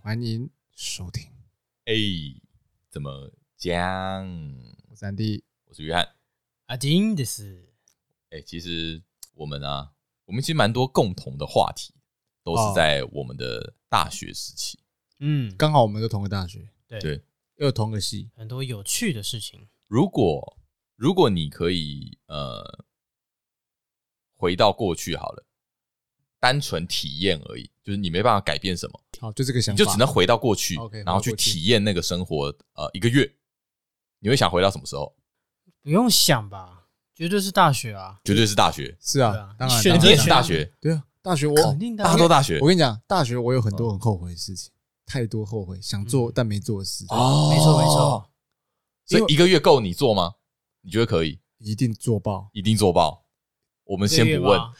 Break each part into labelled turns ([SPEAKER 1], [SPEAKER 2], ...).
[SPEAKER 1] 欢迎收听。
[SPEAKER 2] 哎、怎么讲？
[SPEAKER 1] 我是安迪，
[SPEAKER 2] 我是约翰。
[SPEAKER 3] 阿金的啊是
[SPEAKER 2] 哎、其实我们啊，我们其实蛮多共同的话题，都
[SPEAKER 1] 哦
[SPEAKER 2] 是在我们的大学时期。
[SPEAKER 3] 嗯，
[SPEAKER 1] 刚好我们都同个大学，
[SPEAKER 3] 对
[SPEAKER 2] 对
[SPEAKER 1] 又同个系，
[SPEAKER 3] 很多有趣的事情。
[SPEAKER 2] 如果如果你可以呃回到过去好了，单纯体验而已，就是你没办法改变什么，
[SPEAKER 1] 好，就这个想
[SPEAKER 2] 你
[SPEAKER 1] 法，
[SPEAKER 2] 就只能回到过去
[SPEAKER 1] OK，
[SPEAKER 2] 然后去
[SPEAKER 1] 回到过去
[SPEAKER 2] 体验那个生活。呃，一个月，你会想回到什么时候？
[SPEAKER 3] 不用想吧，绝对是大学啊！
[SPEAKER 2] 绝对是大学，
[SPEAKER 1] 是啊
[SPEAKER 3] 对啊，
[SPEAKER 1] 当然
[SPEAKER 3] 你选
[SPEAKER 2] 你
[SPEAKER 3] 择
[SPEAKER 2] 也
[SPEAKER 1] 当
[SPEAKER 2] 是
[SPEAKER 1] 然
[SPEAKER 2] 大学，
[SPEAKER 1] 对啊，大学我
[SPEAKER 3] 肯定的啊
[SPEAKER 2] 大家都大学
[SPEAKER 1] 我跟你讲，大学我有很多很后悔的事情，太多后悔想做
[SPEAKER 3] 哦嗯
[SPEAKER 1] 但没做的事，
[SPEAKER 2] 哦
[SPEAKER 3] 没错没错，
[SPEAKER 2] 所
[SPEAKER 1] 因
[SPEAKER 2] 以
[SPEAKER 1] 为
[SPEAKER 2] 一个月够你做吗？你觉得可以？
[SPEAKER 1] 一定做爆，
[SPEAKER 2] 一定做爆？我们先
[SPEAKER 3] 这个月
[SPEAKER 2] 不问
[SPEAKER 3] 吗，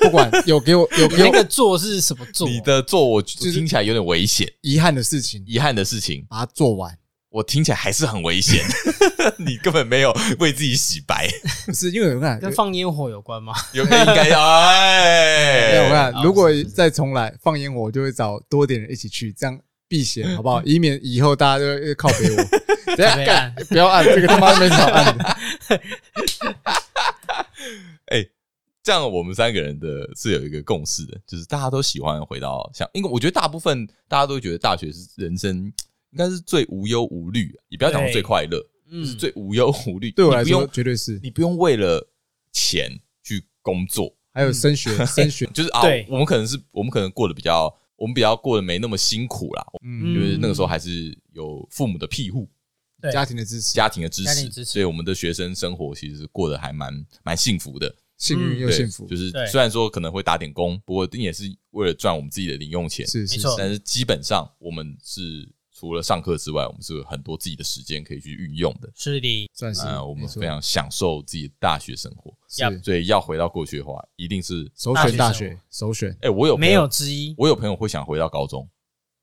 [SPEAKER 1] 不管有给我有
[SPEAKER 3] 你
[SPEAKER 1] 给
[SPEAKER 3] 那
[SPEAKER 1] 我
[SPEAKER 3] 个做是什么啊做？
[SPEAKER 2] 你的做我
[SPEAKER 1] 是
[SPEAKER 2] 听起来有点危险，
[SPEAKER 1] 遗憾的事情，
[SPEAKER 2] 遗憾的事情，
[SPEAKER 1] 把它做完，
[SPEAKER 2] 我听起来还是很危险。 你根本没有为自己洗白，
[SPEAKER 1] 不是因为我看
[SPEAKER 3] 跟
[SPEAKER 1] 有
[SPEAKER 3] 放烟火有关吗？
[SPEAKER 2] 有没有应该要
[SPEAKER 1] 没有
[SPEAKER 2] 哎？
[SPEAKER 1] 我看
[SPEAKER 3] 啊
[SPEAKER 1] 如果
[SPEAKER 3] 是是是
[SPEAKER 1] 再重来放烟火，我就会找多点人一起去，这样避嫌好不好？以免以后大家都呃靠北 我，等一下
[SPEAKER 3] 对
[SPEAKER 1] 干
[SPEAKER 3] 啊
[SPEAKER 1] 不要按这个他妈没少按的，
[SPEAKER 2] 这样我们三个人的是有一个共识的，就是大家都喜欢回到像，因为我觉得大部分大家都觉得大学是人生应该是最无忧无虑，啊也不要讲
[SPEAKER 3] 对
[SPEAKER 2] 最快乐，
[SPEAKER 3] 嗯
[SPEAKER 2] 就是，最无忧无虑。
[SPEAKER 1] 对我来
[SPEAKER 2] 你不
[SPEAKER 1] 说
[SPEAKER 2] 用
[SPEAKER 1] 绝对是，
[SPEAKER 2] 你不用为了钱去工作，
[SPEAKER 1] 还有 升学升学，
[SPEAKER 2] 就是啊
[SPEAKER 3] 对，
[SPEAKER 2] 我们可能是我们可能过得比较，我们比较过得没那么辛苦啦，
[SPEAKER 1] 嗯
[SPEAKER 2] 因为那个时候还是有父母的庇护、
[SPEAKER 3] 对
[SPEAKER 1] 家庭的支持，
[SPEAKER 2] 家庭的支
[SPEAKER 3] 家
[SPEAKER 2] 持，
[SPEAKER 3] 庭支持
[SPEAKER 2] 所以我们的学生生活其实过得还蛮蛮幸福的，
[SPEAKER 1] 幸运
[SPEAKER 2] 嗯
[SPEAKER 1] 又
[SPEAKER 2] 对
[SPEAKER 1] 幸福
[SPEAKER 2] 就，是
[SPEAKER 3] 对
[SPEAKER 2] 虽然说可能会打点工，不过也是为了赚我们自己的零用钱，
[SPEAKER 1] 是是
[SPEAKER 3] 没错
[SPEAKER 2] 但是基本上我们是除了上课之外，我们是有很多自己的时间可以去运用的。
[SPEAKER 3] 是的，
[SPEAKER 1] 算是
[SPEAKER 2] 啊、我们
[SPEAKER 1] 没错
[SPEAKER 2] 非常享受自己的大学生活，
[SPEAKER 1] 是
[SPEAKER 3] Yup
[SPEAKER 2] 所以要回到过去的话，一定是
[SPEAKER 1] 首选大
[SPEAKER 3] 大学
[SPEAKER 1] 学首选，
[SPEAKER 2] 哎、我有朋
[SPEAKER 3] 没
[SPEAKER 2] 友
[SPEAKER 3] 有之一。
[SPEAKER 2] 我有朋友会想回到高中，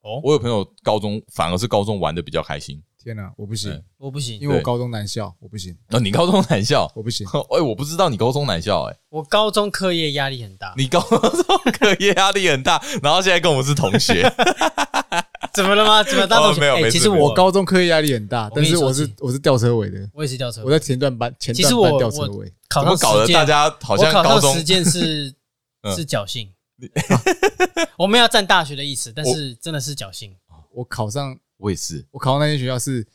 [SPEAKER 3] 哦
[SPEAKER 2] 我有朋友高中反而是高中玩的比较开心。
[SPEAKER 1] 天哪，我不行
[SPEAKER 2] 嗯，
[SPEAKER 3] 我不行
[SPEAKER 1] 因，为我
[SPEAKER 2] 对
[SPEAKER 1] 高中男校，我不行，
[SPEAKER 2] 哦，你高中男校？
[SPEAKER 1] 我不行，
[SPEAKER 2] 哎、我不知道你高中男校、哎，
[SPEAKER 3] 我高中课业压力很大。
[SPEAKER 2] 你高中课业压力很大，然后现在跟我们是同 学，
[SPEAKER 3] 怎么了吗？怎么大同
[SPEAKER 2] 哦没
[SPEAKER 3] 学？
[SPEAKER 2] 有
[SPEAKER 3] 哎
[SPEAKER 2] 没事
[SPEAKER 3] 其实
[SPEAKER 2] 没事
[SPEAKER 3] 我
[SPEAKER 1] 我高中课业压力很大，
[SPEAKER 3] 我
[SPEAKER 1] 但
[SPEAKER 3] 跟你
[SPEAKER 1] 是
[SPEAKER 3] 说
[SPEAKER 1] 我是
[SPEAKER 3] 其
[SPEAKER 1] 我是吊车尾的，
[SPEAKER 3] 我也是吊车
[SPEAKER 1] 我，在前段班前
[SPEAKER 3] 其实
[SPEAKER 1] 段
[SPEAKER 3] 我
[SPEAKER 1] 班吊车尾，
[SPEAKER 3] 考
[SPEAKER 2] 怎么
[SPEAKER 3] 上
[SPEAKER 2] 搞得
[SPEAKER 3] 实践
[SPEAKER 2] 大家好
[SPEAKER 3] 我
[SPEAKER 2] 像
[SPEAKER 3] 考
[SPEAKER 2] 高
[SPEAKER 3] 上
[SPEAKER 2] 中
[SPEAKER 3] 实践是
[SPEAKER 2] 嗯
[SPEAKER 3] 是侥幸， 我没有占大学的意思，但是真的是侥幸。
[SPEAKER 1] 我考上
[SPEAKER 2] 我也是，
[SPEAKER 1] 我考上那间学校是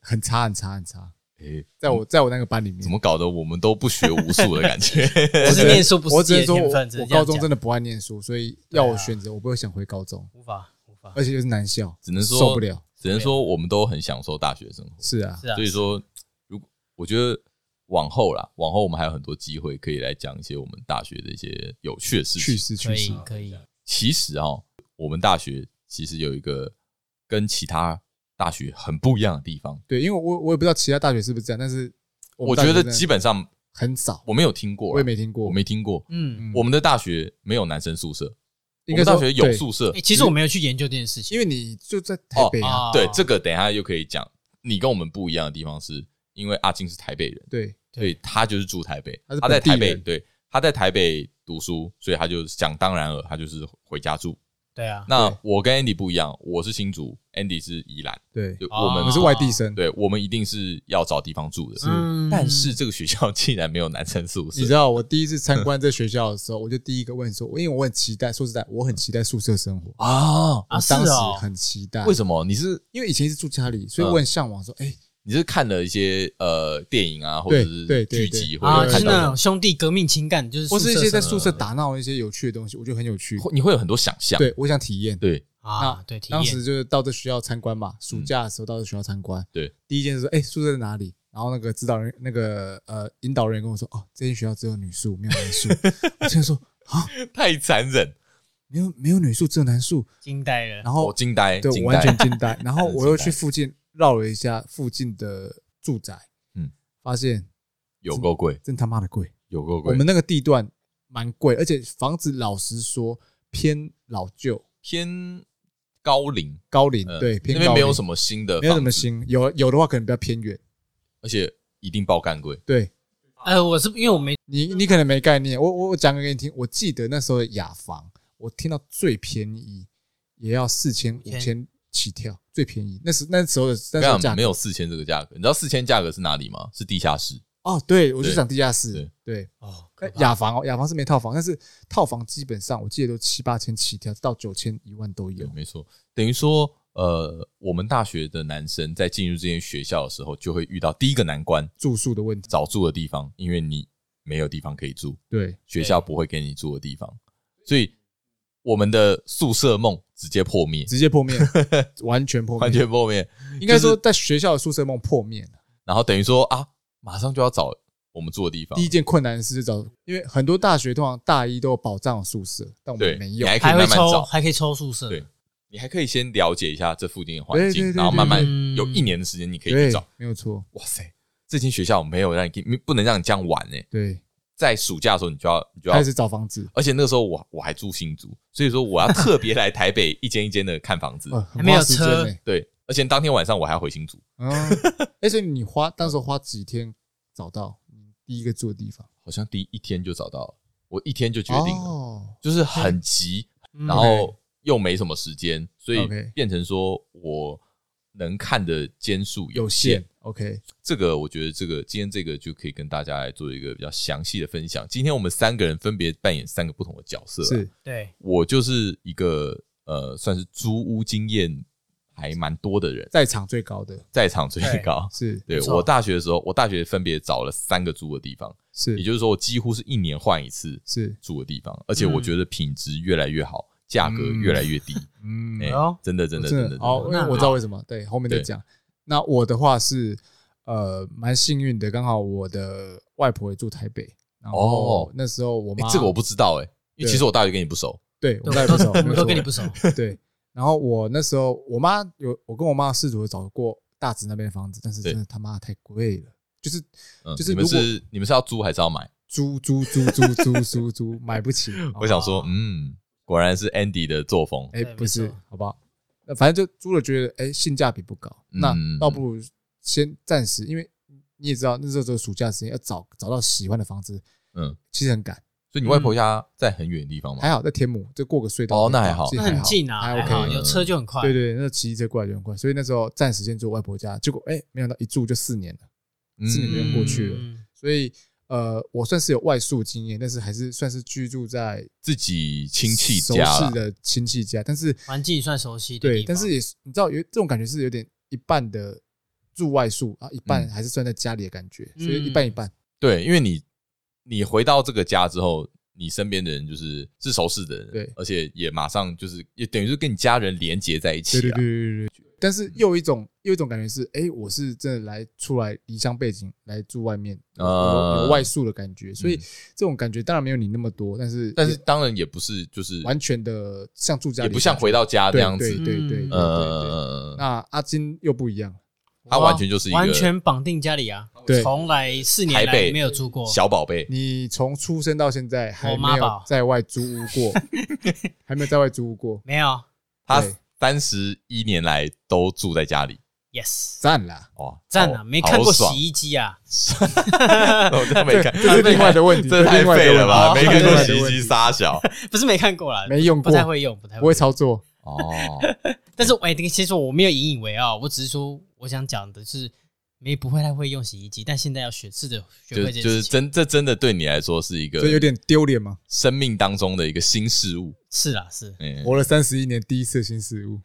[SPEAKER 1] 很差很差很差，
[SPEAKER 2] 哎、
[SPEAKER 1] 在我在我那个班里面
[SPEAKER 2] 怎，么搞得我们都不学无术的感觉？
[SPEAKER 3] 只是念书不
[SPEAKER 1] 我
[SPEAKER 3] 是自己的
[SPEAKER 1] 只能说我
[SPEAKER 3] 天分，只
[SPEAKER 1] 我
[SPEAKER 3] 能这样
[SPEAKER 1] 高中
[SPEAKER 3] 讲
[SPEAKER 1] 真的不爱念书，所以要我
[SPEAKER 3] 对啊
[SPEAKER 1] 选择，我不会想回高中，
[SPEAKER 3] 无法无法。
[SPEAKER 1] 而且又是男校，
[SPEAKER 2] 只能说
[SPEAKER 1] 受不了，
[SPEAKER 2] 只能说我们都很享受大学生活。
[SPEAKER 1] 是啊，
[SPEAKER 3] 是啊，
[SPEAKER 2] 所以说，如果我觉得往后啦，往后我们还有很多机会可以来讲一些我们大学的一些有趣的事情
[SPEAKER 1] 去。世
[SPEAKER 3] 可
[SPEAKER 1] 去啊世
[SPEAKER 3] 以，可以，
[SPEAKER 2] 其实哦，我们大学其实有一个跟其他大学很不一样的地方，
[SPEAKER 1] 对，因为我我也不知道其他大学是不是这样，但是
[SPEAKER 2] 我
[SPEAKER 1] 们大
[SPEAKER 2] 觉
[SPEAKER 1] 学
[SPEAKER 2] 得
[SPEAKER 1] 真的
[SPEAKER 2] 基本上
[SPEAKER 1] 很少，
[SPEAKER 2] 我没有听过啊，
[SPEAKER 1] 我也没听过，
[SPEAKER 2] 我没听过。
[SPEAKER 3] 嗯，
[SPEAKER 1] 嗯
[SPEAKER 2] 我们的大学没有男生宿舍，我
[SPEAKER 1] 应
[SPEAKER 2] 们
[SPEAKER 1] 该说
[SPEAKER 2] 大学有
[SPEAKER 1] 对
[SPEAKER 2] 宿舍
[SPEAKER 3] 哎，。其实我没有去研究这件事情，
[SPEAKER 1] 因为你就在台北啊，
[SPEAKER 3] 啊，
[SPEAKER 2] 对，这个等一下又可以讲。你跟我们不一样的地方是，因为阿金是台北人，
[SPEAKER 1] 对，
[SPEAKER 2] 所以他就是住台北
[SPEAKER 1] 他是，
[SPEAKER 2] 他在
[SPEAKER 1] 本地
[SPEAKER 2] 台北，
[SPEAKER 1] 人
[SPEAKER 2] 对，他在台北读书，所以他就想当然了，他就是回家住。
[SPEAKER 3] 对啊，
[SPEAKER 2] 那
[SPEAKER 1] 对
[SPEAKER 2] 我跟 Andy 不一样，我是新竹，Andy 是宜兰，
[SPEAKER 1] 对，
[SPEAKER 2] 就
[SPEAKER 3] 啊
[SPEAKER 2] 我
[SPEAKER 1] 我
[SPEAKER 2] 们
[SPEAKER 1] 们是外地生，
[SPEAKER 2] 对，我们一定是要找地方住的。
[SPEAKER 1] 是
[SPEAKER 3] 嗯
[SPEAKER 2] 但是这个学校竟然没有男生宿舍，
[SPEAKER 1] 你知道我第一次参观这学校的时候，我就第一个问说，因为我很期待，说实在，我很期待宿舍生活，
[SPEAKER 2] 啊？
[SPEAKER 3] 啊
[SPEAKER 1] 我当
[SPEAKER 3] 是
[SPEAKER 1] 时
[SPEAKER 3] 哦
[SPEAKER 1] 很期待，
[SPEAKER 2] 为
[SPEAKER 1] 么？
[SPEAKER 2] 什么？你是
[SPEAKER 1] 因为以前是住家里，所以
[SPEAKER 2] 嗯
[SPEAKER 1] 我很向往说，哎，
[SPEAKER 2] 你是看了一些呃电影啊，或者
[SPEAKER 1] 对
[SPEAKER 2] 是
[SPEAKER 1] 对
[SPEAKER 2] 剧
[SPEAKER 1] 对
[SPEAKER 2] 集，或
[SPEAKER 3] 啊，
[SPEAKER 2] 者
[SPEAKER 3] 就是
[SPEAKER 2] 看
[SPEAKER 3] 那
[SPEAKER 2] 到
[SPEAKER 3] 种兄弟革命情感，就是
[SPEAKER 1] 或
[SPEAKER 3] 宿舍
[SPEAKER 1] 是一些在
[SPEAKER 3] 生
[SPEAKER 1] 宿舍打闹一些有趣的东西，我觉得很有趣。
[SPEAKER 2] 你会有很多想象。
[SPEAKER 1] 对，我想体验。
[SPEAKER 2] 对，
[SPEAKER 3] 啊，对，体
[SPEAKER 1] 当时
[SPEAKER 3] 验
[SPEAKER 1] 就是到这学校参观嘛，暑假的时候到这学校参观。
[SPEAKER 2] 嗯对，
[SPEAKER 1] 第一件事说，哎，宿舍在哪里？然后那个指导人、那个呃引导人跟我说，哦，这间学校只有女宿，没有男宿。 我现在说
[SPEAKER 2] 太残忍，
[SPEAKER 1] 没有没有女宿，只有男宿。
[SPEAKER 3] 惊呆了，
[SPEAKER 1] 然
[SPEAKER 2] 我
[SPEAKER 1] 后
[SPEAKER 2] 哦惊呆，
[SPEAKER 1] 对
[SPEAKER 2] 惊
[SPEAKER 1] 我
[SPEAKER 2] 呆
[SPEAKER 1] 完全 惊呆。然后
[SPEAKER 2] 惊呆
[SPEAKER 1] 我又去附近绕了一下附近的住宅，
[SPEAKER 2] 嗯，
[SPEAKER 1] 发现
[SPEAKER 2] 有够贵，
[SPEAKER 1] 真他妈的贵。
[SPEAKER 2] 有够贵。
[SPEAKER 1] 我们那个地段蛮贵，而且房子老实说偏老旧。
[SPEAKER 2] 偏高龄，
[SPEAKER 1] 高龄，
[SPEAKER 2] 呃
[SPEAKER 1] 对，偏
[SPEAKER 2] 那边没有
[SPEAKER 1] 么，
[SPEAKER 2] 什么新的，
[SPEAKER 1] 没有什么，新，有有的话可能比较偏远。
[SPEAKER 2] 而且一定爆干贵。
[SPEAKER 1] 对
[SPEAKER 3] 呃，我是因为我没
[SPEAKER 1] 你，你可能没概念。我我我讲个给你听，我记得那时候的雅房，我听到最便宜也要四千、五
[SPEAKER 3] 5000
[SPEAKER 1] 千、起跳，最便宜。那时那时候的那时候
[SPEAKER 2] 刚
[SPEAKER 1] 价
[SPEAKER 2] 刚
[SPEAKER 1] 格
[SPEAKER 2] 没有四千这个价格，你知道四千价格是哪里吗？是地下室。
[SPEAKER 1] 哦，对我就
[SPEAKER 2] 对
[SPEAKER 1] 讲地下室
[SPEAKER 2] 对，
[SPEAKER 1] 对
[SPEAKER 3] 哦，可
[SPEAKER 1] 呃
[SPEAKER 3] 怕
[SPEAKER 1] 雅房哦，雅房是没套房，但是套房基本上我记得都七八千起跳，到九千一万都
[SPEAKER 2] 对
[SPEAKER 1] 有，。
[SPEAKER 2] 没错，等于说，呃，我们大学的男生在进入这间学校的时候，就会遇到第一个难关，
[SPEAKER 1] 住宿的问题，
[SPEAKER 2] 找住的地方，因为你没有地方可以住，
[SPEAKER 1] 对，
[SPEAKER 2] 学校不会给你住的地方，所以我们的宿舍梦直接破 灭，
[SPEAKER 1] 直接破 灭，完全破
[SPEAKER 2] 完
[SPEAKER 1] 灭
[SPEAKER 2] 全。破灭。
[SPEAKER 1] 应该
[SPEAKER 2] 就是
[SPEAKER 1] 说在学校的宿舍梦破灭了。
[SPEAKER 2] 然后等于说啊，马上就要找我们住的地方
[SPEAKER 1] 第，一件困难的事是找，因为很多大学通常大一都有保障的宿舍，但我
[SPEAKER 2] 对，
[SPEAKER 1] 们没
[SPEAKER 2] 你
[SPEAKER 1] 有。
[SPEAKER 2] 还可以
[SPEAKER 3] 还会
[SPEAKER 2] 慢慢
[SPEAKER 3] 抽，
[SPEAKER 2] 找，
[SPEAKER 3] 还可以抽宿舍，
[SPEAKER 2] 对你还可以先了解一下这附近的环
[SPEAKER 1] 对对
[SPEAKER 2] 境，
[SPEAKER 1] 对对嗯
[SPEAKER 2] 然后慢慢
[SPEAKER 3] 对
[SPEAKER 2] 有一年的时间你可以去
[SPEAKER 1] 对
[SPEAKER 2] 找。，
[SPEAKER 1] 没有错，
[SPEAKER 2] 哇塞，这间学校没有让你不能让你这样玩哎、
[SPEAKER 1] 对，
[SPEAKER 2] 在暑假的时候你就要你就要
[SPEAKER 1] 开，始找房子，
[SPEAKER 2] 而且那个时候我我还住新竹，所以说我要特别来台北一间一间的看房 子，
[SPEAKER 1] 呃，很
[SPEAKER 3] 还没有
[SPEAKER 1] 花时间
[SPEAKER 3] 车
[SPEAKER 1] 呢。
[SPEAKER 2] 对，而且当天晚上我还要回新竹，
[SPEAKER 1] 嗯， 而且你花当时候花几天找到你第一个住的地方？
[SPEAKER 2] 好像第一天就找到了，我一天就决定了，
[SPEAKER 1] 哦，
[SPEAKER 2] 就是很急，
[SPEAKER 3] 嗯，
[SPEAKER 2] 然后又没什么时间，所以
[SPEAKER 1] OK
[SPEAKER 2] 变成说我能看的间数
[SPEAKER 1] 有
[SPEAKER 2] 限
[SPEAKER 1] 限。，OK，
[SPEAKER 2] 这个我觉得这个今天这个就可以跟大家来做一个比较详细的分享。今天我们三个人分别扮演三个不同的角色、啊，
[SPEAKER 1] 是
[SPEAKER 3] 对，
[SPEAKER 2] 我就是一个呃，算是租屋经验还蛮多的人，
[SPEAKER 1] 在场最高的，
[SPEAKER 2] 在场最高。
[SPEAKER 1] 是
[SPEAKER 2] 对
[SPEAKER 3] 不错
[SPEAKER 2] 我大学的时候，我大学分别找了三个租的地方，
[SPEAKER 1] 是
[SPEAKER 2] 也就是说，我几乎是一年换一次
[SPEAKER 1] 是，
[SPEAKER 2] 住的地方，而且我觉得品质越来越好，价格越来越低。
[SPEAKER 1] 嗯
[SPEAKER 2] 哎、
[SPEAKER 3] 哎呦
[SPEAKER 2] 真的真的真的真的，
[SPEAKER 1] 哦，因为
[SPEAKER 3] 那
[SPEAKER 1] 我知道为什么，对，后面再
[SPEAKER 2] 对
[SPEAKER 1] 讲。那我的话是，呃，蛮幸运的，刚好我的外婆也住台北，然后
[SPEAKER 2] 哦
[SPEAKER 1] 那时候我
[SPEAKER 2] 哎
[SPEAKER 1] 妈
[SPEAKER 2] 这个我不知道哎、因为
[SPEAKER 1] 对
[SPEAKER 2] 其实我大学跟你不熟，
[SPEAKER 1] 对，我
[SPEAKER 3] 对
[SPEAKER 1] 们也
[SPEAKER 3] 我都
[SPEAKER 1] 不熟，
[SPEAKER 3] 我们都跟
[SPEAKER 1] 没
[SPEAKER 3] 你
[SPEAKER 1] 有
[SPEAKER 3] 不熟，
[SPEAKER 1] 错对。然后我那时候我妈有，我跟我妈试图有找过大直那边的房子，但是
[SPEAKER 2] 对
[SPEAKER 1] 真的他妈太贵了，就是
[SPEAKER 2] 嗯，
[SPEAKER 1] 就是
[SPEAKER 2] 你们
[SPEAKER 1] 如果
[SPEAKER 2] 是你们是要租还是要买？
[SPEAKER 1] 租租租租租租租买不起。好不 好
[SPEAKER 2] 我想说，嗯，果然是 Andy 的作风，
[SPEAKER 1] 哦哎、
[SPEAKER 3] 对
[SPEAKER 1] 不
[SPEAKER 3] 没
[SPEAKER 1] 是
[SPEAKER 3] 错，
[SPEAKER 1] 好不好？那反正就租了，觉得哎、性价比不高，那
[SPEAKER 2] 嗯
[SPEAKER 1] 倒不如先暂时，因为你也知道那时候只有暑假时间，要找找到喜欢的房子，
[SPEAKER 2] 嗯，
[SPEAKER 1] 其实很赶，
[SPEAKER 2] 所以你外
[SPEAKER 1] 嗯
[SPEAKER 2] 婆家在很远的地方吗？
[SPEAKER 1] 还好在天母，就过个隧道
[SPEAKER 2] 哦
[SPEAKER 1] 可以到，
[SPEAKER 2] 那还好
[SPEAKER 1] 其实
[SPEAKER 3] 那
[SPEAKER 1] 还
[SPEAKER 3] 很近啊，
[SPEAKER 1] 还
[SPEAKER 3] 还
[SPEAKER 1] OK，
[SPEAKER 3] 好
[SPEAKER 2] 嗯
[SPEAKER 3] 有车就很快，
[SPEAKER 1] 对对，那骑车过来就很快，所以那时候暂时先住我外婆家，结果哎、没想到一住就四年了，
[SPEAKER 2] 嗯
[SPEAKER 1] 是你们过去了
[SPEAKER 3] 嗯
[SPEAKER 1] 所以呃，我算是有外宿经验，但是还是算是居住在
[SPEAKER 2] 自己亲戚
[SPEAKER 1] 熟
[SPEAKER 2] 家啦
[SPEAKER 1] 悉的亲戚家，但是
[SPEAKER 3] 环境算熟悉啊的地
[SPEAKER 1] 对，
[SPEAKER 3] 方，
[SPEAKER 1] 但是也是你知道有这种感觉是有点一半的住外宿啊，一半
[SPEAKER 2] 嗯
[SPEAKER 1] 还是算在家里的感觉，
[SPEAKER 3] 嗯
[SPEAKER 1] 所以一半一半。
[SPEAKER 2] 对，因为你你回到这个家之后，你身边的人就是是熟识的人，
[SPEAKER 1] 对
[SPEAKER 2] 而且也马上就是也等于是跟你家人连接在一起、
[SPEAKER 1] 对
[SPEAKER 2] 啊，
[SPEAKER 1] 对对对对对。但是又有一种又有一种感觉是，哎，我是真的来出来离乡背景来住外面，有
[SPEAKER 2] 啊
[SPEAKER 1] 有有外宿的感觉，所以
[SPEAKER 2] 嗯
[SPEAKER 1] 这种感觉当然没有你那么多，但是
[SPEAKER 2] 但是当然也不是就是
[SPEAKER 1] 也完全的像住家
[SPEAKER 2] 也
[SPEAKER 1] 里，
[SPEAKER 2] 不像回到家这
[SPEAKER 1] 对
[SPEAKER 2] 样子，
[SPEAKER 1] 对对对对对
[SPEAKER 3] 嗯
[SPEAKER 1] 对对。
[SPEAKER 2] 呃，
[SPEAKER 1] 那阿金又不一样，
[SPEAKER 2] 他完全就是一个
[SPEAKER 3] 完全绑定家里啊，
[SPEAKER 1] 对
[SPEAKER 3] 从来四年
[SPEAKER 2] 台
[SPEAKER 3] 来
[SPEAKER 2] 北
[SPEAKER 3] 没有住过，
[SPEAKER 2] 小宝贝，
[SPEAKER 1] 你从出生到现在还
[SPEAKER 3] 我
[SPEAKER 1] 没
[SPEAKER 3] 妈
[SPEAKER 1] 有
[SPEAKER 3] 宝
[SPEAKER 1] 在外租屋 过，还没有在外租屋过，
[SPEAKER 3] 没有
[SPEAKER 2] 他
[SPEAKER 1] 对
[SPEAKER 2] 三十一年来都住在家里，
[SPEAKER 3] ，yes，
[SPEAKER 1] 赞啦！
[SPEAKER 2] 哇，
[SPEAKER 3] 赞
[SPEAKER 2] 好
[SPEAKER 3] 啊，没看过洗，
[SPEAKER 2] 好
[SPEAKER 3] 衣机啊，
[SPEAKER 2] 爽我真没看，
[SPEAKER 1] 这是另外的问题，
[SPEAKER 2] 这太
[SPEAKER 1] 另外的
[SPEAKER 2] 废了吧！
[SPEAKER 1] 问
[SPEAKER 2] 没
[SPEAKER 1] 题
[SPEAKER 2] 看
[SPEAKER 1] 另
[SPEAKER 2] 过
[SPEAKER 1] 外的
[SPEAKER 2] 洗衣
[SPEAKER 1] 问
[SPEAKER 2] 机
[SPEAKER 1] 题
[SPEAKER 2] 杀 小
[SPEAKER 3] 不是没看过啦，
[SPEAKER 1] 没用
[SPEAKER 3] 不
[SPEAKER 1] 过，
[SPEAKER 3] 太会用，不太
[SPEAKER 1] 不
[SPEAKER 3] 会
[SPEAKER 1] 会
[SPEAKER 3] 用。
[SPEAKER 1] 操作，
[SPEAKER 2] 哦，
[SPEAKER 3] 但是哎、这个其实我没有引以为傲，我只是说我想讲的是，没不会太会用洗衣机，但现在要学试着学
[SPEAKER 2] 就
[SPEAKER 3] 会这件
[SPEAKER 2] 就
[SPEAKER 3] 事
[SPEAKER 2] 是
[SPEAKER 3] 情。
[SPEAKER 2] 真这真的对你来说是一个
[SPEAKER 1] 所以有点丢脸嘛。
[SPEAKER 2] 生命当中的一个新事物。
[SPEAKER 3] 是啦，是
[SPEAKER 2] 嗯，
[SPEAKER 1] 活了三十一年，第一次新事物，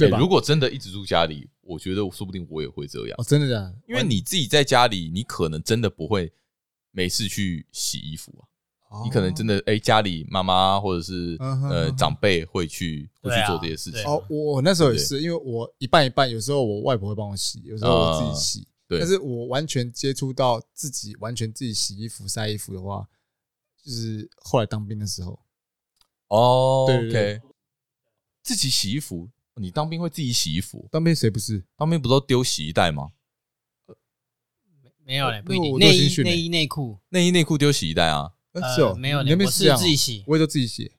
[SPEAKER 1] 对吧
[SPEAKER 2] 欸？如果真的一直住家里，我觉得说不定我也会这样
[SPEAKER 1] 哦，，真的假的？
[SPEAKER 2] 因为你自己在家里，你可能真的不会没事去洗衣服
[SPEAKER 1] 哦
[SPEAKER 2] 啊，你可能真
[SPEAKER 1] 的
[SPEAKER 2] 的哎、欸家里妈妈或者是
[SPEAKER 1] 嗯哼嗯
[SPEAKER 2] 呃
[SPEAKER 1] 哼
[SPEAKER 2] 长辈会去会
[SPEAKER 3] 对
[SPEAKER 2] 去
[SPEAKER 3] 啊
[SPEAKER 2] 做这些事情
[SPEAKER 3] 对。
[SPEAKER 1] 哦，我那时候也是，因为我一半一半，有时候我外婆会帮我洗，有时候我自己洗，
[SPEAKER 2] 啊对
[SPEAKER 1] 啊但是我完全接触到自己完全自己洗衣服、晒衣服的话，就是后来当兵的时候，
[SPEAKER 2] 哦
[SPEAKER 1] 对对
[SPEAKER 2] ，OK，自己洗衣服，你当兵会自己洗衣服？
[SPEAKER 1] 当兵谁不是？
[SPEAKER 2] 当兵不都丢洗衣袋吗？
[SPEAKER 3] 没有嘞，不一
[SPEAKER 1] 那
[SPEAKER 3] 定
[SPEAKER 1] 我
[SPEAKER 3] 内
[SPEAKER 1] 做新
[SPEAKER 3] 衣
[SPEAKER 1] 训嘞
[SPEAKER 3] 内衣内裤，
[SPEAKER 2] 内衣内裤丢洗衣袋啊？
[SPEAKER 1] 呃，是
[SPEAKER 3] 呃，
[SPEAKER 1] 哦，
[SPEAKER 3] 没有
[SPEAKER 1] 你
[SPEAKER 3] 嘞
[SPEAKER 1] 那，边
[SPEAKER 3] 我
[SPEAKER 1] 这
[SPEAKER 3] 是
[SPEAKER 1] 样哦
[SPEAKER 3] 自己，洗，
[SPEAKER 1] 我也都自己洗。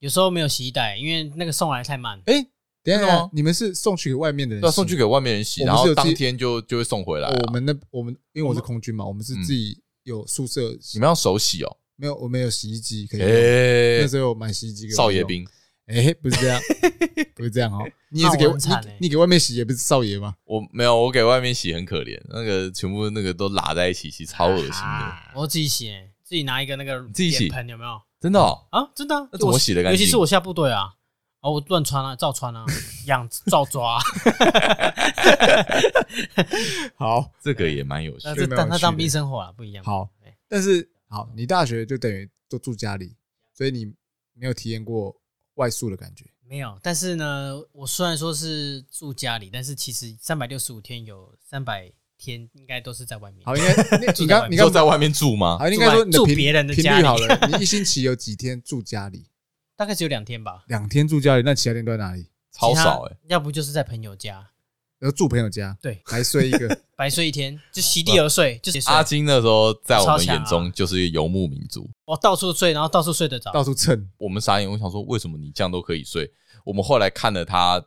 [SPEAKER 3] 有时候没有洗衣袋，因为那个送来太慢。
[SPEAKER 1] 哎，等一
[SPEAKER 2] 真的
[SPEAKER 1] 下
[SPEAKER 2] 吗，
[SPEAKER 1] 你们是送去给外面的人洗？
[SPEAKER 2] 要啊送去给外面人洗，
[SPEAKER 1] 我
[SPEAKER 2] 然
[SPEAKER 1] 们是
[SPEAKER 2] 后
[SPEAKER 1] 有自己哦
[SPEAKER 2] 当天就就会送回来啊、
[SPEAKER 1] 我们那我们因为我是空军嘛，我们是自己有宿舍洗，
[SPEAKER 2] 你们要手洗哦。
[SPEAKER 1] 没有我们有洗衣机可以
[SPEAKER 2] 哎、
[SPEAKER 1] 啊用。那时候有买洗衣机给我
[SPEAKER 2] 少爷
[SPEAKER 1] 用
[SPEAKER 2] 兵，
[SPEAKER 1] 哎、不是这样，不是这样哦，你也是给
[SPEAKER 3] 那
[SPEAKER 1] 我
[SPEAKER 3] 我很惨欸
[SPEAKER 1] 你你给外面洗也不是少爷吗？
[SPEAKER 2] 我没有，我给外面洗很可怜，那个全部那个都拉在一起洗，超恶心的，
[SPEAKER 3] 啊我自己洗欸，自己拿一个那个
[SPEAKER 2] 自己洗
[SPEAKER 3] 脸盆有没有？
[SPEAKER 2] 真的哦。
[SPEAKER 3] 啊，真的、啊？
[SPEAKER 2] 那怎么
[SPEAKER 3] 我
[SPEAKER 2] 洗得干
[SPEAKER 3] 尤
[SPEAKER 2] 净
[SPEAKER 3] 其是我下部队啊，啊，我乱穿啊，照 穿啊，样子照抓、啊。
[SPEAKER 1] 好，
[SPEAKER 2] 这个也蛮有趣
[SPEAKER 3] 那
[SPEAKER 2] 的，
[SPEAKER 3] 这
[SPEAKER 1] 蛮有
[SPEAKER 3] 当他
[SPEAKER 1] 趣
[SPEAKER 3] 当
[SPEAKER 1] 的
[SPEAKER 3] 兵生活啊，不一样。
[SPEAKER 1] 好
[SPEAKER 3] 对，
[SPEAKER 1] 但是好，你大学就等于都住家里，所以你没有体验过外宿的感觉。
[SPEAKER 3] 没有，但是呢，我虽然说是住家里，但是其实三百六十五天有三百天应该都是在外面。
[SPEAKER 1] 好，应该你你刚你
[SPEAKER 2] 你
[SPEAKER 1] 刚
[SPEAKER 2] 说在外面住吗？
[SPEAKER 1] 好，应该说你的
[SPEAKER 3] 住
[SPEAKER 1] 频
[SPEAKER 3] 别人的
[SPEAKER 1] 频
[SPEAKER 3] 家
[SPEAKER 1] 率
[SPEAKER 3] 里
[SPEAKER 1] 好了，你一星期有几天住家里？
[SPEAKER 3] 大概只有两天吧，
[SPEAKER 1] 两天住家里，那其他天都在哪里？
[SPEAKER 2] 超
[SPEAKER 3] 其他
[SPEAKER 2] 少哎、
[SPEAKER 3] 要不就是在朋友家，
[SPEAKER 1] 然后住朋友家，
[SPEAKER 3] 对，
[SPEAKER 1] 还睡一 个。
[SPEAKER 3] 白睡一天，就席地而睡，就是
[SPEAKER 2] 阿金那时啊候在我
[SPEAKER 3] 超
[SPEAKER 2] 们
[SPEAKER 3] 强
[SPEAKER 2] 眼
[SPEAKER 3] 啊
[SPEAKER 2] 中就是游牧民族，
[SPEAKER 3] 我到处睡，然后到处睡得着。
[SPEAKER 1] 到处蹭，
[SPEAKER 2] 我们傻眼，我想说为什么你这样都可以睡？我们后来看了他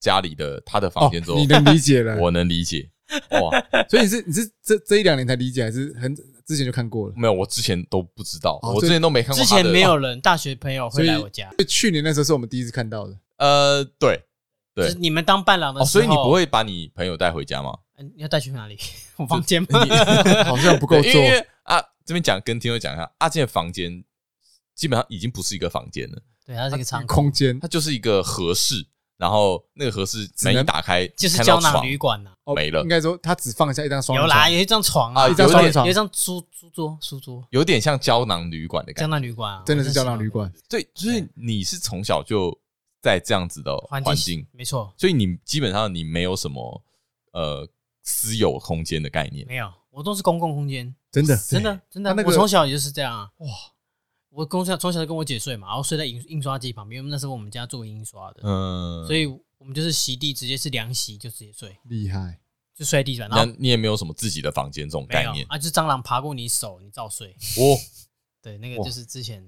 [SPEAKER 2] 家里的他的房间之后，
[SPEAKER 1] 哦、你能理解了。
[SPEAKER 2] 我能 理解。哇，
[SPEAKER 1] 所以你是你是这这一两年才理解，还是很之前就看过了？
[SPEAKER 2] 没有，我之前都不知道，
[SPEAKER 1] 哦
[SPEAKER 2] 我之
[SPEAKER 1] 这
[SPEAKER 2] 前都没看过
[SPEAKER 3] 之
[SPEAKER 2] 他的。
[SPEAKER 3] 前没有人大学朋友
[SPEAKER 1] 所
[SPEAKER 3] 会
[SPEAKER 1] 以
[SPEAKER 3] 来我家，
[SPEAKER 1] 所以去年那时候是我们第一次看 到的。
[SPEAKER 2] 呃，对
[SPEAKER 3] 就
[SPEAKER 2] 对
[SPEAKER 3] 是你们当伴郎的
[SPEAKER 2] 哦，
[SPEAKER 3] 时
[SPEAKER 2] 所
[SPEAKER 3] 候，
[SPEAKER 2] 以你不会把你朋友带回家吗？
[SPEAKER 3] 嗯，你要带去哪里？我房间吗？
[SPEAKER 1] 好像不够
[SPEAKER 2] 对
[SPEAKER 1] 做
[SPEAKER 2] 因为因为啊，这边讲跟听友讲一下，阿健的房间基本上已经不是一个房间了，
[SPEAKER 3] 对，它是一个仓库，
[SPEAKER 1] 空间
[SPEAKER 2] 它就是一个合适，然后那个合适门一
[SPEAKER 1] 能
[SPEAKER 2] 打开
[SPEAKER 3] 就是
[SPEAKER 2] 看
[SPEAKER 3] 胶
[SPEAKER 2] 到
[SPEAKER 3] 囊
[SPEAKER 2] 床，
[SPEAKER 3] 旅馆呐。
[SPEAKER 1] 哦
[SPEAKER 2] 没了
[SPEAKER 1] 应该说他只放下一张双
[SPEAKER 3] 有
[SPEAKER 1] 人
[SPEAKER 3] 啦，
[SPEAKER 1] 床，
[SPEAKER 3] 有一张床啊，
[SPEAKER 2] 啊
[SPEAKER 1] 一张双人床
[SPEAKER 3] 有一张书书桌，书桌
[SPEAKER 2] 有点像胶囊旅馆的
[SPEAKER 3] 胶
[SPEAKER 2] 感觉。
[SPEAKER 3] 囊旅馆啊，
[SPEAKER 1] 真的是
[SPEAKER 3] 我
[SPEAKER 1] 胶
[SPEAKER 3] 想
[SPEAKER 1] 囊旅馆。
[SPEAKER 2] 对，就是你是从小就在这样子的
[SPEAKER 3] 环
[SPEAKER 2] 环境，
[SPEAKER 3] 没错，
[SPEAKER 2] 所以你基本上你没有什么呃私有空间的概念。
[SPEAKER 3] 没有，我都是公共空间，
[SPEAKER 1] 真的
[SPEAKER 3] 真的真的
[SPEAKER 1] 他那，个
[SPEAKER 3] 我从小也就是这样啊，哇。我从小从小就跟我姐睡嘛，然后睡在印印刷机旁边，因为那时候我们家做印刷的，
[SPEAKER 2] 嗯，
[SPEAKER 3] 所以我们就是席地直接是凉席就直接睡，
[SPEAKER 1] 厉害。，
[SPEAKER 3] 就睡在地板，然
[SPEAKER 2] 那
[SPEAKER 3] 后
[SPEAKER 2] 你也没有什么自己的房间这种
[SPEAKER 3] 没
[SPEAKER 2] 概
[SPEAKER 3] 有
[SPEAKER 2] 念
[SPEAKER 3] 啊，就是蟑螂爬过你手，你照睡。
[SPEAKER 2] 哦，
[SPEAKER 3] 对，那
[SPEAKER 2] 哇
[SPEAKER 3] 个就是之前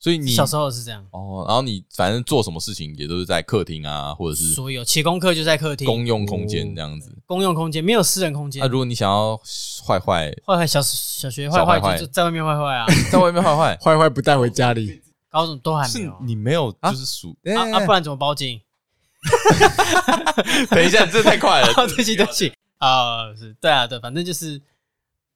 [SPEAKER 2] 所以你
[SPEAKER 3] 小时候是这样，
[SPEAKER 2] 哦，然后你反正做什么事情也都是在客厅啊，或者是
[SPEAKER 3] 所有哦写功课就在客厅，
[SPEAKER 2] 公用空
[SPEAKER 3] 哦
[SPEAKER 2] 间这样子。啊
[SPEAKER 3] 公用空间，没有私人空间
[SPEAKER 2] 那、。如果你想要坏坏，
[SPEAKER 3] 坏坏小小学
[SPEAKER 2] 小
[SPEAKER 3] 坏
[SPEAKER 2] 坏
[SPEAKER 3] 坏
[SPEAKER 2] 坏
[SPEAKER 3] 就就在外面坏 坏啊，
[SPEAKER 2] 在外面坏坏
[SPEAKER 1] 坏坏不带回家里，
[SPEAKER 3] 高中都还没
[SPEAKER 2] 是
[SPEAKER 3] 有啊。
[SPEAKER 2] 你没有
[SPEAKER 1] 啊
[SPEAKER 2] 就是属。
[SPEAKER 1] 哎
[SPEAKER 3] 啊啊，不然怎么包金？。
[SPEAKER 2] 等一下，这太快了
[SPEAKER 3] 对不起对不起啊，是对啊对，反正就是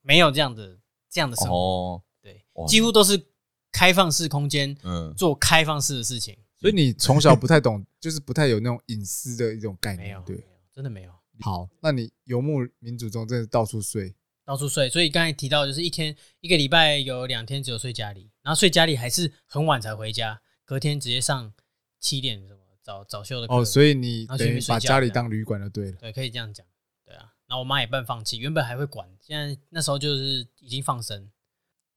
[SPEAKER 3] 没有这样的这样的生活，
[SPEAKER 2] 哦，
[SPEAKER 3] 对
[SPEAKER 2] 哇，
[SPEAKER 3] 几乎都是开放式空间
[SPEAKER 2] 嗯，
[SPEAKER 3] 做开放式的事情，
[SPEAKER 1] 所以你从小不太懂，就是不太有那种隐私的一种概
[SPEAKER 3] 没有
[SPEAKER 1] 念。，对
[SPEAKER 3] 没，有真的没有
[SPEAKER 1] 好，那你游牧民族中真的到处睡，
[SPEAKER 3] 到处睡。所以刚才提到，就是一天一个礼拜有两天只有睡家里，然后睡家里还是很晚才回家，隔天直接上七点什么早早休的课
[SPEAKER 1] 哦，所以你
[SPEAKER 3] 然后
[SPEAKER 1] 等于
[SPEAKER 3] 去睡
[SPEAKER 1] 把
[SPEAKER 3] 觉
[SPEAKER 1] 家里
[SPEAKER 3] 这样
[SPEAKER 1] 当旅馆就对了。
[SPEAKER 3] 对，可以这样讲，对啊。然后我妈也半放弃，原本还会管，现在那时候就是已经放生，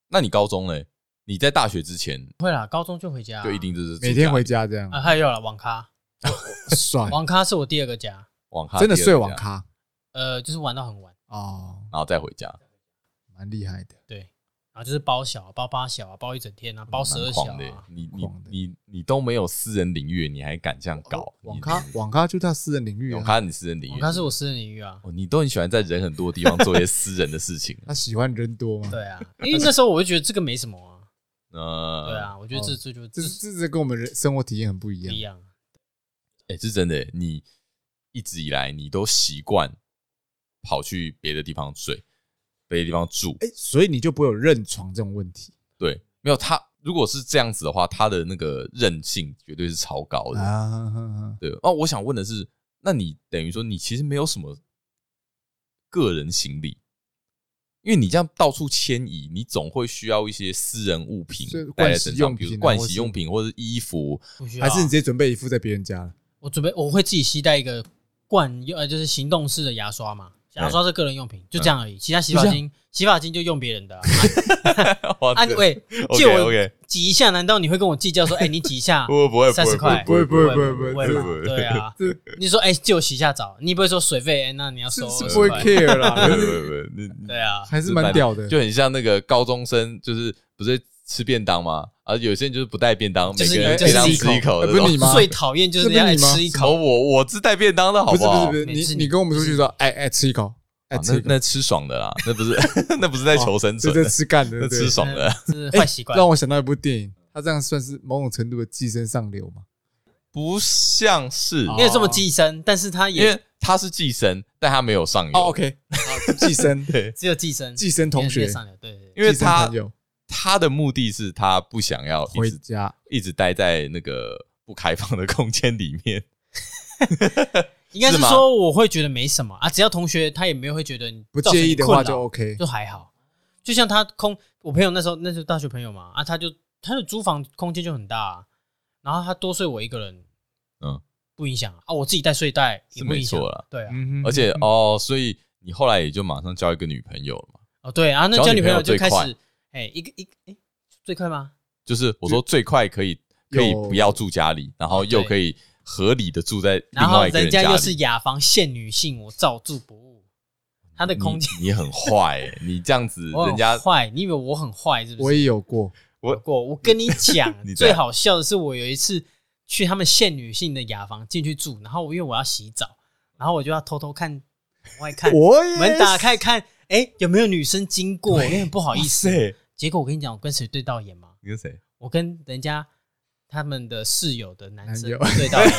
[SPEAKER 2] 那你高中嘞？你在大学之前
[SPEAKER 3] 会啦，高中就回家啊、
[SPEAKER 2] 就一定就是住
[SPEAKER 1] 每天
[SPEAKER 2] 家
[SPEAKER 1] 回家这样
[SPEAKER 3] 啊，，还有啦，网咖，
[SPEAKER 2] 哎
[SPEAKER 1] 帅，
[SPEAKER 3] 网咖是我第二个家，
[SPEAKER 2] 网咖，
[SPEAKER 1] 真的睡网
[SPEAKER 2] 网，
[SPEAKER 1] 咖
[SPEAKER 3] 呃，就是玩到很晚，
[SPEAKER 1] 哦，
[SPEAKER 2] 然后再回家，
[SPEAKER 1] 蛮厉害的。
[SPEAKER 3] 对，然后就是包小、啊、包八小啊，包一整天啊，包十二
[SPEAKER 2] 蛮
[SPEAKER 3] 小
[SPEAKER 2] 狂的耶
[SPEAKER 3] 啊，
[SPEAKER 2] 你你
[SPEAKER 1] 狂的
[SPEAKER 2] 你你都没有私人领域，你还敢这样搞？
[SPEAKER 1] 哦网
[SPEAKER 2] 你
[SPEAKER 1] 咖，网咖就他私人领域啊，。
[SPEAKER 2] 网咖你私人领域，
[SPEAKER 3] 网咖是我私人领域啊，
[SPEAKER 2] 哦，你都很喜欢在人很多的地方做一些私人的事 情
[SPEAKER 1] 他喜欢人多嘛？
[SPEAKER 3] 对啊，因为那时候我就觉得这个没什
[SPEAKER 2] 嗯
[SPEAKER 3] 么啊，
[SPEAKER 2] 呃，
[SPEAKER 3] 对，啊，我觉得这这就
[SPEAKER 1] 这
[SPEAKER 3] 这是
[SPEAKER 1] 这这跟我们人生活体验很不一
[SPEAKER 3] 不一
[SPEAKER 1] 样。
[SPEAKER 3] 样，
[SPEAKER 2] 哎，是真的耶，你一直以来你都习惯跑去别的地方睡，别的地方住。
[SPEAKER 1] 哎，所以你就不会有认床这种问题
[SPEAKER 2] 对，没有他，如果是这样子的话，他的那个韧性绝对是超高的。
[SPEAKER 1] 啊哈哈哈。
[SPEAKER 2] 对，哦，我想问的是，那你等于说你其实没有什么个人行李，因为你这样到处迁移，你总会需要一些私人物品
[SPEAKER 1] 是
[SPEAKER 2] 带
[SPEAKER 1] 盥
[SPEAKER 2] 在
[SPEAKER 1] 洗
[SPEAKER 2] 身
[SPEAKER 1] 用
[SPEAKER 2] 上，比如
[SPEAKER 1] 品啊
[SPEAKER 2] 盥
[SPEAKER 1] 或
[SPEAKER 2] 洗
[SPEAKER 1] 是
[SPEAKER 2] 用品或者是衣服，
[SPEAKER 3] 不需要啊。
[SPEAKER 1] 还是你直接准备一副在别人家了？
[SPEAKER 3] 我准备我会自己携带一个罐，呃，就是行动式的牙刷嘛，牙刷是个人用品，就这样而已。其他洗发精，洗发精就用别人 的啊。
[SPEAKER 2] 哇
[SPEAKER 3] 啊，喂，借
[SPEAKER 2] OK
[SPEAKER 3] 我
[SPEAKER 2] OK，
[SPEAKER 3] 挤一下，难道你会跟我计较 说，哎，你挤一下
[SPEAKER 2] 不不会不
[SPEAKER 3] 30
[SPEAKER 2] 会
[SPEAKER 3] 块
[SPEAKER 2] 不会
[SPEAKER 1] 不会
[SPEAKER 2] 不会
[SPEAKER 1] 不会
[SPEAKER 2] 不
[SPEAKER 1] 不
[SPEAKER 2] 会
[SPEAKER 1] 会
[SPEAKER 2] 不
[SPEAKER 1] 不
[SPEAKER 2] 会
[SPEAKER 1] 会
[SPEAKER 2] 不会，
[SPEAKER 3] 对啊
[SPEAKER 1] 这，
[SPEAKER 3] 你说哎，借我洗一下澡，你不会说水费，哎，那你要
[SPEAKER 1] 是
[SPEAKER 3] 收
[SPEAKER 1] 是
[SPEAKER 3] 20
[SPEAKER 1] 不会
[SPEAKER 3] 块
[SPEAKER 1] care
[SPEAKER 2] 不会不
[SPEAKER 1] 啦，
[SPEAKER 2] 会不会，你你
[SPEAKER 3] 对啊，
[SPEAKER 1] 还是蛮屌的。
[SPEAKER 2] 就很像那个高中生，就是不是吃便当吗？啊，有些人就是不带便当，
[SPEAKER 3] 就是
[SPEAKER 2] 每个人
[SPEAKER 3] 就是
[SPEAKER 2] 便当
[SPEAKER 3] 你
[SPEAKER 2] 吃一口
[SPEAKER 1] 呃
[SPEAKER 2] 的，
[SPEAKER 1] 不是你吗？
[SPEAKER 3] 最讨厌就是人家
[SPEAKER 1] 这
[SPEAKER 3] 来
[SPEAKER 1] 不是你吗
[SPEAKER 3] 吃一
[SPEAKER 2] 哦，
[SPEAKER 3] 口，
[SPEAKER 2] 我我是带便当的好
[SPEAKER 1] 不是
[SPEAKER 2] 好？
[SPEAKER 1] 不是不
[SPEAKER 3] 每
[SPEAKER 1] 是，
[SPEAKER 3] 次
[SPEAKER 1] 你
[SPEAKER 3] 你
[SPEAKER 1] 你跟我们出去说，哎哎吃一口，哎
[SPEAKER 2] 啊，
[SPEAKER 1] 吃
[SPEAKER 2] 那
[SPEAKER 1] 一口，
[SPEAKER 2] 那吃爽的啦，那不 是那不是在求生
[SPEAKER 1] 这
[SPEAKER 2] 存，
[SPEAKER 1] 这吃干的，
[SPEAKER 2] 那
[SPEAKER 1] 对
[SPEAKER 2] 吃爽的。
[SPEAKER 1] 哎
[SPEAKER 3] 嗯，这是坏习惯。
[SPEAKER 1] 让我想到一部电影，它这样算是某种程度的寄生上流嘛？
[SPEAKER 2] 不像是，
[SPEAKER 1] 哦
[SPEAKER 3] 没有这么寄生，但是他
[SPEAKER 2] 因
[SPEAKER 3] 也
[SPEAKER 2] 为他是寄生，但他没有上游。
[SPEAKER 1] 哦，OK，好 寄生
[SPEAKER 2] 对，
[SPEAKER 3] 只有寄生，
[SPEAKER 1] 寄生同
[SPEAKER 3] 没
[SPEAKER 1] 学
[SPEAKER 3] 有，上流对对对，
[SPEAKER 2] 因为
[SPEAKER 1] 寄生
[SPEAKER 2] 他
[SPEAKER 1] 朋友
[SPEAKER 2] 他的目的是他不想要一
[SPEAKER 1] 回
[SPEAKER 2] 直
[SPEAKER 1] 家，
[SPEAKER 2] 一直待在那个不开放的空间里面。
[SPEAKER 3] 应该是
[SPEAKER 2] 是吗
[SPEAKER 3] 说我会觉得没什么啊，只要同学他也没有会觉得你
[SPEAKER 1] 不
[SPEAKER 3] 造成
[SPEAKER 1] 介意
[SPEAKER 3] 你
[SPEAKER 1] 的
[SPEAKER 3] 困
[SPEAKER 1] 话
[SPEAKER 3] 扰
[SPEAKER 1] 就 OK。
[SPEAKER 3] 就还好。就像他空，我朋友那时候那是大学朋友嘛，啊，他就他的租房空间就很大、啊然后他多睡我一个人，
[SPEAKER 2] 嗯，
[SPEAKER 3] 不影响啊，啊我自己带睡袋也
[SPEAKER 2] 是
[SPEAKER 3] 不
[SPEAKER 2] 没
[SPEAKER 3] 影响
[SPEAKER 2] 错啦，
[SPEAKER 3] 对啊，
[SPEAKER 1] 嗯哼
[SPEAKER 2] 而且哦，所以你后来也就马上交一个女朋友了嘛？
[SPEAKER 3] 哦对啊，那
[SPEAKER 2] 交
[SPEAKER 3] 交
[SPEAKER 2] 女
[SPEAKER 3] 女朋
[SPEAKER 2] 朋友
[SPEAKER 3] 友就
[SPEAKER 2] 最
[SPEAKER 3] 开
[SPEAKER 2] 快
[SPEAKER 3] 始，哎，一个一个哎，最快吗？
[SPEAKER 2] 就是我说最快可以可以
[SPEAKER 1] 有哦
[SPEAKER 2] 不要住家里，然后又可以合理的住在另
[SPEAKER 3] 然后
[SPEAKER 2] 外一个
[SPEAKER 3] 人
[SPEAKER 2] 家
[SPEAKER 3] 家
[SPEAKER 2] 里。
[SPEAKER 3] 又是雅房现女性，我照住不误。他的空间
[SPEAKER 2] 你你很 坏、欸，你这样子
[SPEAKER 3] 我
[SPEAKER 2] 人
[SPEAKER 3] 很
[SPEAKER 2] 家
[SPEAKER 3] 坏，你以为我很坏是不
[SPEAKER 1] 我
[SPEAKER 3] 是？
[SPEAKER 1] 也有过，
[SPEAKER 2] 我
[SPEAKER 3] 过，我跟你讲
[SPEAKER 2] 你，这
[SPEAKER 3] 最
[SPEAKER 2] 样
[SPEAKER 3] 好笑的是我有一次去他们现女性的雅房进去住，然后因为我要洗澡，然后我就要偷偷看往外
[SPEAKER 2] 哎
[SPEAKER 3] 看，
[SPEAKER 1] 我也
[SPEAKER 3] 门打
[SPEAKER 1] 是
[SPEAKER 3] 开看，哎，有没有女生经过？
[SPEAKER 2] 对
[SPEAKER 3] 有点不好意
[SPEAKER 2] 哇
[SPEAKER 3] 思
[SPEAKER 2] 塞。
[SPEAKER 3] 结果我跟你讲，我跟谁对到眼吗？
[SPEAKER 2] 你跟谁？
[SPEAKER 3] 我跟人家他们的室友的男生
[SPEAKER 1] 男友
[SPEAKER 3] 对到眼，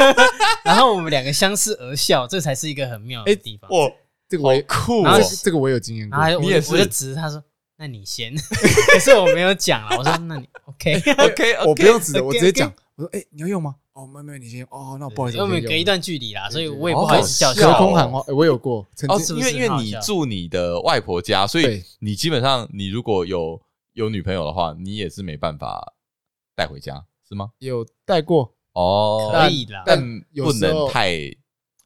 [SPEAKER 3] 然后我们两个相视而笑，这才是一个很妙的
[SPEAKER 1] 哎
[SPEAKER 3] 地方。
[SPEAKER 2] 哇，
[SPEAKER 1] 这个
[SPEAKER 2] 好
[SPEAKER 1] 我也
[SPEAKER 2] 酷
[SPEAKER 3] 然
[SPEAKER 2] 哦哎
[SPEAKER 3] 后！
[SPEAKER 1] 这个我有经验过
[SPEAKER 3] 然。后我
[SPEAKER 2] 你也是
[SPEAKER 3] 我就指着他说：“那你先。” 可是我没有讲了，我说：“那你 OK。
[SPEAKER 2] OK，
[SPEAKER 1] 我不用指的，
[SPEAKER 3] OK，
[SPEAKER 1] 我直接讲。我说：“哎，你要用吗？”哦，没有没有，你先。哦，那”我不好
[SPEAKER 3] 因
[SPEAKER 1] 意思，
[SPEAKER 3] 为我
[SPEAKER 1] 我
[SPEAKER 3] 们
[SPEAKER 1] 先
[SPEAKER 3] 隔一
[SPEAKER 1] 用
[SPEAKER 3] 段距离啦，所以我也
[SPEAKER 2] 好
[SPEAKER 3] 不好意思叫
[SPEAKER 2] 搞
[SPEAKER 1] 隔
[SPEAKER 2] 笑哦
[SPEAKER 1] 空喊话，哎我有过，曾
[SPEAKER 2] 哦，
[SPEAKER 1] 经
[SPEAKER 3] 是不
[SPEAKER 2] 因
[SPEAKER 3] 是
[SPEAKER 2] 为因为
[SPEAKER 3] 很好
[SPEAKER 2] 你
[SPEAKER 3] 笑
[SPEAKER 2] 住你的外婆家，所以
[SPEAKER 1] 对
[SPEAKER 2] 你基本上你如果有有女朋友的话，你也是没办法带回家，是吗？
[SPEAKER 1] 有带过，
[SPEAKER 2] 哦，
[SPEAKER 3] 可以啊啦。
[SPEAKER 2] 但
[SPEAKER 1] 有
[SPEAKER 2] 不
[SPEAKER 1] 时
[SPEAKER 2] 能
[SPEAKER 1] 候
[SPEAKER 2] 太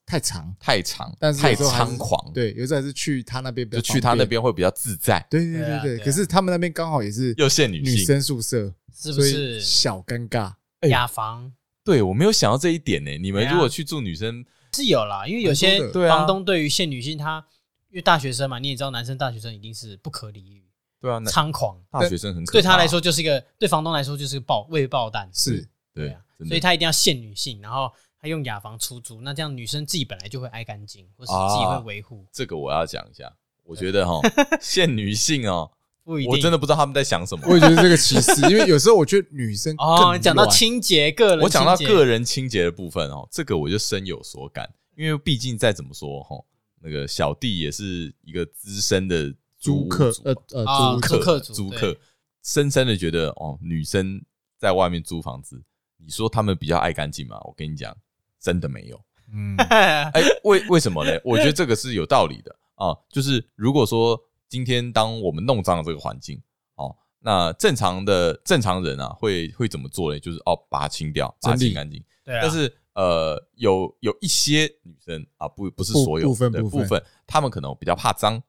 [SPEAKER 1] 太长。
[SPEAKER 2] 太长，
[SPEAKER 1] 但是
[SPEAKER 2] 太
[SPEAKER 1] 有时候还是
[SPEAKER 2] 猖狂，，
[SPEAKER 1] 对，有时候还是去他那边比较
[SPEAKER 2] 就去他
[SPEAKER 1] 方
[SPEAKER 2] 那
[SPEAKER 1] 便。
[SPEAKER 2] 边会比较自在，
[SPEAKER 1] 对对
[SPEAKER 3] 对啊
[SPEAKER 1] 对
[SPEAKER 3] 对啊
[SPEAKER 1] 可是他们那边刚好也是
[SPEAKER 2] 又限女
[SPEAKER 1] 女
[SPEAKER 2] 性。
[SPEAKER 1] 生宿舍，
[SPEAKER 3] 是不
[SPEAKER 1] 所以
[SPEAKER 3] 是
[SPEAKER 1] 小尴尬？
[SPEAKER 2] 哎
[SPEAKER 3] 雅房
[SPEAKER 2] 对我没有想到这一点呢。
[SPEAKER 3] 对
[SPEAKER 2] 你们
[SPEAKER 3] 啊
[SPEAKER 2] 如果去住女生，
[SPEAKER 3] 是有啦？因为有
[SPEAKER 1] 蛮多
[SPEAKER 3] 些
[SPEAKER 1] 的
[SPEAKER 2] 对啊
[SPEAKER 3] 房东对于现女性，他因为大学生嘛，你也知道，男生大学生一定是不可理喻、
[SPEAKER 2] 对啊，那
[SPEAKER 3] 猖狂，
[SPEAKER 2] 大学生很可
[SPEAKER 3] 对他
[SPEAKER 2] 怕啊
[SPEAKER 3] 来说就是一个对房东来说就是个爆未爆弹，
[SPEAKER 1] 是
[SPEAKER 2] 对
[SPEAKER 3] 啊，
[SPEAKER 2] 真的
[SPEAKER 3] 所以他一定要限女性，然后他用雅房出租，那这样女生自己本来就会爱干净，或是自己会
[SPEAKER 2] 啊
[SPEAKER 3] 维护，
[SPEAKER 2] 这个我要讲一下，我觉 得哈，限女性哦，
[SPEAKER 3] 不一定
[SPEAKER 2] 我真的不知道他们在想什么
[SPEAKER 1] 我。也觉得这个歧视，因为有时候我觉得女生
[SPEAKER 3] 哦，
[SPEAKER 1] 更
[SPEAKER 3] 你讲到
[SPEAKER 1] 乱
[SPEAKER 3] 清洁个人，
[SPEAKER 2] 我讲到个，人清洁的部分哦，这个我就深有所感，因为毕竟再怎么说哈，那个小弟也是一个资深的租
[SPEAKER 1] 租
[SPEAKER 2] 屋
[SPEAKER 1] 客
[SPEAKER 2] 族
[SPEAKER 1] 呃
[SPEAKER 3] 啊租
[SPEAKER 1] 呃租客
[SPEAKER 3] 客族
[SPEAKER 2] 租
[SPEAKER 3] 对
[SPEAKER 2] 客，深深的觉得哦，女生在外面租房子，你说他们比较爱干净吗？我跟你讲，真的没有。
[SPEAKER 1] 嗯
[SPEAKER 2] 哎、为为什么呢？我觉得这个是有道理的啊。就是如果说今天当我们弄脏了这个环境，哦，那正常的正常人啊，会会怎么做呢？就是哦，把它清掉，把它
[SPEAKER 1] 整理
[SPEAKER 2] 清干净。
[SPEAKER 3] 对啊，
[SPEAKER 2] 但是呃，有有一些女生啊，不不是
[SPEAKER 1] 部
[SPEAKER 2] 所有
[SPEAKER 1] 部分
[SPEAKER 2] 对
[SPEAKER 1] 部分
[SPEAKER 2] 部分，她们可能比较怕脏，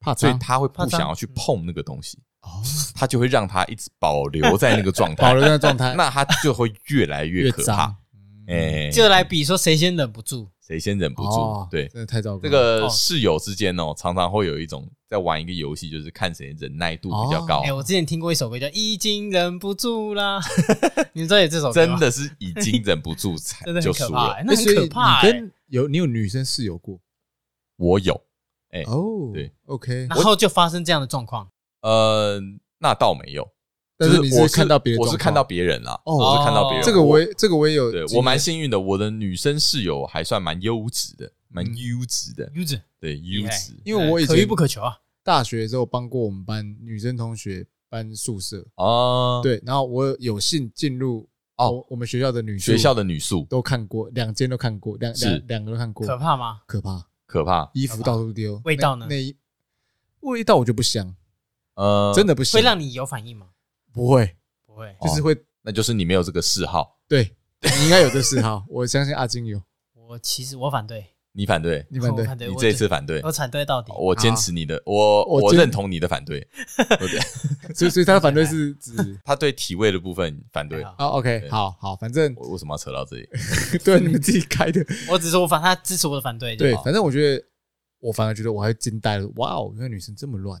[SPEAKER 1] 怕
[SPEAKER 2] 所以
[SPEAKER 1] 脏嗯
[SPEAKER 2] 她会
[SPEAKER 3] 怕
[SPEAKER 2] 不
[SPEAKER 3] 脏
[SPEAKER 2] 想要去碰那个东西，
[SPEAKER 1] 哦，
[SPEAKER 2] 她就会让它一直保留在那个状态，
[SPEAKER 1] 保留那状态
[SPEAKER 2] 那她就会越来越
[SPEAKER 1] 越
[SPEAKER 2] 可怕
[SPEAKER 1] 脏。，嗯
[SPEAKER 2] 哎，
[SPEAKER 3] 就来比说谁先忍不住，
[SPEAKER 2] 谁先忍不住
[SPEAKER 1] 哦？
[SPEAKER 2] 对，
[SPEAKER 1] 真的太糟糕了。
[SPEAKER 2] 这
[SPEAKER 3] 哦
[SPEAKER 2] 个室友之间哦，常常会有一种在玩一个游戏，就是看谁忍耐度比较高
[SPEAKER 3] 哎、。我之前听过一首歌叫《已经忍不住啦》，你们知道有这首歌
[SPEAKER 2] 真
[SPEAKER 3] 吗？
[SPEAKER 2] 的是已经忍不住 才
[SPEAKER 3] 真的
[SPEAKER 2] 就
[SPEAKER 3] 很可
[SPEAKER 2] 输
[SPEAKER 3] 怕、
[SPEAKER 2] 了
[SPEAKER 3] 哎。那
[SPEAKER 1] 哎
[SPEAKER 3] 很
[SPEAKER 1] 所以
[SPEAKER 3] 可怕、
[SPEAKER 1] 你
[SPEAKER 3] 哎
[SPEAKER 1] 跟有你有女生室友过
[SPEAKER 2] 我有，哎
[SPEAKER 1] 哦？
[SPEAKER 2] 对
[SPEAKER 1] ，OK，
[SPEAKER 3] 然后就发生这样的状况，
[SPEAKER 2] 呃，那倒没有，
[SPEAKER 1] 但
[SPEAKER 2] 就是
[SPEAKER 1] 你
[SPEAKER 2] 我
[SPEAKER 1] 看到别人，
[SPEAKER 2] 我是看到别人啦，
[SPEAKER 1] 哦
[SPEAKER 2] 我是看到别
[SPEAKER 3] 哦
[SPEAKER 2] 人。
[SPEAKER 1] 这个我也这个我也有经
[SPEAKER 2] 对
[SPEAKER 1] 验，
[SPEAKER 2] 我蛮幸运的，我的女生室友还算蛮优质的，蛮
[SPEAKER 1] 嗯
[SPEAKER 2] 优质的，
[SPEAKER 3] 优子，
[SPEAKER 2] 对优质
[SPEAKER 1] 因为我以
[SPEAKER 3] 可
[SPEAKER 1] 前
[SPEAKER 3] 遇不可求啊。
[SPEAKER 1] 大学的时候帮过我们班女生同学搬宿舍，
[SPEAKER 2] 哦，，
[SPEAKER 1] 对，然后我有幸进入
[SPEAKER 2] 哦
[SPEAKER 1] 我我们学校的女
[SPEAKER 2] 学校
[SPEAKER 1] 的
[SPEAKER 2] 的女宿
[SPEAKER 1] 都看过，两间都看过，两
[SPEAKER 2] 是
[SPEAKER 1] 两两个都看过，
[SPEAKER 3] 可怕吗？
[SPEAKER 1] 可怕，
[SPEAKER 2] 可怕，
[SPEAKER 1] 衣服到处丢，
[SPEAKER 3] 味道呢
[SPEAKER 1] 那一味道我就不香，
[SPEAKER 2] 呃，
[SPEAKER 1] 真的不行，
[SPEAKER 3] 会让你有反应吗？
[SPEAKER 1] 不会，
[SPEAKER 3] 不会，
[SPEAKER 2] 哦
[SPEAKER 1] 就是会
[SPEAKER 2] 那就是你没有这个嗜好，
[SPEAKER 1] 对你应该有这嗜好， 我相信阿金有，
[SPEAKER 3] 我其实我反对，
[SPEAKER 2] 你反对，
[SPEAKER 1] 你反
[SPEAKER 3] 哦我
[SPEAKER 1] 对，
[SPEAKER 3] 反对，
[SPEAKER 2] 你
[SPEAKER 3] 我
[SPEAKER 2] 这一次反对，
[SPEAKER 3] 我反对到底。
[SPEAKER 2] 我坚持你的，我
[SPEAKER 1] 我
[SPEAKER 2] 我
[SPEAKER 1] 坚
[SPEAKER 2] 认同你的反对。我对
[SPEAKER 1] 所以所以他 的反对是指
[SPEAKER 2] 他对体味的部分反对
[SPEAKER 3] 还。好
[SPEAKER 1] 啊，OK，
[SPEAKER 2] 对
[SPEAKER 1] 好好，反正
[SPEAKER 2] 我为什么要扯到这里？
[SPEAKER 1] 对你们自己开的，
[SPEAKER 3] 我只是我反他支持我的反对就
[SPEAKER 1] 对，
[SPEAKER 3] 好。
[SPEAKER 1] 反正我觉得我反而觉得我还惊呆了，哇哦，原来女生这么乱，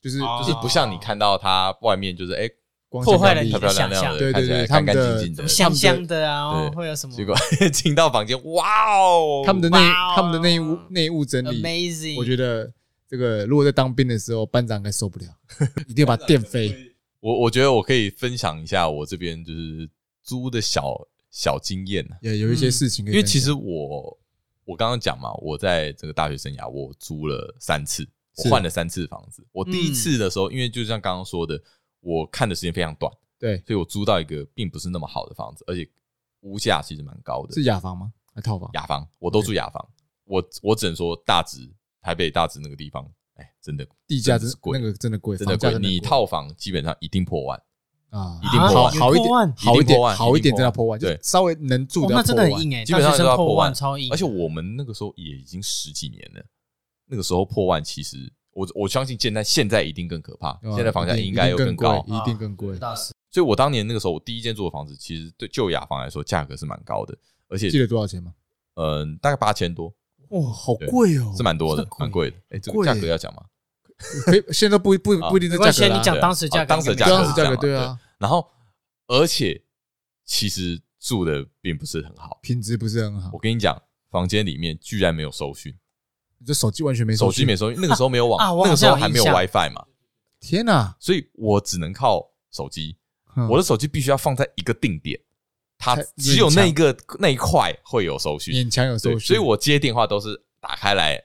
[SPEAKER 1] 就是
[SPEAKER 3] 哦
[SPEAKER 2] 就是不像你看到他外面，就是哎，
[SPEAKER 1] 光
[SPEAKER 3] 破
[SPEAKER 1] 鲜
[SPEAKER 3] 坏
[SPEAKER 1] 亮
[SPEAKER 3] 了你
[SPEAKER 1] 丽
[SPEAKER 2] 漂
[SPEAKER 3] 的
[SPEAKER 2] 漂
[SPEAKER 3] 想
[SPEAKER 2] 亮亮
[SPEAKER 3] 象，
[SPEAKER 2] 的，
[SPEAKER 1] 对
[SPEAKER 2] 看
[SPEAKER 1] 对
[SPEAKER 2] 起来
[SPEAKER 1] 对
[SPEAKER 2] 干干
[SPEAKER 1] 他们的
[SPEAKER 2] 净净
[SPEAKER 3] 什
[SPEAKER 2] 的
[SPEAKER 3] 么，香香的
[SPEAKER 2] 他
[SPEAKER 3] 啊，
[SPEAKER 2] 们的
[SPEAKER 3] 会有什么
[SPEAKER 2] 结果 进到房间，哇哦，
[SPEAKER 1] 他们的内
[SPEAKER 3] 哇哦
[SPEAKER 1] 他们的内务内务整理，
[SPEAKER 3] amazing？
[SPEAKER 1] 我觉得这个如果在当兵的时候，班长应该受不了， 一定要把他电飞。
[SPEAKER 2] 我我觉得我可以分享一下我这边就是租的小小经验啊呢。
[SPEAKER 1] 也有一些事情可
[SPEAKER 2] 嗯
[SPEAKER 1] 以
[SPEAKER 2] 因
[SPEAKER 1] 分享，
[SPEAKER 2] 为其实我我刚刚讲嘛，我在这个大学生涯我租了三次，
[SPEAKER 1] 是
[SPEAKER 2] 我换了三次房子。我第一
[SPEAKER 3] 嗯
[SPEAKER 2] 次的时候，因为就像刚刚说的，我看的时间非常短，
[SPEAKER 1] 对
[SPEAKER 2] 所以我租到一个并不是那么好的房子，而且屋价其实蛮高的
[SPEAKER 1] 是，雅房吗？还套房？
[SPEAKER 2] 雅房，我都住雅房。我我只能说大直台北大直那个地方，哎，真的
[SPEAKER 1] 地价
[SPEAKER 2] 真
[SPEAKER 1] 真
[SPEAKER 2] 的是贵
[SPEAKER 1] 那个真的贵，
[SPEAKER 2] 真的
[SPEAKER 1] 房价
[SPEAKER 2] 贵，你套房基本上一定破万。
[SPEAKER 1] 啊，
[SPEAKER 2] 一定
[SPEAKER 3] 啊
[SPEAKER 2] 破
[SPEAKER 1] 好
[SPEAKER 2] 万
[SPEAKER 1] 好一
[SPEAKER 3] 有破万
[SPEAKER 1] 点，好一
[SPEAKER 2] 一定破
[SPEAKER 1] 点，
[SPEAKER 2] 万
[SPEAKER 1] 好一点，
[SPEAKER 2] 一定破万
[SPEAKER 1] 真的破万，就是
[SPEAKER 2] 对
[SPEAKER 1] 稍微能住
[SPEAKER 3] 哦
[SPEAKER 1] 的要
[SPEAKER 3] 那真的
[SPEAKER 1] 破
[SPEAKER 3] 很
[SPEAKER 1] 万
[SPEAKER 3] 硬哎，
[SPEAKER 2] 基本
[SPEAKER 3] 大
[SPEAKER 2] 上
[SPEAKER 3] 学
[SPEAKER 2] 都
[SPEAKER 3] 生
[SPEAKER 2] 要
[SPEAKER 3] 破
[SPEAKER 2] 破
[SPEAKER 3] 万
[SPEAKER 2] 万
[SPEAKER 3] 超硬，
[SPEAKER 2] 而且我们那个时候也已经十几年了，那个时候破万，其实我我相信现在现在一定更可怕，
[SPEAKER 1] 对吧啊
[SPEAKER 2] 现在房价
[SPEAKER 1] 一定
[SPEAKER 2] 应该
[SPEAKER 1] 一
[SPEAKER 2] 又
[SPEAKER 1] 定
[SPEAKER 2] 更
[SPEAKER 1] 更
[SPEAKER 2] 高。
[SPEAKER 1] 贵一定更贵。
[SPEAKER 3] 大四
[SPEAKER 2] 所以我当年那个时候，我第一间住的房子，其实对旧雅房来说价格是蛮高的，而且
[SPEAKER 1] 记得多少钱吗？
[SPEAKER 2] 嗯、大概八千多
[SPEAKER 1] 哇，好
[SPEAKER 2] 对
[SPEAKER 1] 贵哦
[SPEAKER 2] 是蛮多的
[SPEAKER 3] 这，
[SPEAKER 2] 蛮贵的。哎、这个
[SPEAKER 1] 贵
[SPEAKER 2] 价格要讲吗？
[SPEAKER 1] 可以现在不不
[SPEAKER 2] 啊
[SPEAKER 1] 不一定
[SPEAKER 3] 没
[SPEAKER 1] 是
[SPEAKER 3] 关
[SPEAKER 1] 价
[SPEAKER 3] 系，
[SPEAKER 1] 格啦，
[SPEAKER 3] 你讲当时价格，
[SPEAKER 2] 啊当时价
[SPEAKER 1] 这
[SPEAKER 2] 格
[SPEAKER 1] 样子价
[SPEAKER 2] 这样
[SPEAKER 1] 格
[SPEAKER 2] 嘛
[SPEAKER 1] 对啊，
[SPEAKER 2] 然后而且其实住的并不是很好，
[SPEAKER 1] 品质不是很好
[SPEAKER 2] 我，跟你讲，房间里面居然没有收讯，
[SPEAKER 1] 你这手机完全没
[SPEAKER 2] 手机
[SPEAKER 1] 讯
[SPEAKER 2] 没。收讯，那个时候没有网，
[SPEAKER 3] 啊我好像
[SPEAKER 2] 那个时候还
[SPEAKER 3] 有
[SPEAKER 2] 没有
[SPEAKER 3] 印象
[SPEAKER 2] WiFi 嘛，
[SPEAKER 1] 天哪！
[SPEAKER 2] 所以我只能靠手机。
[SPEAKER 1] 哼
[SPEAKER 2] 我的手机必须要放在一个定点，它
[SPEAKER 1] 嗯才
[SPEAKER 2] 只有
[SPEAKER 1] 勉强
[SPEAKER 2] 那一个那一块会有收讯，
[SPEAKER 1] 勉强有
[SPEAKER 2] 对
[SPEAKER 1] 收，
[SPEAKER 2] 所
[SPEAKER 1] 讯
[SPEAKER 2] 以我接电话都是打开来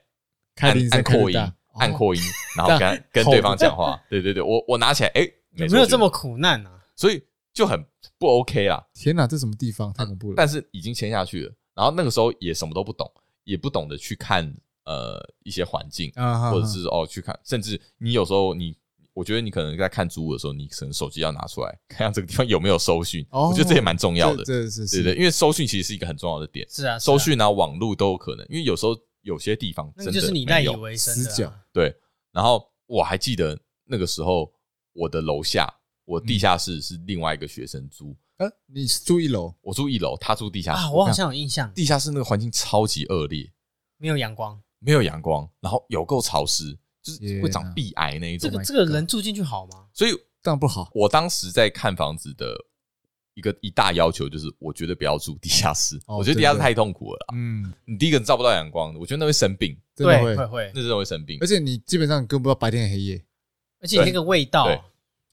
[SPEAKER 1] 开
[SPEAKER 2] 按
[SPEAKER 1] 铃声
[SPEAKER 2] 按
[SPEAKER 1] 开
[SPEAKER 2] 扩
[SPEAKER 1] 得
[SPEAKER 2] 音
[SPEAKER 1] 大，
[SPEAKER 2] 按
[SPEAKER 1] 哦
[SPEAKER 2] 扩音，然 后跟跟
[SPEAKER 1] 好
[SPEAKER 2] 对方讲话。对对对，我我拿起来，哎，
[SPEAKER 3] 有没
[SPEAKER 2] 没
[SPEAKER 3] 有
[SPEAKER 2] 收讯
[SPEAKER 3] 这么，苦难啊？
[SPEAKER 2] 所以就很不 OK 啦。
[SPEAKER 1] 天哪，这什么地方？太恐怖了！
[SPEAKER 2] 但是已经签下去了，然后那个时候也什么都不懂，也不懂得去看呃一些环境，
[SPEAKER 1] 啊
[SPEAKER 2] 或者是哦去看，甚至你有时候你，我觉得你可能在看租屋的时候，你可能手机要拿出来看下这个地方有没有收讯，
[SPEAKER 1] 哦
[SPEAKER 2] 我觉得这也蛮重要的，
[SPEAKER 1] 这这是
[SPEAKER 2] 对对，因为收讯其实是一个很重要的点，
[SPEAKER 3] 是啊，是啊
[SPEAKER 2] 收讯啊网络都有可能，因为有时候有些地方
[SPEAKER 3] 那
[SPEAKER 2] 真
[SPEAKER 3] 个
[SPEAKER 2] 的
[SPEAKER 3] 就是你赖
[SPEAKER 2] 没
[SPEAKER 3] 以
[SPEAKER 2] 有。
[SPEAKER 3] 为生
[SPEAKER 1] 死
[SPEAKER 3] 的
[SPEAKER 1] 角
[SPEAKER 3] 啊，
[SPEAKER 2] 对，然后我还记得那个时候我的楼下，我
[SPEAKER 1] 嗯
[SPEAKER 2] 地下室是另外一个学生租，
[SPEAKER 1] 呃，你是住一楼，
[SPEAKER 2] 我住一楼，他住地下室
[SPEAKER 3] 啊！我好像有印象，
[SPEAKER 2] 地下室那个环境超级恶劣，
[SPEAKER 3] 没有阳光，
[SPEAKER 2] 没有阳光，然后有够潮湿，就是会
[SPEAKER 1] 天
[SPEAKER 2] 长
[SPEAKER 1] 啊
[SPEAKER 2] 壁癌那一
[SPEAKER 3] 这
[SPEAKER 2] 种。
[SPEAKER 3] 个
[SPEAKER 1] my
[SPEAKER 3] 这个
[SPEAKER 1] God
[SPEAKER 3] 人住进去好吗？
[SPEAKER 2] 所以
[SPEAKER 1] 这样不好。
[SPEAKER 2] 我当时在看房子的一个一大要求就是，我绝对不要住地下室，
[SPEAKER 1] 哦
[SPEAKER 2] 我觉得地下室
[SPEAKER 1] 真的
[SPEAKER 2] 太痛苦了啦。
[SPEAKER 1] 嗯，
[SPEAKER 2] 你第一个照不到阳光，我觉得那会生病，
[SPEAKER 1] 真的
[SPEAKER 3] 对，
[SPEAKER 1] 会
[SPEAKER 3] 会。会
[SPEAKER 2] 那，真的会生病
[SPEAKER 1] 而。且你基本上跟不到白天黑夜，
[SPEAKER 3] 而且那个味道
[SPEAKER 2] 对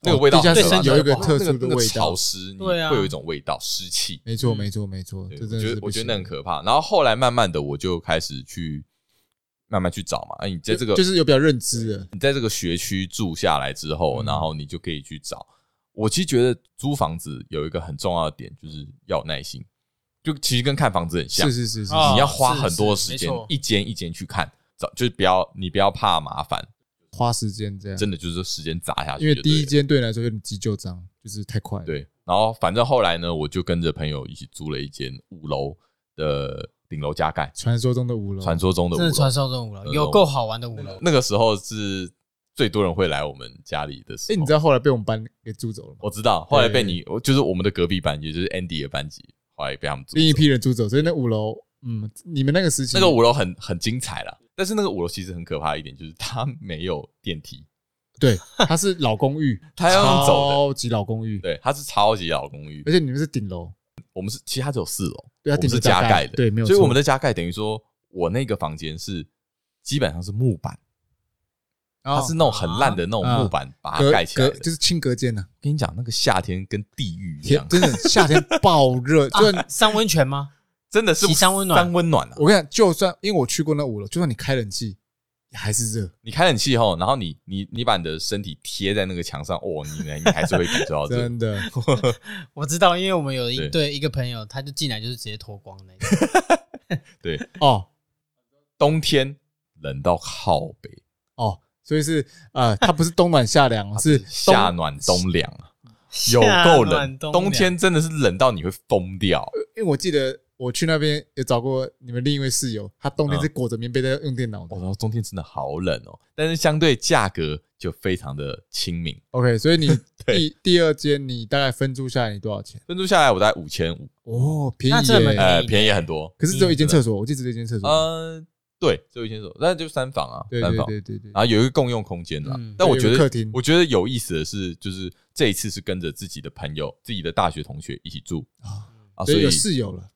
[SPEAKER 2] 那个味道
[SPEAKER 1] 哦地下
[SPEAKER 2] 很
[SPEAKER 1] 室
[SPEAKER 2] 可怕
[SPEAKER 3] 对
[SPEAKER 1] 有一个
[SPEAKER 3] 身体
[SPEAKER 1] 特殊
[SPEAKER 2] 那个
[SPEAKER 1] 的
[SPEAKER 2] 那个
[SPEAKER 1] 味道
[SPEAKER 2] 潮，湿，你
[SPEAKER 3] 对啊
[SPEAKER 2] 会有一种味道湿气。
[SPEAKER 1] 没错
[SPEAKER 3] 嗯
[SPEAKER 1] 没错没错，
[SPEAKER 2] 对
[SPEAKER 1] 这
[SPEAKER 2] 我
[SPEAKER 1] 真的
[SPEAKER 2] 觉
[SPEAKER 1] 是
[SPEAKER 2] 得
[SPEAKER 1] 不
[SPEAKER 2] 我觉得
[SPEAKER 1] 行
[SPEAKER 2] 那很可怕。然后后来慢慢的，我就开始去慢慢去找嘛。哎，你在这个
[SPEAKER 1] 就是有比较认知的，
[SPEAKER 2] 你在这个学区住下来之后，
[SPEAKER 1] 嗯
[SPEAKER 2] 然后你就可以去找。我其实觉得租房子有一个很重要的点，就是要有耐心。就其实跟看房子很像
[SPEAKER 1] 是，是是是，
[SPEAKER 3] 啊
[SPEAKER 2] 你
[SPEAKER 1] 哦是
[SPEAKER 2] 要花很多
[SPEAKER 3] 是是
[SPEAKER 2] 时间
[SPEAKER 3] 没错
[SPEAKER 2] 一间一间去看，找就是不要你不要怕麻烦，
[SPEAKER 1] 花时间这样。
[SPEAKER 2] 真的就是时间砸下去
[SPEAKER 1] 因
[SPEAKER 2] 就对了。
[SPEAKER 1] 为第一间对你来说有点急救章，就是太快了。，
[SPEAKER 2] 对，然后反正后来呢，我就跟着朋友一起租了一间五楼的顶楼加盖，
[SPEAKER 1] 传说哦中的五楼，
[SPEAKER 2] 传说中的五
[SPEAKER 3] 真的传
[SPEAKER 2] 楼。
[SPEAKER 3] 说中五楼
[SPEAKER 2] 那种
[SPEAKER 3] 有够好玩的五楼，
[SPEAKER 2] 那个时候是最多人会来我们家里的时
[SPEAKER 1] 哎，
[SPEAKER 2] 候。
[SPEAKER 1] 你知道后来被我们班给租走了吗？
[SPEAKER 2] 我知道，后来被你，我就是我们的隔壁班，也就是 Andy 的班级，后来被他们租走。
[SPEAKER 1] 另一批人租走，所以那五楼，嗯，你们那个时期，
[SPEAKER 2] 那个五楼很很精彩啦，但是那个五楼其实很可怕的一点就是它没有电梯，
[SPEAKER 1] 对，它是老 公寓，
[SPEAKER 2] 它要用走的，
[SPEAKER 1] 超级老公寓，
[SPEAKER 2] 对，它是超级老公寓
[SPEAKER 1] 而，且你们是顶楼，
[SPEAKER 2] 我们是其实它只有四楼，
[SPEAKER 1] 对它
[SPEAKER 2] 我们
[SPEAKER 1] 顶
[SPEAKER 2] 是
[SPEAKER 1] 着
[SPEAKER 2] 加
[SPEAKER 1] 加盖
[SPEAKER 2] 盖的，
[SPEAKER 1] 对没有
[SPEAKER 2] 所以
[SPEAKER 1] 错
[SPEAKER 2] 我们的加盖等于说我那个房间是基本上是木板，
[SPEAKER 1] 然
[SPEAKER 2] 它
[SPEAKER 1] 后
[SPEAKER 2] 是那种很烂的那种木板把它
[SPEAKER 1] 隔
[SPEAKER 2] 盖起来
[SPEAKER 1] 隔
[SPEAKER 2] 的。
[SPEAKER 1] 就是轻隔间呐，
[SPEAKER 2] 我跟你讲，那个夏天跟地狱一
[SPEAKER 1] 天
[SPEAKER 2] 样，
[SPEAKER 1] 真的夏天爆热，就算
[SPEAKER 3] 啊 三温泉吗？
[SPEAKER 2] 真的是
[SPEAKER 3] 洗三温暖
[SPEAKER 2] 三温暖啊！
[SPEAKER 1] 我跟你讲，就算因为我去过那五楼，就算你开冷气也还是热，
[SPEAKER 2] 你开冷气后，然后你你你把你的身体贴在那个墙上，哦，你呢你还是会感受到这个。
[SPEAKER 1] 真的。
[SPEAKER 3] 我知道，因为我们有一
[SPEAKER 2] 对
[SPEAKER 3] 对一个朋友，他就进来就是直接脱光那个，
[SPEAKER 2] 对，
[SPEAKER 1] 哦
[SPEAKER 2] 冬天冷到靠北，
[SPEAKER 1] 哦，所以是呃，它不是冬暖 夏
[SPEAKER 3] 啊
[SPEAKER 1] 凉，是冬
[SPEAKER 2] 夏暖冬凉啊， 有够冷。冬
[SPEAKER 3] 冬
[SPEAKER 2] 天真的是冷到你会疯掉。
[SPEAKER 1] 因为我记得我去那边也找过你们另一位室友，他冬天是
[SPEAKER 3] 嗯
[SPEAKER 1] 裹着棉被在用电脑的
[SPEAKER 2] 哦，。然后冬天真的好冷哦，但是相对价格就非常的亲民。
[SPEAKER 1] OK，所 以你
[SPEAKER 2] 对
[SPEAKER 1] 第第二间你大概分租下来你多少钱？
[SPEAKER 2] 分租下来我大概五千五，
[SPEAKER 1] 哦，便
[SPEAKER 3] 那
[SPEAKER 1] 宜
[SPEAKER 3] 真的蛮
[SPEAKER 1] 耶
[SPEAKER 3] 便宜
[SPEAKER 2] 呃，
[SPEAKER 3] 的
[SPEAKER 2] 便宜很多。
[SPEAKER 1] 可是只有一间厕所，我记得只有一间厕所。
[SPEAKER 2] 呃，对，只有一千多，但就三房啊，
[SPEAKER 1] 对
[SPEAKER 2] 三
[SPEAKER 1] 对
[SPEAKER 2] 房。
[SPEAKER 1] 对对对，
[SPEAKER 2] 然后有一个共用空间啦。
[SPEAKER 3] 嗯
[SPEAKER 2] 但我觉
[SPEAKER 1] 有一个客
[SPEAKER 2] 得
[SPEAKER 1] 厅，
[SPEAKER 2] 我觉得有意思的是，就是这一次是跟着自己的朋友、自己的大学同学一起住
[SPEAKER 1] 啊
[SPEAKER 2] 啊，
[SPEAKER 1] 所
[SPEAKER 2] 所
[SPEAKER 1] 以
[SPEAKER 2] 以
[SPEAKER 1] 有室友了。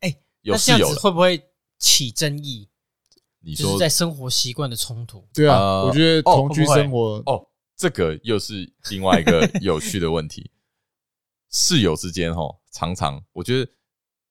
[SPEAKER 2] 有
[SPEAKER 3] 那这
[SPEAKER 2] 室
[SPEAKER 3] 样
[SPEAKER 2] 友
[SPEAKER 3] 子
[SPEAKER 2] 了。
[SPEAKER 3] 会不会起争议？
[SPEAKER 2] 你
[SPEAKER 3] 就
[SPEAKER 2] 说
[SPEAKER 3] 是在生活习惯的冲突，
[SPEAKER 1] 对啊，
[SPEAKER 2] 呃
[SPEAKER 1] 我觉得
[SPEAKER 2] 哦
[SPEAKER 1] 同居生活
[SPEAKER 2] 哦，这个又是另外一 个有趣的问题。室友之间哈，常常我觉得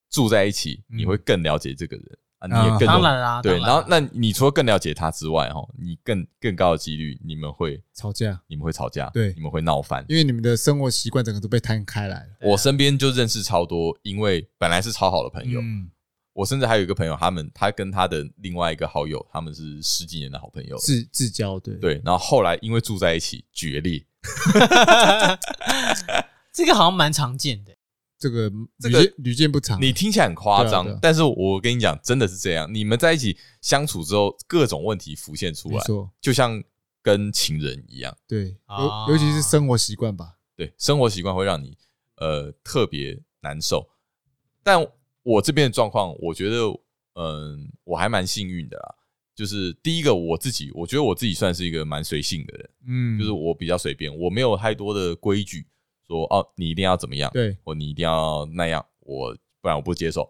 [SPEAKER 2] 住在一起，
[SPEAKER 1] 嗯
[SPEAKER 2] 你会更了解这个人啊，你
[SPEAKER 1] 啊
[SPEAKER 2] 也更
[SPEAKER 3] 当
[SPEAKER 2] 懂
[SPEAKER 3] 然啦，
[SPEAKER 2] 对。
[SPEAKER 3] 当
[SPEAKER 2] 然后
[SPEAKER 3] 啦，
[SPEAKER 2] 那你除了更了解他之外，哈，你更更高的几率你们会
[SPEAKER 1] 吵架，
[SPEAKER 2] 你们会吵架，
[SPEAKER 1] 对
[SPEAKER 2] 你们会闹翻。
[SPEAKER 1] 因为你们的生活习惯整个都被摊开来了。
[SPEAKER 3] 对啊
[SPEAKER 2] 我身边就认识超多，因为本来是超好的朋友，
[SPEAKER 1] 嗯，
[SPEAKER 2] 我甚至还有一个朋友，他们他跟他的另外一个好友，他们是十几年的好朋友了，
[SPEAKER 1] 自自交对，
[SPEAKER 2] 对，然后后来因为住在一起决裂，
[SPEAKER 3] 这个好像蛮常见的。
[SPEAKER 1] 这个
[SPEAKER 2] 这
[SPEAKER 1] 屡
[SPEAKER 2] 个
[SPEAKER 1] 见屡见不常。
[SPEAKER 2] 你听起来很夸
[SPEAKER 1] 对啊啊对
[SPEAKER 2] 张
[SPEAKER 1] 啊，
[SPEAKER 2] 但是我跟你讲，真的是这样。你们在一起相处之后，各种问题浮现出
[SPEAKER 1] 没
[SPEAKER 2] 来，
[SPEAKER 1] 错，
[SPEAKER 2] 就像跟情人一样。
[SPEAKER 1] 对，
[SPEAKER 3] 啊
[SPEAKER 1] 尤尤其是生活习惯吧。
[SPEAKER 2] 对，生活习惯会让你呃特别难受。但我这边的状况，我觉得嗯、我还蛮幸运的啦。就是第一个，我自己，我觉得我自己算是一个蛮随性的人，
[SPEAKER 1] 嗯，
[SPEAKER 2] 就是我比较随便，我没有太多的规矩，说哦你一定要怎么样，
[SPEAKER 1] 对，
[SPEAKER 2] 或你一定要那样，我不然我不接受。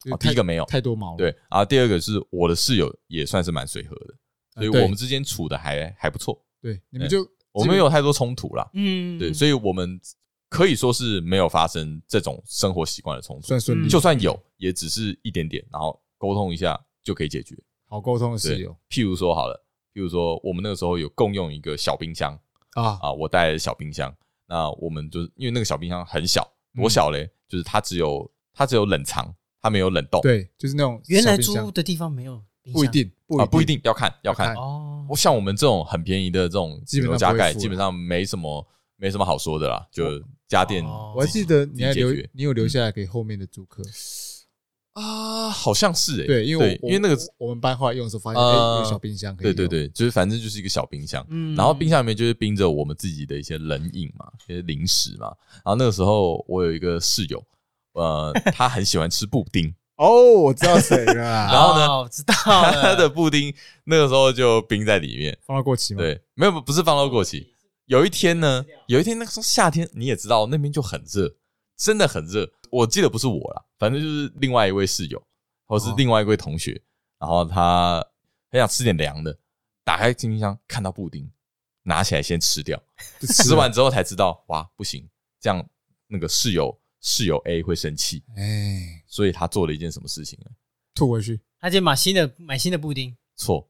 [SPEAKER 1] 就是
[SPEAKER 2] 啊，第
[SPEAKER 1] 太
[SPEAKER 2] 一个没有，
[SPEAKER 1] 太多毛了。啊
[SPEAKER 2] 对，然后第二个是我的室友也算是蛮随和的，所以
[SPEAKER 1] 啊对
[SPEAKER 2] 我们之间处的还还不错，
[SPEAKER 1] 对，你们就
[SPEAKER 2] 我们没有太多冲突啦。
[SPEAKER 3] 嗯，
[SPEAKER 2] 对，所以我们可以说是没有发生这种生活习惯的冲突，
[SPEAKER 1] 算顺利，
[SPEAKER 3] 嗯
[SPEAKER 2] 就算有，也只是一点点，然后沟通一下就可以解决。
[SPEAKER 1] 好沟通的哦室
[SPEAKER 2] 对
[SPEAKER 1] 友，
[SPEAKER 2] 譬如说好了，譬如说我们那个时候有共用一个小冰箱
[SPEAKER 1] 啊。
[SPEAKER 2] 啊，我带来的小冰箱，那我们就是因为那个小冰箱很小，多
[SPEAKER 1] 嗯
[SPEAKER 2] 小嘞？就是它只有它只有冷藏，它没有冷冻，
[SPEAKER 1] 对，就是那种
[SPEAKER 3] 原来
[SPEAKER 1] 小冰
[SPEAKER 3] 租
[SPEAKER 1] 箱
[SPEAKER 3] 的地方没有冰箱
[SPEAKER 1] 不一定，不
[SPEAKER 2] 啊，不一
[SPEAKER 1] 定
[SPEAKER 2] 定要看要看
[SPEAKER 1] 看。
[SPEAKER 3] 哦
[SPEAKER 2] 我。像我们这种很便宜的这种
[SPEAKER 1] 基本上
[SPEAKER 2] 旅游加
[SPEAKER 1] 不会
[SPEAKER 2] 盖，
[SPEAKER 1] 付
[SPEAKER 2] 基本上没什么没什么好说的啦，就家电
[SPEAKER 3] 哦嗯
[SPEAKER 1] 我还记得你还留
[SPEAKER 2] 自己解决，
[SPEAKER 1] 你有留下来给后面的租客。
[SPEAKER 2] 啊，好像是诶，
[SPEAKER 1] 对，因为我
[SPEAKER 2] 因为那个
[SPEAKER 1] 我我们搬后来用的时候发现，
[SPEAKER 2] 呃
[SPEAKER 1] 哎，有小冰箱可以
[SPEAKER 2] 对
[SPEAKER 1] 用。
[SPEAKER 2] 对对，就是反正就是一个小冰箱，
[SPEAKER 3] 嗯
[SPEAKER 2] 然后冰箱里面就是冰着我们自己的一些冷饮嘛，一些零食嘛。然后那个时候我有一个室友，呃，他很喜欢吃布 丁，
[SPEAKER 1] 哦，我知道 谁了啊，
[SPEAKER 2] 然后呢
[SPEAKER 3] 哦，知道
[SPEAKER 2] 他
[SPEAKER 3] 了
[SPEAKER 2] 的布丁那个时候就冰在里面，
[SPEAKER 1] 放到过期吗？，
[SPEAKER 2] 对，没有不是放到过期。有一天呢，有一天那个时候夏天，你也知道那边就很热，真的很热。我记得不是我啦，反正就是另外一位室友，或是
[SPEAKER 1] 哦
[SPEAKER 2] 另外一位同学，然后他很想吃点凉的，打开冰箱看到布丁，拿起来先吃掉，
[SPEAKER 1] 就
[SPEAKER 2] 吃
[SPEAKER 1] 了
[SPEAKER 2] 完之后才知道，哇，不行，这样那个室友室友 A 会生气，
[SPEAKER 1] 哎，
[SPEAKER 2] 所以他做了一件什么事情呢？
[SPEAKER 1] 吐回去，
[SPEAKER 3] 他今天买新的买新的布丁，
[SPEAKER 2] 错，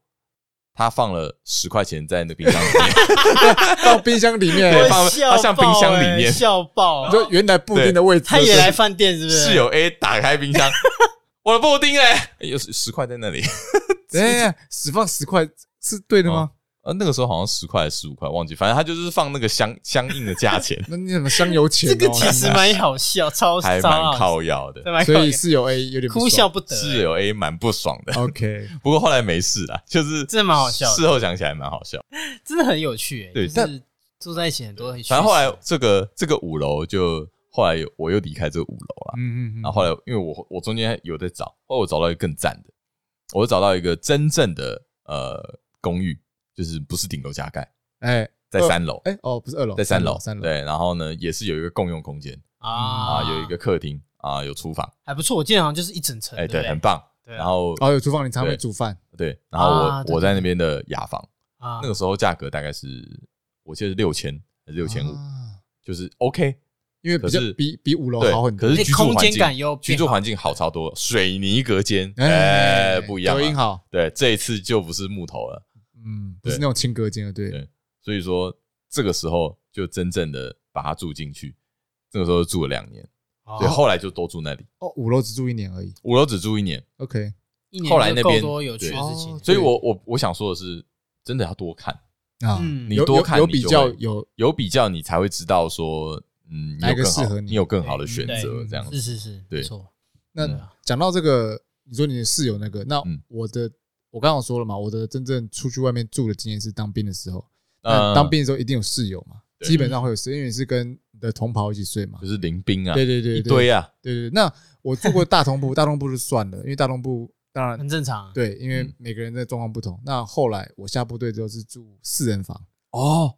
[SPEAKER 2] 他放了十块钱在那冰箱里面。
[SPEAKER 1] 放冰箱里面。
[SPEAKER 2] 对
[SPEAKER 1] 哎
[SPEAKER 2] 放
[SPEAKER 3] 我笑
[SPEAKER 2] 它像冰箱里面
[SPEAKER 3] 爆欸笑爆
[SPEAKER 1] 你。说原来布丁的位置，
[SPEAKER 3] 他也来饭店是不是？
[SPEAKER 2] 室友 A 打开冰 箱，我的布丁嘞，哎有十十块在那里。
[SPEAKER 1] 对，哎呀，只放十块是对的吗？，
[SPEAKER 2] 呃，那个时候好像十块还是十五块，忘记，反正他就是放那个相相应的价 钱
[SPEAKER 1] 那你怎么香油钱哦？
[SPEAKER 3] 这个其实蛮好笑，超
[SPEAKER 2] 还
[SPEAKER 3] 超好
[SPEAKER 2] 蛮
[SPEAKER 3] 笑
[SPEAKER 2] 靠腰的
[SPEAKER 3] 对。蛮靠
[SPEAKER 1] 所
[SPEAKER 3] 腰
[SPEAKER 1] 以室友 A 有点不
[SPEAKER 3] 哭笑
[SPEAKER 1] 爽。
[SPEAKER 3] 不得、
[SPEAKER 2] 室
[SPEAKER 3] 欸
[SPEAKER 2] 友 A 蛮不爽的，
[SPEAKER 1] OK，
[SPEAKER 2] 不过后来没事啦，就是
[SPEAKER 3] 真的蛮好笑的
[SPEAKER 2] 事后想起来蛮好笑。
[SPEAKER 3] 真的很有趣、欸，
[SPEAKER 2] 对
[SPEAKER 3] 就是
[SPEAKER 2] 但
[SPEAKER 3] 住在一起很多很趣事。
[SPEAKER 2] 反正后来这个这个五楼就后来我又离开这个五楼啦，
[SPEAKER 1] 嗯嗯嗯，
[SPEAKER 2] 然后后来因为我我中间有在找，后来我找到一个更赞的，我就找到一个真正的呃公寓，就是不是顶楼加盖，
[SPEAKER 1] 哎
[SPEAKER 2] 在
[SPEAKER 1] 二
[SPEAKER 2] 三楼。
[SPEAKER 1] 哎哦，不是二楼，
[SPEAKER 2] 在三楼，
[SPEAKER 1] 三楼，
[SPEAKER 2] 对，然后呢，也是有一个共用空间
[SPEAKER 3] 啊
[SPEAKER 2] 啊，有一个客厅啊，有厨房，
[SPEAKER 3] 还不错，我记得好像就是一整层，对
[SPEAKER 2] 哎，
[SPEAKER 3] 不
[SPEAKER 2] 对，
[SPEAKER 3] 对，
[SPEAKER 2] 很棒。
[SPEAKER 3] 对啊
[SPEAKER 2] 然后
[SPEAKER 1] 哦，有厨房，你常会
[SPEAKER 2] 对
[SPEAKER 1] 煮饭，
[SPEAKER 2] 对，然后
[SPEAKER 3] 啊
[SPEAKER 2] 我
[SPEAKER 3] 对
[SPEAKER 2] 我在那边的雅房，
[SPEAKER 3] 啊
[SPEAKER 2] 那个时候价格大概是我记得是六千还是六千五，
[SPEAKER 1] 啊
[SPEAKER 2] 就是 OK，
[SPEAKER 1] 因为比较
[SPEAKER 2] 可是
[SPEAKER 1] 比比五楼
[SPEAKER 2] 对
[SPEAKER 1] 好很，多
[SPEAKER 2] 可。是
[SPEAKER 3] 哎
[SPEAKER 2] 居住
[SPEAKER 3] 空
[SPEAKER 2] 环
[SPEAKER 3] 间感
[SPEAKER 2] 境
[SPEAKER 3] 又变
[SPEAKER 2] 居住
[SPEAKER 3] 好
[SPEAKER 2] 环境好超多，水泥隔间，哎，不一样
[SPEAKER 1] 隔音
[SPEAKER 2] 了，
[SPEAKER 1] 好，
[SPEAKER 2] 对，这一次就不是木头了，
[SPEAKER 1] 嗯，不
[SPEAKER 2] 对
[SPEAKER 1] 是那种轻隔间的，对
[SPEAKER 2] 对所以说这个时候就真正的把它住进去，这个时候住了两年，
[SPEAKER 3] 哦
[SPEAKER 2] 所以后来就都住那里，
[SPEAKER 1] 哦，五楼只住一年而已。
[SPEAKER 2] 五楼只住一年。
[SPEAKER 1] OK，
[SPEAKER 3] 一年
[SPEAKER 2] 后来那边
[SPEAKER 3] 就够多有趣的事情
[SPEAKER 1] 对哦，
[SPEAKER 2] 所以我我我想说的是，真的要多看，
[SPEAKER 1] 啊，
[SPEAKER 3] 嗯
[SPEAKER 2] 你
[SPEAKER 1] 有
[SPEAKER 2] 多
[SPEAKER 1] 有
[SPEAKER 2] 看
[SPEAKER 1] 有
[SPEAKER 2] 你
[SPEAKER 1] 比
[SPEAKER 2] 就
[SPEAKER 1] 较
[SPEAKER 2] 会
[SPEAKER 1] 有
[SPEAKER 2] 有比较，你才会知道说，嗯，你
[SPEAKER 1] 哪
[SPEAKER 2] 有
[SPEAKER 1] 一个
[SPEAKER 2] 更好，
[SPEAKER 1] 适合你
[SPEAKER 2] 有更好的选择，
[SPEAKER 1] 对
[SPEAKER 2] 这样
[SPEAKER 3] 是
[SPEAKER 2] 子。
[SPEAKER 3] 是是，
[SPEAKER 2] 对
[SPEAKER 3] 没错，
[SPEAKER 1] 那
[SPEAKER 3] 对啊
[SPEAKER 1] 讲到这个，你说你的室友那个，那
[SPEAKER 2] 嗯
[SPEAKER 1] 我的、我刚刚有说了嘛，我的真正出去外面住的经验是当兵的时候。
[SPEAKER 2] 呃
[SPEAKER 1] 那当兵的时候一定有室友嘛，
[SPEAKER 2] 对
[SPEAKER 1] 基本上会有室友，因为你是跟你的同袍一起睡嘛
[SPEAKER 2] 就。是临兵啊，
[SPEAKER 1] 对对对
[SPEAKER 2] 一
[SPEAKER 1] 对
[SPEAKER 2] 堆啊，
[SPEAKER 1] 对对，对那我住过大同部，大同部就算了，因为大 同部当然
[SPEAKER 3] 很正常。，啊
[SPEAKER 1] 对，因为
[SPEAKER 2] 嗯
[SPEAKER 1] 每个人的状况不同。那后来我下部队之后是住四人房，
[SPEAKER 2] 哦，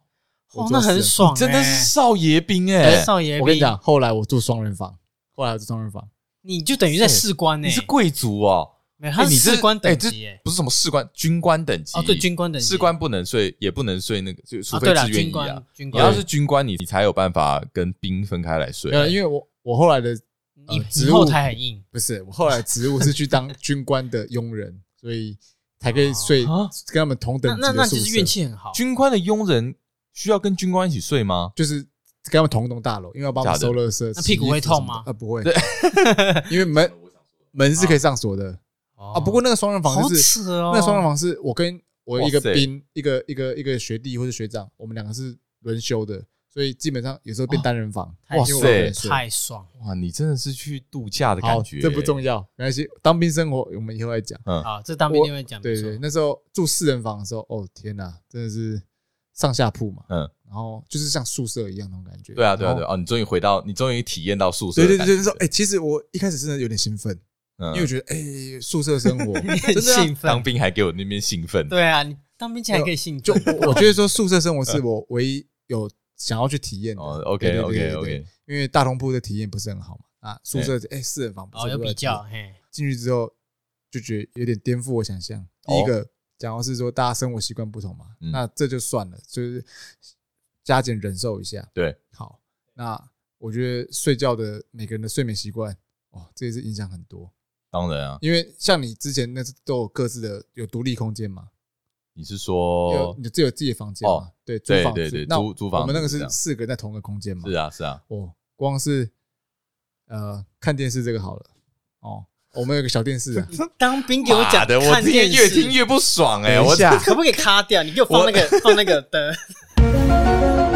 [SPEAKER 3] 哇
[SPEAKER 1] 我，
[SPEAKER 3] 那
[SPEAKER 1] 做事
[SPEAKER 3] 很
[SPEAKER 1] 啊
[SPEAKER 3] 爽欸，
[SPEAKER 2] 真的是少爷兵哎
[SPEAKER 3] 哎，少爷。
[SPEAKER 1] 我跟你讲，，后来我住双人房，后来我住双人房，
[SPEAKER 3] 你就等于在士官呢欸
[SPEAKER 2] 你，是贵族哦，
[SPEAKER 3] 没有，
[SPEAKER 2] 哎
[SPEAKER 3] 他是
[SPEAKER 2] 你这
[SPEAKER 3] 士官
[SPEAKER 2] 哎
[SPEAKER 3] 等
[SPEAKER 2] 这
[SPEAKER 3] 级欸，
[SPEAKER 2] 不是什么士官，军官等级
[SPEAKER 3] 哦，对，军官等级，
[SPEAKER 2] 士官不能睡，也不能睡那个，就除
[SPEAKER 3] 啊，
[SPEAKER 2] 非
[SPEAKER 3] 对了，
[SPEAKER 2] 自愿
[SPEAKER 3] 军
[SPEAKER 2] 役啊
[SPEAKER 3] 官，军
[SPEAKER 2] 你
[SPEAKER 3] 官，
[SPEAKER 2] 要是军官，你你才有办法跟兵分开来睡
[SPEAKER 1] 对，
[SPEAKER 2] 啊，
[SPEAKER 1] 因为我我后来的
[SPEAKER 3] 你
[SPEAKER 1] 呃
[SPEAKER 3] 你
[SPEAKER 1] 植物
[SPEAKER 3] 后台很硬，
[SPEAKER 1] 不是，我后来职务是去当军官的佣人， 所以才可以睡
[SPEAKER 2] 啊
[SPEAKER 1] 跟他们同等
[SPEAKER 3] 那
[SPEAKER 1] 级
[SPEAKER 3] 那
[SPEAKER 1] 的
[SPEAKER 3] 那
[SPEAKER 1] 宿
[SPEAKER 3] 就是
[SPEAKER 1] 舍
[SPEAKER 3] 运，气很好。
[SPEAKER 2] 军官的佣人需要跟军官一起睡吗？
[SPEAKER 1] 就是跟他们同栋大楼，因为要帮我们
[SPEAKER 2] 假的
[SPEAKER 1] 收垃圾。
[SPEAKER 3] 那屁股
[SPEAKER 1] 洗衣服
[SPEAKER 3] 会痛
[SPEAKER 1] 什么的
[SPEAKER 3] 吗
[SPEAKER 1] 啊，不会，因为门门是可以
[SPEAKER 2] 哦
[SPEAKER 1] 上锁的
[SPEAKER 3] 啊
[SPEAKER 1] 啊。不过那个双人房
[SPEAKER 3] 好
[SPEAKER 1] 就是
[SPEAKER 3] 扯哦，
[SPEAKER 1] 那双人房是我跟我一个
[SPEAKER 2] 哇塞
[SPEAKER 1] 兵，一个一个一个学弟或者学长，我们两个是轮休的，所以基本上有时候变单人房。
[SPEAKER 3] 太
[SPEAKER 1] 因
[SPEAKER 3] 爽
[SPEAKER 1] 为我一个人
[SPEAKER 3] 了
[SPEAKER 1] 睡
[SPEAKER 3] 太爽了
[SPEAKER 2] 哇，你真的是去度假的
[SPEAKER 1] 好
[SPEAKER 2] 感觉、，欸
[SPEAKER 1] 这不重要，没关系。当兵生活我们以后再讲。
[SPEAKER 3] 啊！这当兵就会讲
[SPEAKER 1] 对
[SPEAKER 3] 没
[SPEAKER 1] 对，
[SPEAKER 3] 错，
[SPEAKER 1] 那时候住四人房的时候，哦天哪，真的是上下铺嘛，
[SPEAKER 2] 嗯，
[SPEAKER 1] 然后就是像宿舍一样那种感觉。
[SPEAKER 2] 对啊，对啊，
[SPEAKER 1] 然后
[SPEAKER 2] 对啊！哦，你终于回到，你终于体验到宿舍的
[SPEAKER 1] 对对
[SPEAKER 2] 感觉。
[SPEAKER 1] 对对，说哎，其实我一开始真的有点兴奋，
[SPEAKER 2] 嗯，
[SPEAKER 1] 因为我觉得哎，宿舍生 活 真
[SPEAKER 3] 很
[SPEAKER 1] 的啊
[SPEAKER 3] 兴
[SPEAKER 2] 当
[SPEAKER 3] 奋。
[SPEAKER 2] 兵还给我那边兴奋。
[SPEAKER 3] 对啊，你当兵竟然可以兴
[SPEAKER 1] 就
[SPEAKER 3] 奋，
[SPEAKER 1] 我我觉得说宿舍生活是我唯一有想要去体验的。
[SPEAKER 2] 哦
[SPEAKER 1] 对
[SPEAKER 2] ，OK
[SPEAKER 1] 对对
[SPEAKER 2] OK
[SPEAKER 1] 对对
[SPEAKER 2] OK，
[SPEAKER 1] 因为大通铺的体验不是很好嘛，啊，宿舍哎四人房不是
[SPEAKER 3] 哦，有
[SPEAKER 1] 不错
[SPEAKER 3] 比较，嘿，
[SPEAKER 1] 进去之后就觉得有点颠覆我想象。第一个讲到是说大家生活习惯不同嘛，
[SPEAKER 2] 哦嗯
[SPEAKER 1] 那这就算了，就是加减忍受一下。
[SPEAKER 2] 对，
[SPEAKER 1] 好，那我觉得睡觉的每个人的睡眠习惯，哦，这也是影响很多。
[SPEAKER 2] 当然啊，
[SPEAKER 1] 因为像你之前那是都有各自的有独立空间嘛，
[SPEAKER 2] 你是
[SPEAKER 1] 有
[SPEAKER 2] 说
[SPEAKER 1] 你自己有自己的房间嘛
[SPEAKER 2] 哦，
[SPEAKER 1] 对，租
[SPEAKER 2] 对
[SPEAKER 1] 房
[SPEAKER 2] 对
[SPEAKER 1] 子
[SPEAKER 2] 对
[SPEAKER 1] 那
[SPEAKER 2] 租租房
[SPEAKER 1] 我们那个
[SPEAKER 2] 子这
[SPEAKER 1] 是
[SPEAKER 2] 样
[SPEAKER 1] 四个人在同一个空间嘛，
[SPEAKER 2] 是啊是啊，
[SPEAKER 1] 哦，光是呃看电视这个好了，哦，我们有个小电视啊，
[SPEAKER 3] 当兵给我
[SPEAKER 2] 妈
[SPEAKER 3] 讲
[SPEAKER 2] 的，我
[SPEAKER 3] 看
[SPEAKER 2] 听越
[SPEAKER 3] 电
[SPEAKER 2] 越
[SPEAKER 3] 视，
[SPEAKER 2] 听越不爽哎！
[SPEAKER 1] 等一
[SPEAKER 2] 我
[SPEAKER 1] 下
[SPEAKER 3] 可不可以卡掉？你给我放那个放那个的，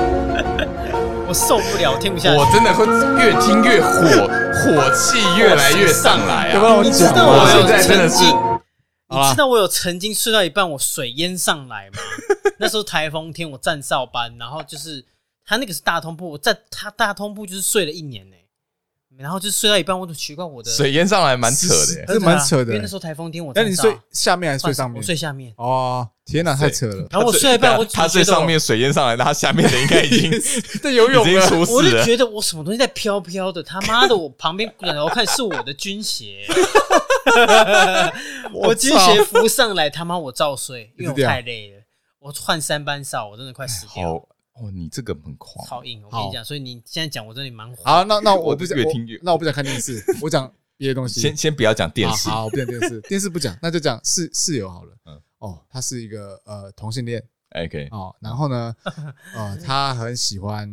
[SPEAKER 3] 我受不了，我听不下去。
[SPEAKER 2] 我真的会越听越火，火气越来越上来
[SPEAKER 1] 要不然
[SPEAKER 2] 啊！
[SPEAKER 1] 我
[SPEAKER 3] 你知
[SPEAKER 1] 讲
[SPEAKER 3] 道
[SPEAKER 1] 啊
[SPEAKER 2] 我
[SPEAKER 3] 我
[SPEAKER 2] 现
[SPEAKER 3] 有
[SPEAKER 2] 在真的
[SPEAKER 3] 曾
[SPEAKER 2] 是
[SPEAKER 3] 经，
[SPEAKER 1] 好啦
[SPEAKER 3] 你知道我有曾经睡到一半，我水淹上来吗？那时候台风天，我站哨班，然后就是他那个是大通铺，我在他大通铺就是睡了一年呢、然后就睡到一半，我就奇怪我的啊
[SPEAKER 2] 水淹上来蛮扯的耶
[SPEAKER 1] 是。这蛮扯
[SPEAKER 3] 因
[SPEAKER 1] 的
[SPEAKER 3] 为那时候台风天我
[SPEAKER 1] 那
[SPEAKER 3] 站哨，
[SPEAKER 1] 你睡下面还是
[SPEAKER 3] 换
[SPEAKER 1] 睡上面？
[SPEAKER 3] 我睡下面，
[SPEAKER 1] 哦，天哪，太扯了！
[SPEAKER 3] 然后我睡到一半，我
[SPEAKER 2] 他
[SPEAKER 3] 最
[SPEAKER 2] 最上面水淹上来，那他下面的应该已 经
[SPEAKER 1] 在游啊
[SPEAKER 2] 已经出
[SPEAKER 3] 我
[SPEAKER 2] 事
[SPEAKER 3] 就
[SPEAKER 2] 了。
[SPEAKER 3] 觉得我什么东西在飘飘的，他妈的！我旁边转头看是我的军 鞋，我军鞋浮上来，他妈我照睡，因为我太累了，我换三班哨，我真的快死掉
[SPEAKER 2] 好
[SPEAKER 3] 了，
[SPEAKER 2] 哦，你这个很狂，
[SPEAKER 3] 超硬！我跟你讲，所以你现在讲我真的蛮
[SPEAKER 2] 啊
[SPEAKER 3] 火，
[SPEAKER 1] 好，那那我
[SPEAKER 2] 我
[SPEAKER 1] 不讲，
[SPEAKER 2] 越
[SPEAKER 1] 我
[SPEAKER 2] 听越
[SPEAKER 1] 那我不讲看电视，我讲别的东西。
[SPEAKER 2] 先先不要讲电
[SPEAKER 1] 好
[SPEAKER 2] 视，
[SPEAKER 1] 好，我不讲电视，电视不讲，那就讲室室友好了。
[SPEAKER 2] 嗯
[SPEAKER 1] 哦，他是一个呃同性恋
[SPEAKER 2] OK，
[SPEAKER 1] 哦，然 后呢，呃，他很喜欢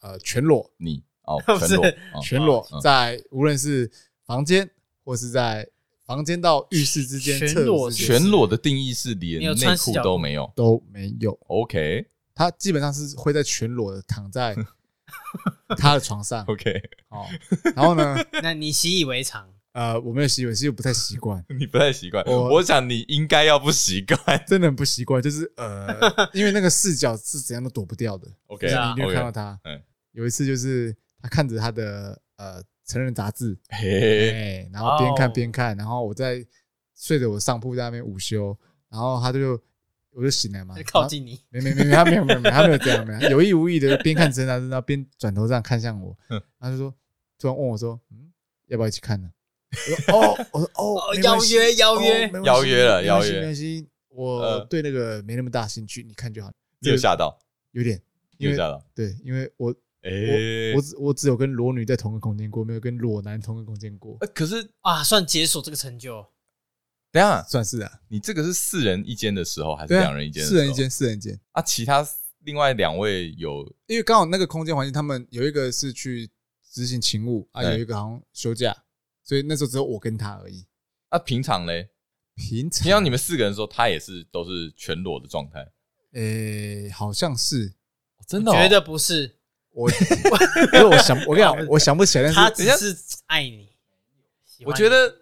[SPEAKER 1] 呃全裸，
[SPEAKER 2] 你哦，
[SPEAKER 3] 不
[SPEAKER 2] 全
[SPEAKER 3] 是
[SPEAKER 2] 裸，哦
[SPEAKER 1] 全裸
[SPEAKER 2] 嗯
[SPEAKER 1] 在无论是房间或是在房间到浴室之间，
[SPEAKER 3] 全
[SPEAKER 1] 厕所
[SPEAKER 3] 裸
[SPEAKER 1] 之间
[SPEAKER 2] 全裸的定义是
[SPEAKER 3] 你
[SPEAKER 2] 连
[SPEAKER 3] 有
[SPEAKER 2] 内
[SPEAKER 3] 穿四
[SPEAKER 2] 裤
[SPEAKER 3] 角裤
[SPEAKER 2] 都没有。
[SPEAKER 1] 都没有。
[SPEAKER 2] OK
[SPEAKER 1] 他基本上是会在全裸的躺 在他的床上
[SPEAKER 2] OK，
[SPEAKER 1] 哦，然后呢，
[SPEAKER 3] 那你习以为常，
[SPEAKER 1] 呃，我没有习惯，是又不太习惯，
[SPEAKER 2] 你不太习惯，
[SPEAKER 1] 我
[SPEAKER 2] 我想你应该要不习惯。
[SPEAKER 1] 真的很不习惯，就是 呃，因为那个视角是怎样都躲不掉的，
[SPEAKER 2] OK
[SPEAKER 1] 就是你
[SPEAKER 3] 啊
[SPEAKER 1] 一定会看到
[SPEAKER 2] OK，
[SPEAKER 1] 他
[SPEAKER 2] 嗯。
[SPEAKER 1] 有一次就是他看着他的呃成人杂志，
[SPEAKER 2] 嘿，
[SPEAKER 1] 哎，然后边看
[SPEAKER 3] 哦
[SPEAKER 1] 边看，然后我在睡着我上铺在那边午休，然后他就我就醒来
[SPEAKER 2] 啊
[SPEAKER 1] 嘛
[SPEAKER 3] 就，靠近你，
[SPEAKER 1] 没没没，没他没有没有没有，他没有这样，没有有意无意的边看侦探，然后边转头这样看向我，
[SPEAKER 2] 嗯
[SPEAKER 1] 他就说突然问我说，嗯，要不要一起看呢？ 我说哦，我说哦
[SPEAKER 3] 哦，
[SPEAKER 1] 没关
[SPEAKER 3] 邀
[SPEAKER 1] 系
[SPEAKER 3] 约邀
[SPEAKER 1] 哦
[SPEAKER 3] 约
[SPEAKER 1] 没，关系
[SPEAKER 2] 邀约了
[SPEAKER 1] 没关系
[SPEAKER 2] 邀约
[SPEAKER 1] 没关系，
[SPEAKER 2] 呃
[SPEAKER 1] 我对那个没那么大兴趣，你看就好。
[SPEAKER 2] 你有吓到，
[SPEAKER 1] 有点，
[SPEAKER 2] 你有
[SPEAKER 1] 因为
[SPEAKER 2] 吓到，
[SPEAKER 1] 对，因为我
[SPEAKER 2] 哎
[SPEAKER 1] 我，只我只有跟裸女在同个空间过，没有跟裸男同个空间过，
[SPEAKER 2] 呃可是
[SPEAKER 3] 啊，算解锁这个成就，
[SPEAKER 2] 等一下，
[SPEAKER 1] 算是啊，
[SPEAKER 2] 你这个是四人一间的时候，还是
[SPEAKER 1] 对啊
[SPEAKER 2] 两人一间？
[SPEAKER 1] 四人一间，四人一间，
[SPEAKER 2] 啊，其他另外两位有
[SPEAKER 1] 因为刚好那个空间环境，他们有一个是去执行勤务啊，
[SPEAKER 2] 对
[SPEAKER 1] 有一个好像休假，所以那时候只有我跟他而已。
[SPEAKER 2] 啊，平常嘞，
[SPEAKER 1] 平
[SPEAKER 2] 平常
[SPEAKER 1] 常
[SPEAKER 2] 你们四个人的时候，他也是都是全裸的状态，哦
[SPEAKER 1] 诶、呃好像是
[SPEAKER 2] 真哦
[SPEAKER 3] 绝对不是，
[SPEAKER 1] 我， 因为我想，我跟你讲，我想不起来，
[SPEAKER 3] 他
[SPEAKER 1] 但
[SPEAKER 3] 只
[SPEAKER 1] 是
[SPEAKER 3] 是爱你。喜欢
[SPEAKER 2] 我
[SPEAKER 3] 你
[SPEAKER 2] 觉得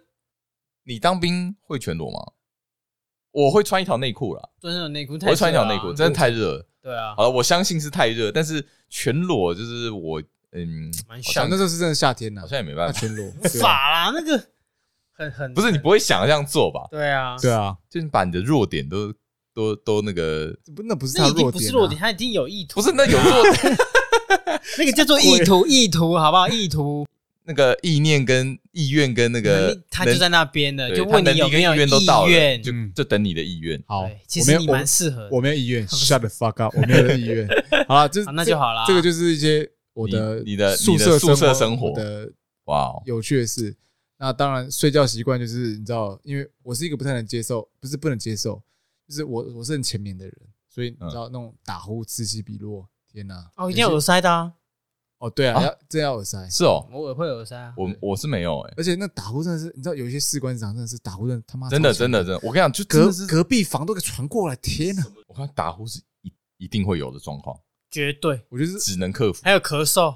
[SPEAKER 2] 你当兵会全裸吗？我会穿一条内裤啦，
[SPEAKER 3] 穿那种内裤太
[SPEAKER 2] 我会穿一条
[SPEAKER 3] 热了
[SPEAKER 2] 内
[SPEAKER 3] 啊
[SPEAKER 2] 裤，真的太热了。
[SPEAKER 3] 对啊
[SPEAKER 2] 好，了，我相信是太热，但是全裸就是我，嗯，
[SPEAKER 3] 蛮
[SPEAKER 1] 想
[SPEAKER 3] 像
[SPEAKER 1] 那时候是真的夏天呐、
[SPEAKER 2] 好
[SPEAKER 1] 啊，
[SPEAKER 2] 像也没
[SPEAKER 1] 那
[SPEAKER 2] 办法。
[SPEAKER 1] 全裸，
[SPEAKER 3] 无
[SPEAKER 1] 对啊，
[SPEAKER 3] 法啦，那个很很
[SPEAKER 2] 不是你不会想这样做吧？
[SPEAKER 3] 对啊，
[SPEAKER 1] 对啊，
[SPEAKER 2] 就是把你的弱点都都都那个，
[SPEAKER 1] 不，那不是他
[SPEAKER 3] 那
[SPEAKER 1] 的
[SPEAKER 3] 已经
[SPEAKER 1] 弱
[SPEAKER 3] 不
[SPEAKER 1] 点、
[SPEAKER 3] 是
[SPEAKER 1] 啊，
[SPEAKER 3] 弱点，他一定有意图，
[SPEAKER 2] 不是那有弱点
[SPEAKER 3] 那个叫做意 图，意图好不好？意图
[SPEAKER 2] 那个意念跟意愿跟那个
[SPEAKER 3] 能力，他就
[SPEAKER 2] 能
[SPEAKER 3] 在那边的，
[SPEAKER 2] 对
[SPEAKER 3] 就
[SPEAKER 2] 他
[SPEAKER 3] 问
[SPEAKER 2] 能
[SPEAKER 3] 你
[SPEAKER 2] 力
[SPEAKER 3] 有
[SPEAKER 2] 跟
[SPEAKER 3] 没有
[SPEAKER 2] 意
[SPEAKER 3] 意
[SPEAKER 2] 愿都到了，
[SPEAKER 3] 愿
[SPEAKER 2] 就
[SPEAKER 1] 嗯
[SPEAKER 2] 就等你的意愿。
[SPEAKER 1] 好
[SPEAKER 3] 对，，哎其
[SPEAKER 1] 我没
[SPEAKER 3] 实
[SPEAKER 1] 有
[SPEAKER 3] 你
[SPEAKER 1] 我
[SPEAKER 3] 蛮适合的
[SPEAKER 1] 我没有意愿，shut the fuck up，我没有意愿。好了，就是
[SPEAKER 3] 好那就好啦
[SPEAKER 1] 这个就是一些我的
[SPEAKER 2] 你你的
[SPEAKER 1] 宿
[SPEAKER 2] 你的宿舍
[SPEAKER 1] 舍
[SPEAKER 2] 生活
[SPEAKER 1] 我的
[SPEAKER 2] 哇哦，
[SPEAKER 1] 有趣的事。那当然，睡觉习惯就是你知道，因为我是一个不太能接受，不是不能接受，就是我我是很前面的人，所以
[SPEAKER 2] 嗯
[SPEAKER 1] 你知道那种打呼此起彼落，天哪！
[SPEAKER 3] 哦，一定要
[SPEAKER 1] 有
[SPEAKER 3] 耳
[SPEAKER 1] 些
[SPEAKER 3] 塞的啊，
[SPEAKER 1] 哦，对啊，
[SPEAKER 2] 啊
[SPEAKER 1] 要这要耳塞，
[SPEAKER 2] 是哦，
[SPEAKER 3] 我也会耳塞啊。
[SPEAKER 2] 我我是没有哎，
[SPEAKER 1] 而且那打呼真的是，你知道有一些士官长真的是打呼真的他妈
[SPEAKER 3] 啊
[SPEAKER 2] 真的
[SPEAKER 1] 超强
[SPEAKER 2] 真的真的，我跟你讲，就真
[SPEAKER 1] 隔
[SPEAKER 2] 的是
[SPEAKER 1] 隔壁房都给传过来，天哪！
[SPEAKER 2] 我看打呼是一一定会有的状况，
[SPEAKER 3] 绝对，
[SPEAKER 1] 我就是
[SPEAKER 2] 只能克服
[SPEAKER 3] 还有咳嗽、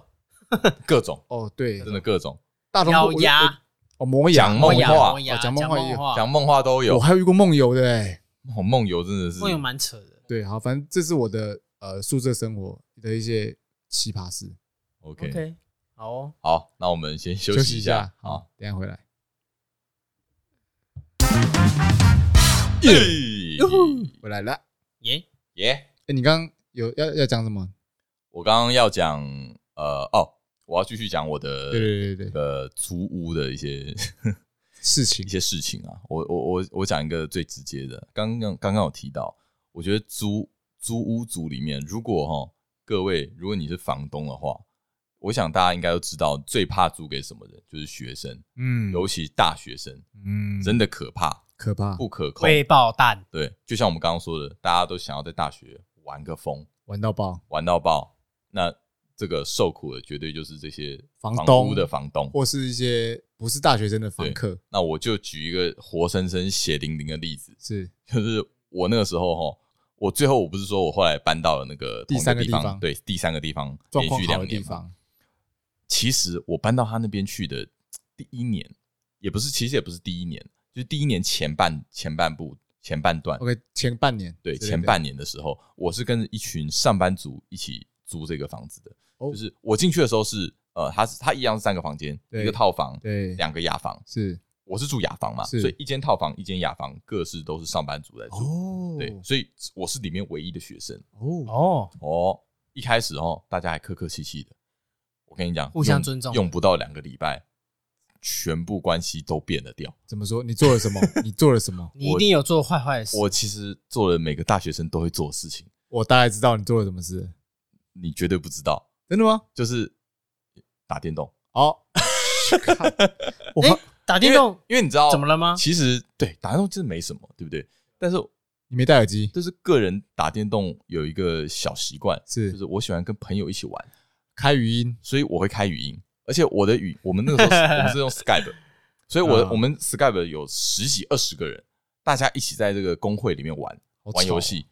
[SPEAKER 2] 各种，
[SPEAKER 1] 哦，对，
[SPEAKER 2] 真的各种
[SPEAKER 1] 大同
[SPEAKER 3] 咬牙、
[SPEAKER 1] 哦磨牙
[SPEAKER 2] 讲
[SPEAKER 1] 磨
[SPEAKER 2] 梦
[SPEAKER 3] 牙、
[SPEAKER 2] 话
[SPEAKER 3] 磨牙、
[SPEAKER 1] 哦讲梦
[SPEAKER 3] 梦
[SPEAKER 1] 话也有
[SPEAKER 2] 讲梦话都有
[SPEAKER 1] 我，还有遇过梦游的哎，
[SPEAKER 2] 哦梦游真的是
[SPEAKER 3] 梦游蛮扯的。
[SPEAKER 1] 对，好，反正这是我的呃宿舍生活的一些奇葩事，
[SPEAKER 2] OK。
[SPEAKER 3] OK，好哦，
[SPEAKER 2] 好，那我们先休
[SPEAKER 1] 休
[SPEAKER 2] 息
[SPEAKER 1] 息
[SPEAKER 2] 一下。好
[SPEAKER 1] 好，，等一下回来。
[SPEAKER 2] 耶
[SPEAKER 1] 回来了。
[SPEAKER 3] 耶，
[SPEAKER 2] 哎耶！
[SPEAKER 1] 哎、你刚刚有要要讲什么？
[SPEAKER 2] 我刚刚要讲呃哦，我要继续讲我的
[SPEAKER 1] 对对对对，
[SPEAKER 2] 呃租屋的一些
[SPEAKER 1] 事
[SPEAKER 2] 一
[SPEAKER 1] 情
[SPEAKER 2] 些事情啊。我我我我讲一个最直接的，刚刚刚刚有提到，我觉得租租屋族里面，如果哈各位如果你是房东的话，我想大家应该都知道，最怕租给什么人，就是学生，
[SPEAKER 1] 嗯
[SPEAKER 2] 尤其大学生，
[SPEAKER 1] 嗯啊
[SPEAKER 2] 真的可怕，
[SPEAKER 1] 可怕，
[SPEAKER 2] 不可控。
[SPEAKER 3] 会爆蛋，
[SPEAKER 2] 对，就像我们刚刚说的，大家都想要在大学玩个疯，
[SPEAKER 1] 玩到爆，
[SPEAKER 2] 玩到爆。那这个受苦的绝对就是这些
[SPEAKER 1] 房
[SPEAKER 2] 房
[SPEAKER 1] 东
[SPEAKER 2] 屋的房东。
[SPEAKER 1] 或是一些不是大学生的房客
[SPEAKER 2] 那我就举一个活生生、血淋淋的例子，
[SPEAKER 1] 是
[SPEAKER 2] 就是我那个时候哈，我最后我不是说我后来搬到了那个
[SPEAKER 1] 第
[SPEAKER 2] 同一
[SPEAKER 1] 三个
[SPEAKER 2] 地
[SPEAKER 1] 地
[SPEAKER 2] 方，
[SPEAKER 1] 方
[SPEAKER 2] 对，第三个地方
[SPEAKER 1] 状
[SPEAKER 2] 连
[SPEAKER 1] 况
[SPEAKER 2] 续
[SPEAKER 1] 好的
[SPEAKER 2] 两
[SPEAKER 1] 地
[SPEAKER 2] 年嘛。
[SPEAKER 1] 方，
[SPEAKER 2] 其实我搬到他那边去的第一年，也不是，其实也不是第一年，就是第一年前半前半部前半段，
[SPEAKER 1] OK，前半年
[SPEAKER 2] 对，
[SPEAKER 1] 之类的
[SPEAKER 2] 前半年的时候，我是跟着一群上班族一起租这个房子的。
[SPEAKER 1] 哦
[SPEAKER 2] 就是我进去的时候是，呃，它是它一样是三个房间，
[SPEAKER 1] 对
[SPEAKER 2] 一个套房，
[SPEAKER 1] 对
[SPEAKER 2] 两个雅房。
[SPEAKER 1] 是
[SPEAKER 2] 我是住雅房嘛，
[SPEAKER 1] 是
[SPEAKER 2] 所以一间套房，一间雅房，各是都是上班族在住。
[SPEAKER 1] 哦
[SPEAKER 2] 对，所以我是里面唯一的学生。
[SPEAKER 1] 哦
[SPEAKER 3] 哦，
[SPEAKER 2] 哦，一开始哦，大家还客客气气的。我跟你讲，
[SPEAKER 3] 互相
[SPEAKER 2] 用
[SPEAKER 3] 尊重
[SPEAKER 2] 用不到两个礼拜，全部关系都变了调。
[SPEAKER 1] 怎么说？你做 了什么？你做了什么？
[SPEAKER 3] 你一定有做坏坏的事。
[SPEAKER 2] 我其实做了每个大学生都会做的事情，
[SPEAKER 1] 我大概知道你做了什么事，
[SPEAKER 2] 你绝对不知道，
[SPEAKER 1] 真的吗？
[SPEAKER 2] 就是打电动。
[SPEAKER 1] 好，我
[SPEAKER 3] 哎，打电动
[SPEAKER 2] 因为你知道
[SPEAKER 3] 怎么了吗？
[SPEAKER 2] 其实对打电动真的没什么，对不对？但是
[SPEAKER 1] 你没戴耳机，
[SPEAKER 2] 就是个人打电动有一个小习惯，
[SPEAKER 1] 是
[SPEAKER 2] 就是我喜欢跟朋友一起玩，
[SPEAKER 1] 开语音
[SPEAKER 2] 所以我会开语音，而且我的语我们那个时候是我们 是用 Skype，所以我、
[SPEAKER 3] 嗯
[SPEAKER 1] 啊
[SPEAKER 2] 我们 Skype 有十几二十个人，大家一起在这个工会里面玩
[SPEAKER 1] 好
[SPEAKER 2] 玩
[SPEAKER 1] 吵
[SPEAKER 3] 哦
[SPEAKER 2] 游戏，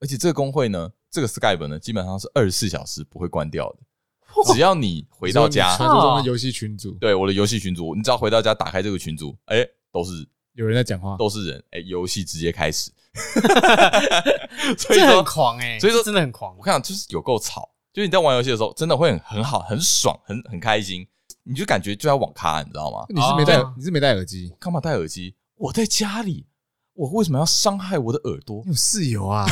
[SPEAKER 2] 而且这个工会呢，这个 Skype 呢基本上是二十四小时不会关掉的，只要你回到
[SPEAKER 1] 你
[SPEAKER 2] 家
[SPEAKER 1] 说，你传说中的游戏群组，
[SPEAKER 2] 对我的游戏群组，你只要回到家打开这个群组，哎、都是
[SPEAKER 1] 有人在讲话，
[SPEAKER 2] 都是人，哎、游戏直接开始。 所以
[SPEAKER 3] 这
[SPEAKER 2] 说
[SPEAKER 3] 很，狂哎，
[SPEAKER 2] 所以说
[SPEAKER 3] 这真的很狂
[SPEAKER 2] 我。看就是有够吵，就是你在玩游戏的时候，真的会很很好，很爽，很很开心，你就感觉就在网咖，你知道吗？
[SPEAKER 1] 你是没戴
[SPEAKER 3] 哦，
[SPEAKER 1] 你是没戴耳机，
[SPEAKER 2] 干嘛戴耳机？我在家里，我为什么要伤害我的耳朵
[SPEAKER 1] 你？有室友 啊？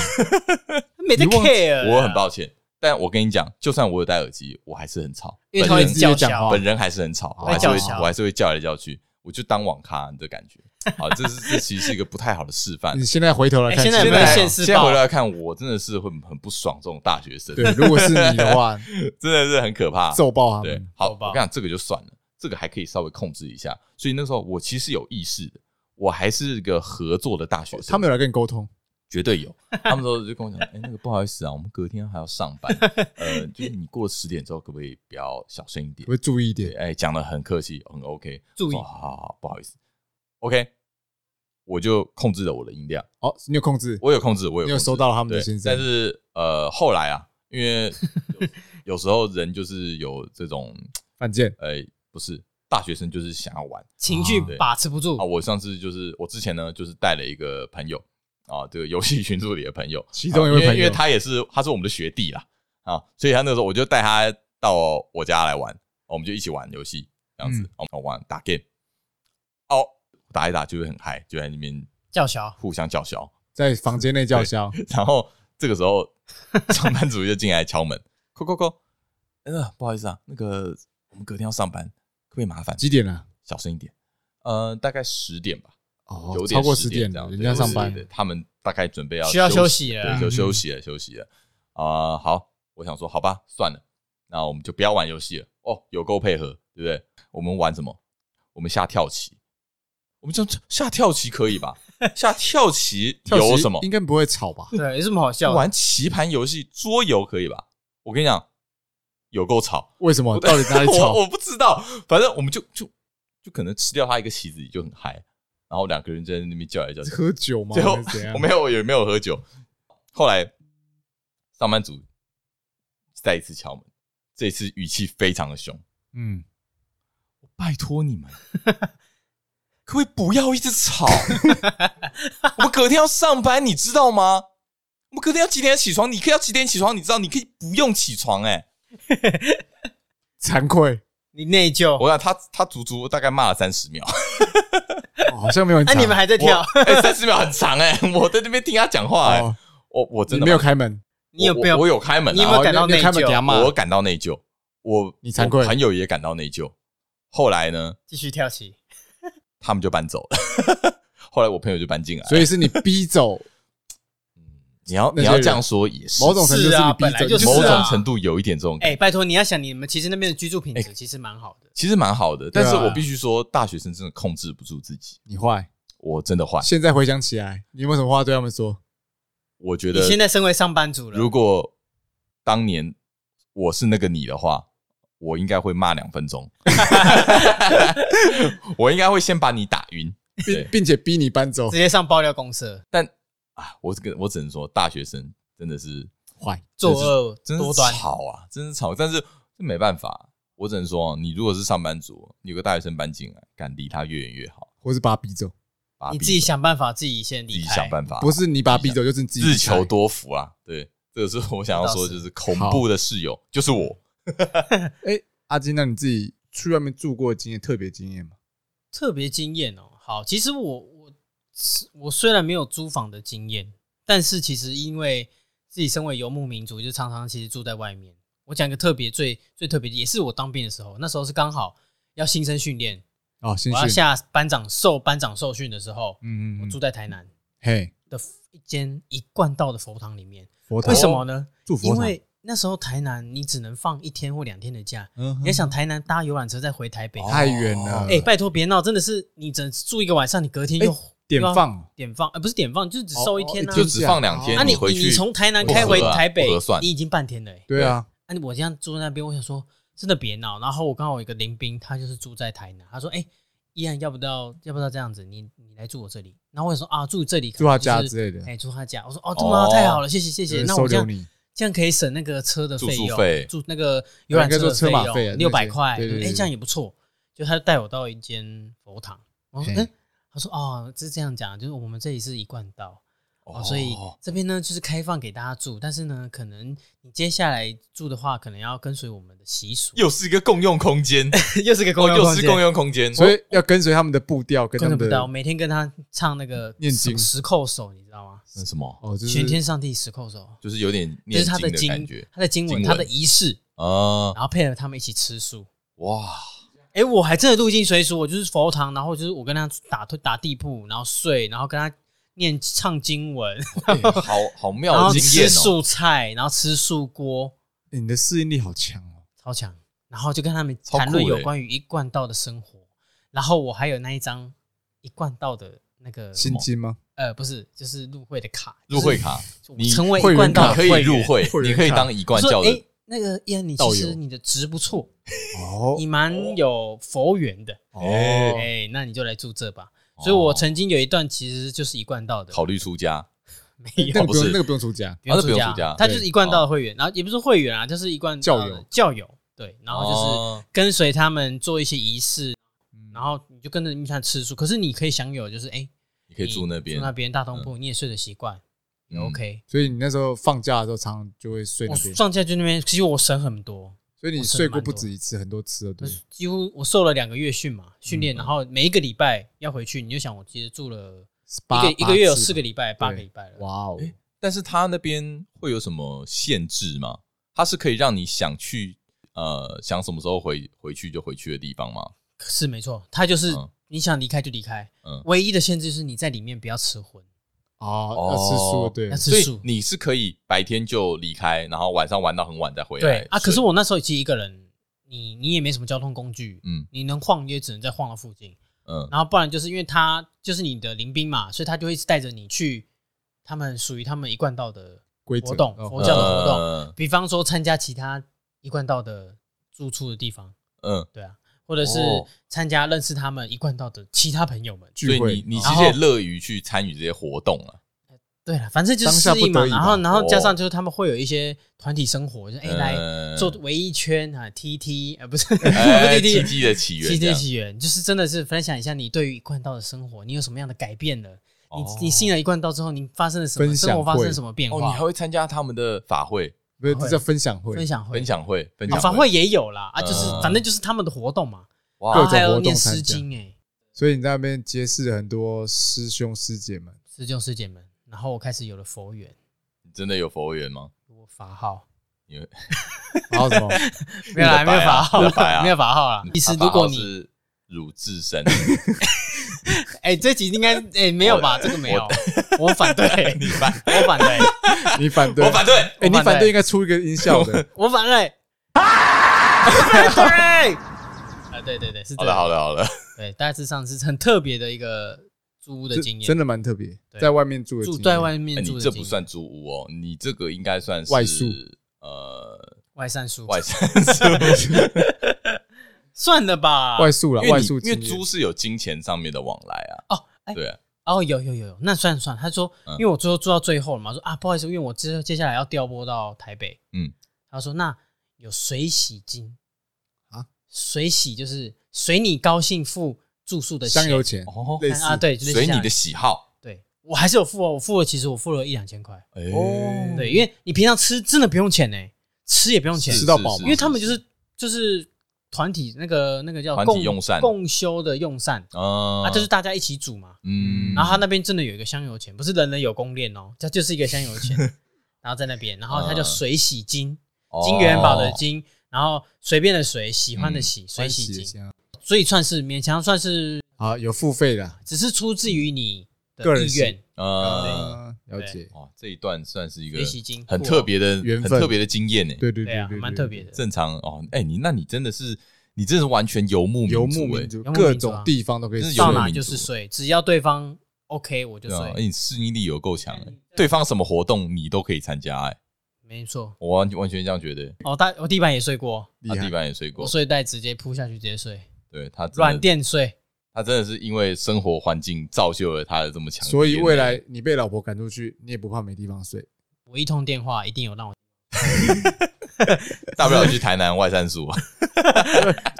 [SPEAKER 3] 没得
[SPEAKER 1] 你忘记
[SPEAKER 3] care，啊
[SPEAKER 2] 我很抱歉，但我跟你讲，就算我有戴耳机，我还是很吵，
[SPEAKER 3] 因为
[SPEAKER 2] 本
[SPEAKER 3] 他会
[SPEAKER 2] 人
[SPEAKER 3] 一直叫
[SPEAKER 1] 讲
[SPEAKER 3] 嚣
[SPEAKER 1] 话，
[SPEAKER 2] 本人还是很吵，我
[SPEAKER 1] 哦会
[SPEAKER 2] 还是会
[SPEAKER 3] 叫嚣
[SPEAKER 2] 我还是会叫来叫去，我就当网咖的感 觉。好，这是这其实是一个不太好的示范
[SPEAKER 1] 你。现在回头来看，
[SPEAKER 3] 哎现在有
[SPEAKER 2] 现
[SPEAKER 3] 没有
[SPEAKER 2] 在
[SPEAKER 3] 现世
[SPEAKER 2] 现在
[SPEAKER 3] 报
[SPEAKER 2] 回来看，我真的是会很不爽这种大学生，
[SPEAKER 1] 对，如果是你的话，
[SPEAKER 2] 真的是很可怕。
[SPEAKER 1] 揍爆他
[SPEAKER 2] 对
[SPEAKER 1] 们，，
[SPEAKER 2] 好，
[SPEAKER 3] 好
[SPEAKER 2] 我
[SPEAKER 3] 吧
[SPEAKER 2] 跟你讲，这个就算了，这个还可以稍微控制一下。所以那时候我其实有意识的，我还是个合作的大学生，
[SPEAKER 1] 他们有来跟你沟通，
[SPEAKER 2] 绝对有。他们说就跟我讲，哎、那个不好意思啊，我们隔天还要上班，呃，就是你过了十点之后，可不可以不要小声一点？
[SPEAKER 1] 会注意一
[SPEAKER 2] 对
[SPEAKER 1] 点。
[SPEAKER 2] 哎、讲的很客气，很 OK。
[SPEAKER 3] 注意
[SPEAKER 2] 我说好好好，不好意思，OK，我就控制了我的音量，
[SPEAKER 1] 哦，你有控制，
[SPEAKER 2] 我有控制，我有控
[SPEAKER 1] 你有
[SPEAKER 2] 制
[SPEAKER 1] 收到他们
[SPEAKER 2] 对
[SPEAKER 1] 的心，声，
[SPEAKER 2] 但是呃，后来啊，因为有有 时候人就是有这种
[SPEAKER 1] 犯贱
[SPEAKER 2] 呃，不是大学生就是想要玩
[SPEAKER 3] 情绪把持不住
[SPEAKER 2] 啊。。我上次就是我之前呢，就是带了一个朋友啊，这个游戏群组里的朋友，
[SPEAKER 1] 其中一位
[SPEAKER 2] 啊因为
[SPEAKER 1] 朋友
[SPEAKER 2] 因为他也是他是我们的学弟啦啊，所以他那时候我就带他到我家来玩，我们就一起玩游戏这样子
[SPEAKER 1] 嗯，
[SPEAKER 2] 我们玩打 game，哦，打一打就会很嗨，就在那边
[SPEAKER 3] 叫 嚣，
[SPEAKER 2] 互相叫嚣，
[SPEAKER 1] 在房间内叫嚣，
[SPEAKER 2] 然后这个时候 上班族就进来敲门，扣扣扣，那个不好意思啊，那个我们隔天要上班，可不可以麻烦
[SPEAKER 1] 几点了？
[SPEAKER 2] 小声一点，呃，大概十点吧，
[SPEAKER 1] 哦
[SPEAKER 2] 九，点
[SPEAKER 1] 超过
[SPEAKER 2] 10
[SPEAKER 1] 十点
[SPEAKER 2] 这样
[SPEAKER 1] 了，
[SPEAKER 2] 子，
[SPEAKER 1] 人家上班
[SPEAKER 2] 对，对对他们大概准备要
[SPEAKER 3] 需要
[SPEAKER 2] 休
[SPEAKER 3] 休息了嗯
[SPEAKER 2] 对，就休息了，休息了啊、好，我想说，好吧，算了，那我们就不要玩游戏了。哦，有够配合，对不对？我们玩什么？我们下跳棋，我们就下跳棋可以吧？下跳棋
[SPEAKER 1] 跳棋
[SPEAKER 2] 有什么？
[SPEAKER 1] 应该不会吵吧？
[SPEAKER 3] 对，有什么好笑的？
[SPEAKER 2] 玩棋盘游戏、桌游可以吧？我跟你讲，有够吵，
[SPEAKER 1] 为什么？到底哪里
[SPEAKER 2] 我
[SPEAKER 1] 吵？
[SPEAKER 2] 我不知道，反正我们就就就可能吃掉他一个棋子就很嗨，然后两个人在那边叫来叫去，
[SPEAKER 1] 喝酒吗？
[SPEAKER 2] 最后
[SPEAKER 1] 还是怎样
[SPEAKER 2] 我？没有也没有喝酒。后来上班族再一次敲门，这一次语气非常的凶，
[SPEAKER 1] 嗯，
[SPEAKER 2] 拜托你们，可不可以不要一直吵？ 我们隔天要上班，你知道吗？我们隔天要几点起床？你可以要几点起床？你知道？你可以不用起床哎、
[SPEAKER 1] 惭愧，
[SPEAKER 3] 你内疚，
[SPEAKER 2] 我想他他足足大概骂了三十秒，
[SPEAKER 1] 哦好像没有人
[SPEAKER 3] 那
[SPEAKER 1] 吵。
[SPEAKER 3] 啊你们还在跳？
[SPEAKER 2] 我哎，三十、秒很长哎、我在那边听他讲话哎、
[SPEAKER 1] 哦
[SPEAKER 2] 我我真
[SPEAKER 1] 你
[SPEAKER 2] 的
[SPEAKER 1] 没有，开门，
[SPEAKER 3] 你有
[SPEAKER 2] 我
[SPEAKER 3] 没有
[SPEAKER 2] 我？我有开门、啊，
[SPEAKER 3] 你有没有
[SPEAKER 1] 哦
[SPEAKER 3] 感到
[SPEAKER 1] 你你
[SPEAKER 3] 内
[SPEAKER 1] 开门
[SPEAKER 3] 疚
[SPEAKER 1] 给他骂？
[SPEAKER 2] 我感到内疚，我
[SPEAKER 1] 你惭愧
[SPEAKER 2] 我朋友也感到内疚。后来呢，
[SPEAKER 3] 继续跳棋？
[SPEAKER 2] 他们就搬走了。 后来我朋友就搬进来，
[SPEAKER 1] 所以是你逼走，
[SPEAKER 2] 你要
[SPEAKER 1] 那
[SPEAKER 2] 你
[SPEAKER 1] 些
[SPEAKER 2] 要
[SPEAKER 1] 人
[SPEAKER 2] 这样说也是，
[SPEAKER 1] 某种程度
[SPEAKER 3] 是啊
[SPEAKER 1] 你逼
[SPEAKER 3] 本来
[SPEAKER 1] 走，
[SPEAKER 3] 就是
[SPEAKER 2] 某
[SPEAKER 1] 你
[SPEAKER 2] 种
[SPEAKER 3] 啊
[SPEAKER 2] 程度有一点这种感觉，
[SPEAKER 3] 哎，拜托，你要想，你们其实那边的居住品
[SPEAKER 2] 哎
[SPEAKER 3] 质其实蛮好的。
[SPEAKER 2] 其实蛮好的。但是
[SPEAKER 1] 对啊
[SPEAKER 2] 我必须说，大学生真的控制不住自己，
[SPEAKER 1] 你坏。
[SPEAKER 2] 我真的坏。
[SPEAKER 1] 现在回想起来，你有没有什么话对他们说？
[SPEAKER 2] 我觉
[SPEAKER 3] 你
[SPEAKER 2] 得
[SPEAKER 3] 现在身为上班族了，
[SPEAKER 2] 如果当年我是那个你的话，我应该会骂两 分钟， 我应该会先把你打晕。
[SPEAKER 1] 并
[SPEAKER 2] 对
[SPEAKER 1] 并且逼你搬走
[SPEAKER 3] 直，接上爆料公社，
[SPEAKER 2] 但啊，我这个我只能说，大学生真的是
[SPEAKER 1] 坏
[SPEAKER 3] 作恶
[SPEAKER 2] 真的
[SPEAKER 3] 多
[SPEAKER 2] 是
[SPEAKER 3] 端。
[SPEAKER 2] 吵啊，真是吵。但是这没办法，我只能说，啊你如果是上班族，你有个大学生搬进来，敢离他越远越好，
[SPEAKER 1] 或是把他逼走，
[SPEAKER 2] 把他
[SPEAKER 3] 你
[SPEAKER 2] 逼
[SPEAKER 3] 自己
[SPEAKER 2] 走
[SPEAKER 3] 想办法，自己先
[SPEAKER 2] 自
[SPEAKER 3] 离
[SPEAKER 2] 己
[SPEAKER 3] 开。
[SPEAKER 2] 想办法，
[SPEAKER 1] 不是你把他逼走，就是你自己
[SPEAKER 2] 自
[SPEAKER 1] 离开
[SPEAKER 2] 求多福啊。对，这个是我想要说，就是恐怖的室友就是我。
[SPEAKER 1] 哎、阿金，那你自己去外面住过的经验特别经验吗？
[SPEAKER 3] 特别经验哦。好，其实我我我虽然没有租房的经验，但是其实因为自己身为游牧民族，就常常其实住在外面。我讲一个特别最最特别的，也是我当兵的时候，那时候是刚好要新生训练，
[SPEAKER 1] 哦，新
[SPEAKER 3] 我要
[SPEAKER 1] 训，
[SPEAKER 3] 下班长受班长受训的时候，
[SPEAKER 1] 嗯
[SPEAKER 3] 我
[SPEAKER 1] 嗯
[SPEAKER 3] 住
[SPEAKER 1] 嗯，
[SPEAKER 3] 在台南
[SPEAKER 1] 嘿，
[SPEAKER 3] 的一间一贯道的佛堂里面。
[SPEAKER 1] 佛堂
[SPEAKER 3] 为什么呢？
[SPEAKER 1] 哦住佛
[SPEAKER 3] 因
[SPEAKER 1] 堂？
[SPEAKER 3] 为那时候台南你只能放一天或两天的假，
[SPEAKER 1] 嗯哼
[SPEAKER 3] 你要想台南搭游览车再回台北，
[SPEAKER 1] 太远
[SPEAKER 2] 嗯
[SPEAKER 1] 了，
[SPEAKER 3] 哎、拜托别闹，真的是你只能住一个晚上，你隔天又、
[SPEAKER 1] 点
[SPEAKER 3] 又要
[SPEAKER 1] 放哦
[SPEAKER 3] 点放，呃，不是点放，就是只收一天
[SPEAKER 1] 哦
[SPEAKER 3] 啊。
[SPEAKER 1] 哦
[SPEAKER 2] 就只放两天
[SPEAKER 1] 哦
[SPEAKER 3] 啊，你
[SPEAKER 2] 回
[SPEAKER 3] 你
[SPEAKER 2] 去
[SPEAKER 3] 你从台南
[SPEAKER 2] 不合
[SPEAKER 3] 开回
[SPEAKER 2] 啊
[SPEAKER 3] 台北
[SPEAKER 2] 不合算，
[SPEAKER 3] 你已经半天了、欸。
[SPEAKER 1] 对啊，
[SPEAKER 3] 啊，我这样住在那边，我想说，真的别闹。然后我刚好有一个林兵，他就是住在台南，他说，哎、依然要不到，要不到这样子，你你来住我这里。然后我想说啊，住这里可
[SPEAKER 1] 住他
[SPEAKER 3] 能就是，
[SPEAKER 1] 家之类的
[SPEAKER 3] 哎、住他家。我说哦，这么好太好了，谢谢谢
[SPEAKER 1] 就
[SPEAKER 3] 谢。
[SPEAKER 1] 是
[SPEAKER 3] 那
[SPEAKER 1] 收
[SPEAKER 3] 我这
[SPEAKER 1] 留
[SPEAKER 3] 样
[SPEAKER 1] 你，
[SPEAKER 3] 这样可以省那个车的费
[SPEAKER 2] 住宿
[SPEAKER 3] 用，
[SPEAKER 2] 费
[SPEAKER 3] 住那个游览车的费
[SPEAKER 1] 应该说车马费啊
[SPEAKER 3] 用六百块，
[SPEAKER 1] 对对对
[SPEAKER 3] 哎，这样也不错。就他就带我到一间佛堂，我说，
[SPEAKER 1] 嘿
[SPEAKER 3] 哎，他说，哦，是这样讲，就是我们这里是一贯道，哦，
[SPEAKER 2] 哦
[SPEAKER 3] 所以这边呢就是开放给大家住，但是呢，可能你接下来住的话，可能要跟随我们的习俗，
[SPEAKER 2] 又是一个共用空间，
[SPEAKER 3] 又是个
[SPEAKER 2] 哦，又是
[SPEAKER 3] 间
[SPEAKER 2] 共用空间，
[SPEAKER 1] 所以要跟随他们的步调，跟他
[SPEAKER 3] 共用
[SPEAKER 1] 们
[SPEAKER 3] 不到，
[SPEAKER 1] 的
[SPEAKER 3] 每天跟他唱那个
[SPEAKER 1] 念经
[SPEAKER 3] 十叩首，你知道吗？
[SPEAKER 2] 那什么，
[SPEAKER 1] 哦，就是
[SPEAKER 3] 全天上帝十叩首，
[SPEAKER 2] 就是有点
[SPEAKER 3] 就
[SPEAKER 2] 念
[SPEAKER 3] 是他
[SPEAKER 2] 经
[SPEAKER 3] 经
[SPEAKER 2] 感觉，
[SPEAKER 3] 他的经文，
[SPEAKER 2] 经文
[SPEAKER 3] 他的仪式，
[SPEAKER 2] 啊，
[SPEAKER 3] 然后配合他们一起吃素。
[SPEAKER 2] 哇，
[SPEAKER 3] 哎、我还真的入境随俗，我就是佛堂，然后就是我跟他打打地铺，然后睡，然后跟他念唱经文，
[SPEAKER 2] 哎好好
[SPEAKER 3] 然
[SPEAKER 2] 妙
[SPEAKER 3] 后
[SPEAKER 2] 的经
[SPEAKER 3] 吃
[SPEAKER 2] 验哦。
[SPEAKER 3] 素菜，然后吃素锅，
[SPEAKER 1] 你的适应力好强哦，
[SPEAKER 3] 超强。然后就跟他们
[SPEAKER 2] 超酷
[SPEAKER 3] 谈论
[SPEAKER 2] 的
[SPEAKER 3] 有
[SPEAKER 2] 欸
[SPEAKER 3] 关于一贯道的生活，然后我还有那一张一贯道的那个
[SPEAKER 1] 心经吗？
[SPEAKER 3] 呃，不是，就是入会的卡，
[SPEAKER 2] 入会卡，
[SPEAKER 3] 就是
[SPEAKER 2] 你
[SPEAKER 3] 我成为一
[SPEAKER 1] 会员
[SPEAKER 3] 贯道
[SPEAKER 1] 卡
[SPEAKER 3] 的
[SPEAKER 2] 你可以
[SPEAKER 3] 会员
[SPEAKER 2] 入会
[SPEAKER 1] 会，员
[SPEAKER 2] 你可以
[SPEAKER 1] 卡
[SPEAKER 2] 当一
[SPEAKER 3] 我
[SPEAKER 2] 贯
[SPEAKER 3] 说
[SPEAKER 2] 教
[SPEAKER 3] 哎、
[SPEAKER 2] 的，
[SPEAKER 3] 那个依然你
[SPEAKER 1] 道
[SPEAKER 3] 其实
[SPEAKER 1] 友
[SPEAKER 3] 你的值不错，
[SPEAKER 1] 哦
[SPEAKER 3] 你蛮有佛缘的。
[SPEAKER 1] 哦，
[SPEAKER 3] 哎、那你就来住这吧。所以我曾经有一段其实就是一贯道的，
[SPEAKER 2] 考虑出家，
[SPEAKER 3] 没
[SPEAKER 1] 那
[SPEAKER 3] 有
[SPEAKER 1] 个
[SPEAKER 2] 不
[SPEAKER 1] 不用
[SPEAKER 2] 是
[SPEAKER 1] 那个不用出家，
[SPEAKER 2] 啊那不用
[SPEAKER 3] 家，
[SPEAKER 2] 出家
[SPEAKER 3] 他就是一贯道的会员，然后也不是会员啊，就是一贯道的
[SPEAKER 1] 教友
[SPEAKER 3] 教友，对，然后就是
[SPEAKER 2] 哦
[SPEAKER 3] 跟随他们做一些仪式，然后你就跟着他们像吃素，可是你可以享有就是哎，
[SPEAKER 2] 你
[SPEAKER 3] 可
[SPEAKER 2] 可以住那边
[SPEAKER 3] 住那边大通铺，你也睡得习惯
[SPEAKER 2] 嗯
[SPEAKER 3] ，OK。
[SPEAKER 1] 所以你那时候放假的时候，常常就会睡
[SPEAKER 3] 我
[SPEAKER 1] 那边，
[SPEAKER 3] 上架就那边，其实我省很多，
[SPEAKER 1] 所以你
[SPEAKER 3] 我
[SPEAKER 1] 睡
[SPEAKER 3] 睡得
[SPEAKER 1] 过
[SPEAKER 3] 蛮
[SPEAKER 1] 不
[SPEAKER 3] 多
[SPEAKER 1] 止一次，很多次了，对
[SPEAKER 3] 就。是几乎我受了两个月训嘛，训
[SPEAKER 2] 嗯
[SPEAKER 3] 练，然后每一个礼拜要回去，你就想我其实住了一
[SPEAKER 1] 八
[SPEAKER 3] 个一个月有
[SPEAKER 1] 八次
[SPEAKER 3] 四个礼拜，八个
[SPEAKER 1] 对
[SPEAKER 3] 礼拜了，
[SPEAKER 1] 哇哦，
[SPEAKER 2] 诶但是他那边会有什么限制吗？他是可以让你想去呃想什么时候回回去就回去的地方吗？
[SPEAKER 3] 是没错，他就是
[SPEAKER 2] 嗯
[SPEAKER 3] 你想离开就离开，
[SPEAKER 2] 嗯
[SPEAKER 3] 唯一的限制是你在里面不要吃荤，啊
[SPEAKER 1] 哦，要吃素了，对
[SPEAKER 3] 要，吃
[SPEAKER 2] 所以
[SPEAKER 3] 素。
[SPEAKER 2] 你是可以白天就离开，然后晚上玩到很晚再回来。
[SPEAKER 3] 对啊，可是
[SPEAKER 2] 所以
[SPEAKER 3] 我那时候其实一个人，你你也没什么交通工具，
[SPEAKER 2] 嗯
[SPEAKER 3] 你能晃也只能在晃的附近，
[SPEAKER 2] 嗯
[SPEAKER 3] 然后不然就是因为他就是你的临兵嘛，所以他就会一直带着你去他们属于他们一贯道的，
[SPEAKER 1] 规则
[SPEAKER 3] 活动
[SPEAKER 1] 哦
[SPEAKER 3] 佛教的活动
[SPEAKER 2] 呃
[SPEAKER 3] 比方说参加其他一贯道的住处的地方，
[SPEAKER 2] 嗯，
[SPEAKER 3] 对啊，或者是
[SPEAKER 2] 哦
[SPEAKER 3] 参加认识他们一贯道的其他朋友们。
[SPEAKER 1] 聚
[SPEAKER 2] 所以
[SPEAKER 1] 会，
[SPEAKER 2] 你你
[SPEAKER 1] 哦
[SPEAKER 2] 其
[SPEAKER 3] 然
[SPEAKER 2] 实
[SPEAKER 3] 后
[SPEAKER 2] 也乐于去参与这些活动啊了，
[SPEAKER 3] 对了，反正就是
[SPEAKER 1] 当下
[SPEAKER 3] 适应嘛，
[SPEAKER 1] 不得已吧
[SPEAKER 3] 然后然后加上
[SPEAKER 2] 哦
[SPEAKER 3] 就是他们会有一些团体生活，就是哎、来
[SPEAKER 2] 嗯
[SPEAKER 3] 做围一圈啊，T T 呃不 是
[SPEAKER 2] 哎
[SPEAKER 3] 不是 T
[SPEAKER 2] 奇
[SPEAKER 3] T
[SPEAKER 2] 迹的起源，
[SPEAKER 3] T
[SPEAKER 2] 这
[SPEAKER 3] T
[SPEAKER 2] 样
[SPEAKER 3] 起源，就是真的是分享一下你对于一贯道的生活，你有什么样的改变了？
[SPEAKER 2] 哦
[SPEAKER 3] 你你信了一贯道之后，你发生了什么？
[SPEAKER 1] 分享
[SPEAKER 3] 生活发生
[SPEAKER 1] 会
[SPEAKER 3] 了什么变
[SPEAKER 2] 哦，
[SPEAKER 3] 化
[SPEAKER 2] 你还？会参加他们的法会、
[SPEAKER 1] 不是
[SPEAKER 3] 会
[SPEAKER 1] 这叫分享会
[SPEAKER 3] 分，享会
[SPEAKER 2] 分享会、分
[SPEAKER 3] 哦
[SPEAKER 2] 享
[SPEAKER 3] 法会也有啦啊，
[SPEAKER 2] 嗯
[SPEAKER 3] 就是反正就是他们的活动嘛，
[SPEAKER 2] 哇
[SPEAKER 3] 然后
[SPEAKER 1] 各种活动
[SPEAKER 3] 还有念
[SPEAKER 1] 参加
[SPEAKER 3] 诗经哎，
[SPEAKER 1] 所以你在那边结识了很多师兄师姐们，
[SPEAKER 3] 师兄师姐们，然后我开始有了佛缘，
[SPEAKER 2] 你真的有佛缘吗？
[SPEAKER 3] 有我法 号。
[SPEAKER 1] 然后什 么
[SPEAKER 3] 没有啦，没有法号
[SPEAKER 2] 你的白啊
[SPEAKER 3] 啦，没有法号 啦。其实如果你
[SPEAKER 2] 是鲁智深，
[SPEAKER 3] 哎，这集应该哎没有吧？这个没有，我反对，
[SPEAKER 2] 你反
[SPEAKER 3] 我反 对，
[SPEAKER 1] 你反对，
[SPEAKER 2] 我反对，
[SPEAKER 1] 哎，
[SPEAKER 3] 我
[SPEAKER 1] 你
[SPEAKER 3] 反
[SPEAKER 1] 反
[SPEAKER 3] 对
[SPEAKER 1] 对应该出一个音效的，
[SPEAKER 3] 我反对， 对，啊，对对对，是
[SPEAKER 2] 好了好
[SPEAKER 3] 了，
[SPEAKER 2] 了好 了，
[SPEAKER 3] 对，大致上是很特别的一个租屋的
[SPEAKER 1] 这
[SPEAKER 3] 经验，
[SPEAKER 1] 真的蛮特别，
[SPEAKER 3] 对
[SPEAKER 1] 在外面住的经
[SPEAKER 3] 住
[SPEAKER 1] 验欸
[SPEAKER 3] 在外面
[SPEAKER 2] 哎
[SPEAKER 3] 住
[SPEAKER 2] 你
[SPEAKER 3] 的
[SPEAKER 2] 这
[SPEAKER 3] 经验，
[SPEAKER 2] 不算租屋哦，你这个应该算是
[SPEAKER 1] 外宿，
[SPEAKER 2] 呃，
[SPEAKER 3] 外散书，
[SPEAKER 2] 外 散宿，
[SPEAKER 3] 算了吧，
[SPEAKER 1] 外宿了，
[SPEAKER 2] 因为
[SPEAKER 1] 外
[SPEAKER 2] 你
[SPEAKER 1] 宿
[SPEAKER 2] 因为
[SPEAKER 1] 经验
[SPEAKER 2] 租是有金钱上面的往来啊，
[SPEAKER 3] 哦，哎，
[SPEAKER 2] 对啊，
[SPEAKER 3] 哦，有有有有，那算算，他说，
[SPEAKER 2] 嗯
[SPEAKER 3] 因为我最后住到最后了嘛，说啊，不好意思，因为我接接下来要调拨到台北，
[SPEAKER 2] 嗯，
[SPEAKER 3] 他说那有水洗金
[SPEAKER 1] 啊，
[SPEAKER 3] 水洗就是随你高兴付住宿的
[SPEAKER 1] 香
[SPEAKER 3] 钱
[SPEAKER 1] 油钱，
[SPEAKER 2] 哦，
[SPEAKER 1] 类似
[SPEAKER 3] 啊，对，就是
[SPEAKER 2] 随
[SPEAKER 3] 像
[SPEAKER 2] 你的喜好，
[SPEAKER 3] 对。我还是有付哦，我付了，其实我付了一两千块。
[SPEAKER 2] 哎
[SPEAKER 1] 哦
[SPEAKER 3] 对，因为你平常吃真的不用钱呢、欸吃也不用钱，
[SPEAKER 1] 吃到饱
[SPEAKER 2] 是
[SPEAKER 1] 嘛
[SPEAKER 3] 因为他们就是就是团体那个那个叫
[SPEAKER 2] 团体
[SPEAKER 3] 共
[SPEAKER 2] 用膳
[SPEAKER 3] 共修的用膳
[SPEAKER 2] 啊
[SPEAKER 3] 啊，就是大家一起煮嘛。
[SPEAKER 2] 嗯，
[SPEAKER 3] 然后他那边真的有一个香油钱，不是人人有功练哦，它就是一个香油 钱，然后在那边，然后它
[SPEAKER 2] 嗯
[SPEAKER 3] 叫水洗金，
[SPEAKER 2] 哦
[SPEAKER 3] 金元宝的金，然后随便的水，喜
[SPEAKER 2] 嗯
[SPEAKER 3] 欢的喜，水
[SPEAKER 1] 欢
[SPEAKER 3] 洗
[SPEAKER 1] 喜
[SPEAKER 3] 金，
[SPEAKER 1] 香
[SPEAKER 3] 所以算是勉强算是，
[SPEAKER 1] 啊，有付费的，
[SPEAKER 3] 只是出自于你
[SPEAKER 1] 个
[SPEAKER 3] 的
[SPEAKER 1] 人
[SPEAKER 3] 意
[SPEAKER 1] 喜
[SPEAKER 3] 愿，
[SPEAKER 2] 啊，
[SPEAKER 1] 啊，了解，
[SPEAKER 2] 哇，这一段算是一个
[SPEAKER 3] 水洗金哦
[SPEAKER 2] 很特，别的、
[SPEAKER 1] 缘
[SPEAKER 2] 很
[SPEAKER 1] 分
[SPEAKER 2] 特别的经验呢。
[SPEAKER 1] 对对
[SPEAKER 3] 对
[SPEAKER 1] 对
[SPEAKER 3] 啊，蛮特别
[SPEAKER 1] 的。
[SPEAKER 3] 的。
[SPEAKER 2] 正常哦，哎，你那你真的是，你真的是完全游牧
[SPEAKER 1] 游
[SPEAKER 2] 族
[SPEAKER 1] 牧
[SPEAKER 2] 哎
[SPEAKER 1] 民族，
[SPEAKER 3] 游牧
[SPEAKER 1] 各
[SPEAKER 3] 民族啊
[SPEAKER 1] 种地方都可以
[SPEAKER 2] 真是
[SPEAKER 1] 去。
[SPEAKER 2] 游
[SPEAKER 3] 到
[SPEAKER 2] 牧
[SPEAKER 3] 哪
[SPEAKER 2] 民
[SPEAKER 3] 就是
[SPEAKER 2] 族
[SPEAKER 3] 睡，只要对方 OK 我就
[SPEAKER 2] 对啊，哎，
[SPEAKER 3] 睡，
[SPEAKER 2] 你适应力有够强哎，对方什么活动你都可以参加哎，
[SPEAKER 3] 没错。
[SPEAKER 2] 我完完全这样觉得。
[SPEAKER 3] 哦，大我地板也睡过，
[SPEAKER 1] 厉
[SPEAKER 2] 他
[SPEAKER 1] 害
[SPEAKER 2] 地板也睡过
[SPEAKER 3] 我，睡袋直接铺下去直接睡，
[SPEAKER 2] 对他真的
[SPEAKER 3] 软，垫睡。
[SPEAKER 2] 他真的是因为生活环境造就了他的这么强的 DNA。
[SPEAKER 1] 所以未来你被老婆赶出去，你也不怕没地方睡。
[SPEAKER 3] 我一通电话一定有让我，
[SPEAKER 2] 大不了去台南外山啊宿，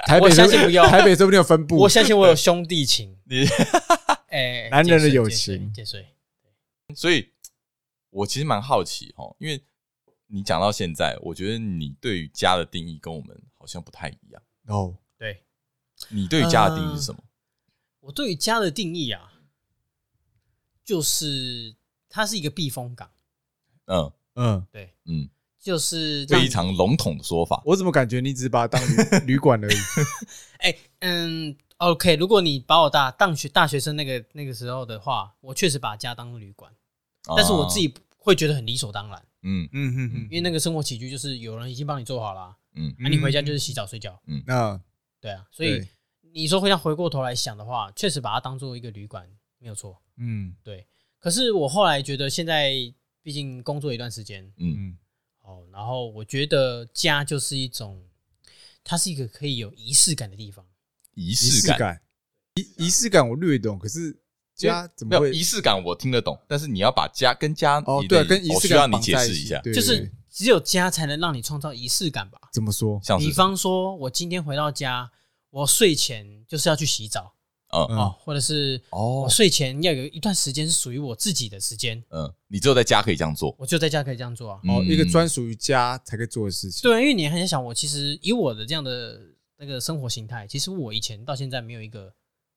[SPEAKER 1] 台北
[SPEAKER 3] 我相信
[SPEAKER 1] 说
[SPEAKER 3] 不用
[SPEAKER 1] 台北说不定有分布。
[SPEAKER 3] 我相信我有兄弟情。
[SPEAKER 2] 你
[SPEAKER 3] 哎，
[SPEAKER 1] 男人的友情
[SPEAKER 3] 借睡，
[SPEAKER 2] 所以 我其实蛮好奇哦，因为你讲到现在，我觉得你对于家的定义跟我们好像不太一样。
[SPEAKER 1] 哦，
[SPEAKER 3] 对
[SPEAKER 2] 你对于家的定义是什么？
[SPEAKER 3] 我对于家的定义啊，就是它是一个避风港，呃
[SPEAKER 2] 嗯
[SPEAKER 1] 嗯，
[SPEAKER 3] 对，
[SPEAKER 2] 嗯，
[SPEAKER 3] 就是让
[SPEAKER 2] 非常笼统的说法。
[SPEAKER 1] 我怎么感觉你只是把它当旅旅馆 而已？
[SPEAKER 3] 哎，嗯，OK，如果你把我大当学大学生那个那个时候的话，我确实把家当旅馆，但是我自
[SPEAKER 2] 啊，
[SPEAKER 3] 己会觉得很理所当然，
[SPEAKER 2] 嗯
[SPEAKER 1] 嗯嗯
[SPEAKER 3] 因为那个生活起居就是有人已经帮你做好了，啊
[SPEAKER 2] 嗯
[SPEAKER 3] 那你回家就是洗澡睡觉，
[SPEAKER 1] 那
[SPEAKER 3] 对啊，所以
[SPEAKER 1] 对
[SPEAKER 3] 你说回家回过头来想的话，确实把它当做一个旅馆没有错，
[SPEAKER 1] 嗯
[SPEAKER 3] 对。可是我后来觉得现在毕竟工作一段时间，
[SPEAKER 2] 嗯
[SPEAKER 1] 嗯，
[SPEAKER 3] 哦，然后我觉得家就是一种，它是一个可以有仪式感的地方。
[SPEAKER 2] 仪
[SPEAKER 1] 仪
[SPEAKER 2] 式
[SPEAKER 1] 式
[SPEAKER 2] 感
[SPEAKER 1] 感，仪仪式感我略懂，可是家怎
[SPEAKER 2] 没
[SPEAKER 1] 么
[SPEAKER 2] 有
[SPEAKER 1] 会
[SPEAKER 2] 仪？式感，我听得懂，但是你要把家跟家
[SPEAKER 1] 哦
[SPEAKER 2] 你，
[SPEAKER 1] 对
[SPEAKER 2] 的
[SPEAKER 1] 啊，跟仪
[SPEAKER 2] 我
[SPEAKER 1] 式
[SPEAKER 2] 需要
[SPEAKER 1] 感
[SPEAKER 2] 你
[SPEAKER 1] 绑
[SPEAKER 2] 解
[SPEAKER 1] 在
[SPEAKER 2] 释
[SPEAKER 1] 一
[SPEAKER 2] 一
[SPEAKER 1] 起
[SPEAKER 2] 下，，
[SPEAKER 1] 对
[SPEAKER 3] 就是
[SPEAKER 1] 对
[SPEAKER 3] 只有家才能让你创造仪式感吧。
[SPEAKER 1] 怎么说？
[SPEAKER 2] 像是
[SPEAKER 3] 比方说，我今天回到家，我睡前就是要去洗澡
[SPEAKER 2] 嗯
[SPEAKER 3] 哦
[SPEAKER 1] 嗯，，
[SPEAKER 3] 或者是
[SPEAKER 2] 哦
[SPEAKER 3] 我睡前要有一段时间是属于我自己的时间，
[SPEAKER 2] 嗯，你只有在家可以这样做。
[SPEAKER 3] 我就在家可以这样做啊。
[SPEAKER 1] 哦，一个
[SPEAKER 2] 嗯
[SPEAKER 1] 专属于家才可以做的事情。
[SPEAKER 3] 对啊，因为你很想，我其实以我的这样的那个生活形态，其实我以前到现在没有一个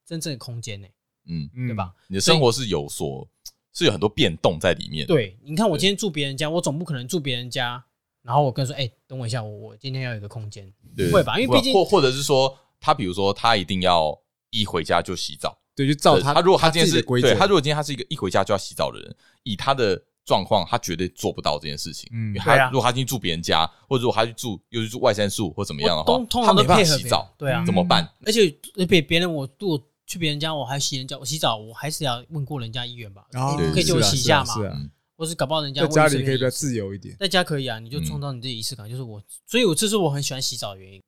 [SPEAKER 3] 真正的空间呢、
[SPEAKER 2] 嗯，
[SPEAKER 1] 嗯
[SPEAKER 3] 对吧？？
[SPEAKER 2] 你的生活是有所是有很多变动在里面。，
[SPEAKER 3] 对，你看我
[SPEAKER 2] 对
[SPEAKER 3] 今天住别人家，我总不可能住别人家，然后我跟他说，哎、等我一下，我我今天要有一个空间，
[SPEAKER 2] 对啊
[SPEAKER 3] 不会吧因为毕竟
[SPEAKER 2] 或或者是说，他比如说他一定要一回家就洗澡，
[SPEAKER 1] 对，就照
[SPEAKER 2] 对
[SPEAKER 1] 他
[SPEAKER 2] 他如果他今天
[SPEAKER 1] 自己
[SPEAKER 2] 是
[SPEAKER 1] 的规
[SPEAKER 2] 对
[SPEAKER 1] 则，
[SPEAKER 2] 他如果今天他是一个一回家就要洗澡的人，以他的状况，他绝对做不到这件事情。
[SPEAKER 1] 嗯
[SPEAKER 2] 因为
[SPEAKER 3] 对啊
[SPEAKER 2] 他如果他去住别人家，或者如果他去住又去住外山树或怎么样的话
[SPEAKER 3] 通，通
[SPEAKER 2] 他
[SPEAKER 3] 常都
[SPEAKER 2] 没办
[SPEAKER 3] 配
[SPEAKER 2] 法
[SPEAKER 3] 合别
[SPEAKER 2] 洗
[SPEAKER 3] 人
[SPEAKER 2] 澡，
[SPEAKER 3] 对啊
[SPEAKER 1] 嗯，
[SPEAKER 2] 怎么办？
[SPEAKER 3] 而且别别人我如果去别人家，我还洗人家，我洗澡我还是要问过人家意愿吧，
[SPEAKER 1] 然后
[SPEAKER 3] 你可以借我洗一下嘛，
[SPEAKER 1] 是啊，
[SPEAKER 3] 或是搞不好人家
[SPEAKER 1] 哦在家里
[SPEAKER 3] 问
[SPEAKER 1] 可以比较
[SPEAKER 3] 你随便
[SPEAKER 1] 自由嗯一点
[SPEAKER 3] 意，在家可以啊，你就创造你自己仪式感，就是我，所以我这是我很喜欢洗澡的原因，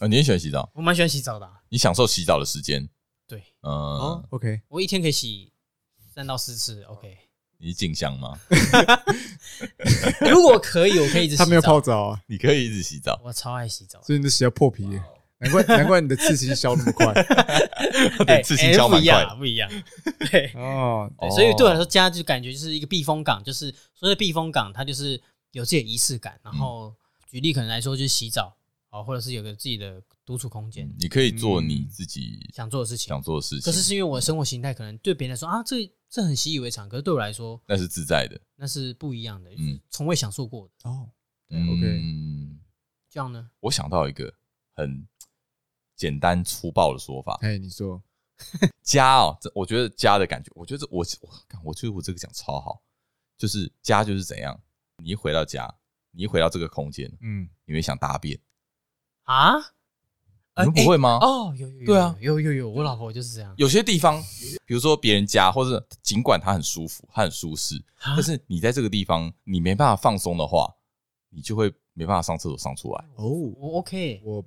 [SPEAKER 2] 啊，你也喜欢洗澡，
[SPEAKER 3] 我蛮喜欢洗澡的啊、
[SPEAKER 2] 你享受洗澡的时间。
[SPEAKER 3] 对
[SPEAKER 2] 嗯，
[SPEAKER 1] 哦 OK，
[SPEAKER 3] 我一天可以洗三到四次，OK。
[SPEAKER 2] 你是静香吗？
[SPEAKER 3] 如果可以，我可以一直洗澡。
[SPEAKER 1] 他没有泡澡啊，
[SPEAKER 2] 你可以一直洗 澡，
[SPEAKER 3] 我超爱洗澡。
[SPEAKER 1] 所以你的洗到破皮耶，难怪难怪你的刺青消那么快
[SPEAKER 2] 对，刺青消
[SPEAKER 3] 哎不
[SPEAKER 2] 蛮
[SPEAKER 3] 一
[SPEAKER 2] 快的
[SPEAKER 3] 样，。不一 样。对，
[SPEAKER 1] 哦。
[SPEAKER 2] 哦
[SPEAKER 3] 对所以对我来说，家就感觉就是一个避风港，就是所谓的避风港，它就是有自己的仪式感。
[SPEAKER 2] 嗯
[SPEAKER 3] 然后举例可能来说，就是洗澡哦，或者是有个自己的独处空间，
[SPEAKER 2] 你可以做你自己
[SPEAKER 3] 想做的事情
[SPEAKER 2] 嗯想。做的事
[SPEAKER 3] 嗯可是
[SPEAKER 2] 情，
[SPEAKER 3] 是因为我的生活形态可能对别人来说啊，这这很习以为常，可是对我来说
[SPEAKER 2] 那是自在的。
[SPEAKER 3] 那是不一样的，
[SPEAKER 2] 嗯
[SPEAKER 3] 从未享受过的。
[SPEAKER 1] 哦，
[SPEAKER 3] 哎
[SPEAKER 1] 对，OK，
[SPEAKER 2] 嗯，
[SPEAKER 3] 这样呢？
[SPEAKER 2] 我想到一个很简单粗暴的说法，
[SPEAKER 1] 哎，你说
[SPEAKER 2] 家哦，这我觉得家的感觉，我觉得我我干我觉得我这个讲超好，就是家就是怎样，你一回到家，你一回到这个空间，
[SPEAKER 1] 嗯，
[SPEAKER 2] 你会想大便，
[SPEAKER 3] 啊？
[SPEAKER 2] 你们不会吗？
[SPEAKER 3] 哦，有有有，
[SPEAKER 2] 对啊，
[SPEAKER 3] 有有有，我老婆就是这样。
[SPEAKER 2] 有些地方，比如说别人家，或者尽管它很舒服，它很舒适，
[SPEAKER 3] 但
[SPEAKER 2] 但是你在这个地方你没办法放松的话，你就会没办法上厕所上出来。
[SPEAKER 1] 哦，
[SPEAKER 3] 我 OK，
[SPEAKER 1] 我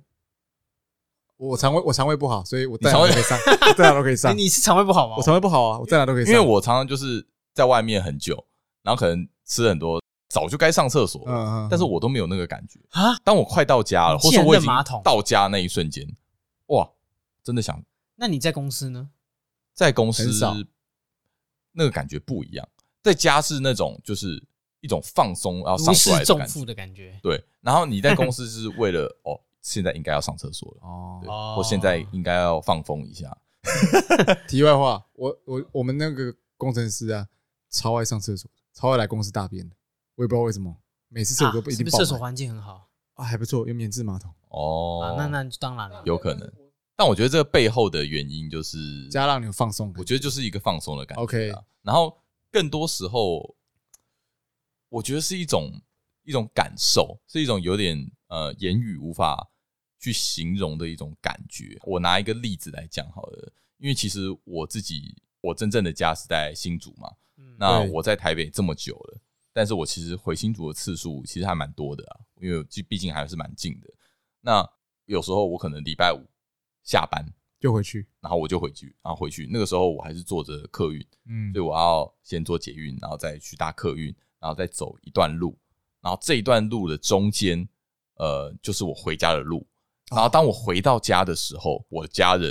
[SPEAKER 1] 我肠胃我肠胃不好，所以我
[SPEAKER 2] 你
[SPEAKER 1] 在
[SPEAKER 2] 肠
[SPEAKER 1] 哪都
[SPEAKER 2] 胃哎
[SPEAKER 1] 可以上，我在哪都可 以上。
[SPEAKER 3] 你是肠胃不好吗？
[SPEAKER 1] 我肠胃不好啊，我在哪都可以上。
[SPEAKER 2] 因为我常常就是在外面很久，然后可能吃很多，早就该上厕所了，
[SPEAKER 1] 嗯，嗯嗯，
[SPEAKER 2] 但是我都没有那个感觉。
[SPEAKER 3] 啊，
[SPEAKER 2] 当我快到家了，
[SPEAKER 3] 你
[SPEAKER 2] 或
[SPEAKER 3] 竟
[SPEAKER 2] 是
[SPEAKER 3] 然
[SPEAKER 2] 我已
[SPEAKER 3] 认
[SPEAKER 2] 经
[SPEAKER 3] 马桶
[SPEAKER 2] 到家那一瞬间，哇，真的想
[SPEAKER 3] 那你在公司呢？
[SPEAKER 2] 在公司
[SPEAKER 1] 很少
[SPEAKER 2] 那个感觉不一样，在家是那种就是一种放松，然后
[SPEAKER 3] 如
[SPEAKER 2] 哦上出来
[SPEAKER 3] 释
[SPEAKER 2] 的
[SPEAKER 3] 重
[SPEAKER 2] 感觉
[SPEAKER 3] 负。的感觉。
[SPEAKER 2] 对，然后你 在公司是为了哦，现在应该要上厕所了，
[SPEAKER 1] 哦
[SPEAKER 2] 对，
[SPEAKER 3] 哦
[SPEAKER 2] 我现在应该要放风一下。
[SPEAKER 1] 题外话，我我我们那个工程师啊，超爱上厕所，超爱来公司大便的，我也不知道为什么，每次厕所都
[SPEAKER 3] 啊
[SPEAKER 1] 一
[SPEAKER 3] 是
[SPEAKER 1] 定
[SPEAKER 3] 不是
[SPEAKER 1] 爆
[SPEAKER 3] 厕所
[SPEAKER 1] 满
[SPEAKER 3] 环境很好
[SPEAKER 1] 啊，还不错，有免治马桶，
[SPEAKER 2] 哦
[SPEAKER 3] 啊，？那那就当然了。
[SPEAKER 2] 有可能，但我觉得这个背后的原因就是
[SPEAKER 1] 加让你有放松感。
[SPEAKER 2] 我觉得就是一个放松的感觉啊。
[SPEAKER 1] OK
[SPEAKER 2] 然后更多时候，我觉得是一种一种感受，是一种有点呃言语无法去形容的一种感觉。我拿一个例子来讲好了，因为其实我自己我真正的家是在新竹嘛，
[SPEAKER 3] 嗯
[SPEAKER 2] 那
[SPEAKER 1] 对
[SPEAKER 2] 我在台北这么久了，但是我其实回新竹的次数其实还蛮多的啊，因为毕毕竟还是蛮近的。那有时候我可能礼拜五下班，
[SPEAKER 1] 就回去，
[SPEAKER 2] 然后我就回去，然后回去那个时候我还是坐着客运，
[SPEAKER 1] 嗯
[SPEAKER 2] 所以我要先坐捷运，然后再去搭客运，然后再走一段路，然后这一段路的中间，呃，就是我回家的路。
[SPEAKER 3] 哦
[SPEAKER 2] 然后当我回到家的时候，我的家人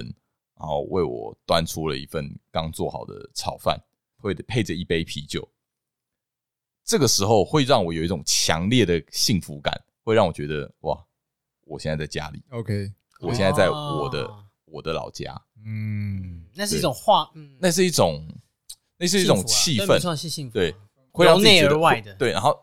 [SPEAKER 2] 然后为我端出了一份刚做好的炒饭，会配着一杯啤酒。这个时候会让我有一种强烈的幸福感，会让我觉得哇，我现在在家里，
[SPEAKER 1] OK，
[SPEAKER 2] 我现在在我的、
[SPEAKER 3] 哦
[SPEAKER 2] 我的老家。
[SPEAKER 1] 嗯
[SPEAKER 3] 嗯，，那是一种化，嗯，
[SPEAKER 2] 那是一种，那是一种
[SPEAKER 3] 幸福啊
[SPEAKER 2] 气
[SPEAKER 3] 对没
[SPEAKER 2] 氛，
[SPEAKER 3] 错，是幸福。
[SPEAKER 2] 对，会让自己觉
[SPEAKER 3] 由
[SPEAKER 2] 得
[SPEAKER 3] 内而外的
[SPEAKER 2] 对，然后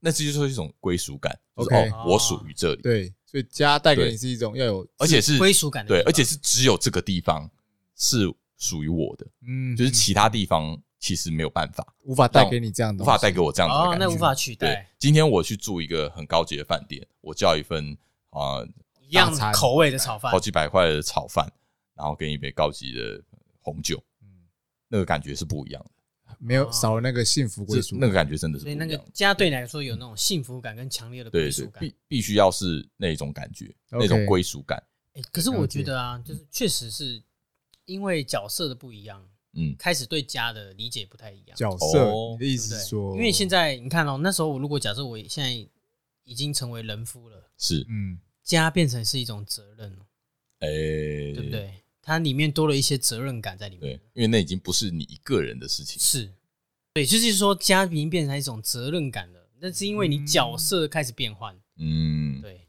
[SPEAKER 2] 那这就是一种归属感，就是
[SPEAKER 1] OK
[SPEAKER 2] 哦，我属于这里，
[SPEAKER 1] 对，所以家带给
[SPEAKER 2] 对
[SPEAKER 1] 你是一种要有，
[SPEAKER 2] 而且是
[SPEAKER 3] 归属感的地
[SPEAKER 2] 对，
[SPEAKER 3] 方
[SPEAKER 2] 而且是只有这个地方是属于我的，
[SPEAKER 1] 嗯，
[SPEAKER 2] 就是其他地方其实没有办法，
[SPEAKER 1] 无法带给你这样的
[SPEAKER 2] 无
[SPEAKER 1] 东
[SPEAKER 2] 法
[SPEAKER 1] 西，
[SPEAKER 2] 带给我这样子的
[SPEAKER 3] 哦，
[SPEAKER 2] 感觉，
[SPEAKER 3] 那无法取
[SPEAKER 2] 对
[SPEAKER 3] 代，。
[SPEAKER 2] 今天我去住一个很高级的饭店，我叫一份啊、呃
[SPEAKER 3] 一样
[SPEAKER 1] 大餐
[SPEAKER 3] 口味的炒饭
[SPEAKER 2] 好，几百块的炒饭，然后跟一杯高级的红酒，
[SPEAKER 1] 嗯
[SPEAKER 2] 那个感觉是不一样的，
[SPEAKER 1] 没有少了那个幸福归
[SPEAKER 2] 是
[SPEAKER 1] 属，
[SPEAKER 2] 那个感觉真的是
[SPEAKER 3] 所
[SPEAKER 2] 不一
[SPEAKER 3] 以那
[SPEAKER 2] 样
[SPEAKER 3] 个
[SPEAKER 2] 的。
[SPEAKER 3] 家对你来说有那种幸福感跟强烈的
[SPEAKER 2] 对
[SPEAKER 3] 归
[SPEAKER 2] 对
[SPEAKER 3] 属，感。
[SPEAKER 2] 必必须要是那种感觉，那
[SPEAKER 1] OK
[SPEAKER 2] 种归属感。
[SPEAKER 3] 诶可是
[SPEAKER 1] 了
[SPEAKER 3] 我
[SPEAKER 1] 解
[SPEAKER 3] 觉得啊，就是确实是因为角色的不一样，
[SPEAKER 2] 嗯，
[SPEAKER 3] 开始对家的理解不太一样。
[SPEAKER 1] 角色
[SPEAKER 2] 哦，
[SPEAKER 1] 你的
[SPEAKER 3] 对
[SPEAKER 1] 意思
[SPEAKER 3] 不
[SPEAKER 1] 是
[SPEAKER 3] 对
[SPEAKER 1] 说，
[SPEAKER 3] 因为现在你看哦，那时候我如果假设我现在已经成为人夫了，
[SPEAKER 2] 是，哎
[SPEAKER 1] 嗯，
[SPEAKER 3] 家变成是一种责任了，
[SPEAKER 2] 诶，
[SPEAKER 3] 对不？对？它里面多了一些责任感在里
[SPEAKER 2] 对
[SPEAKER 3] 面，，
[SPEAKER 2] 因为那已经不是你一个人的事情。
[SPEAKER 3] 是，对，就是说家已经变成一种责任感了，那是因为你角色开始变换，
[SPEAKER 2] 嗯，
[SPEAKER 3] 对，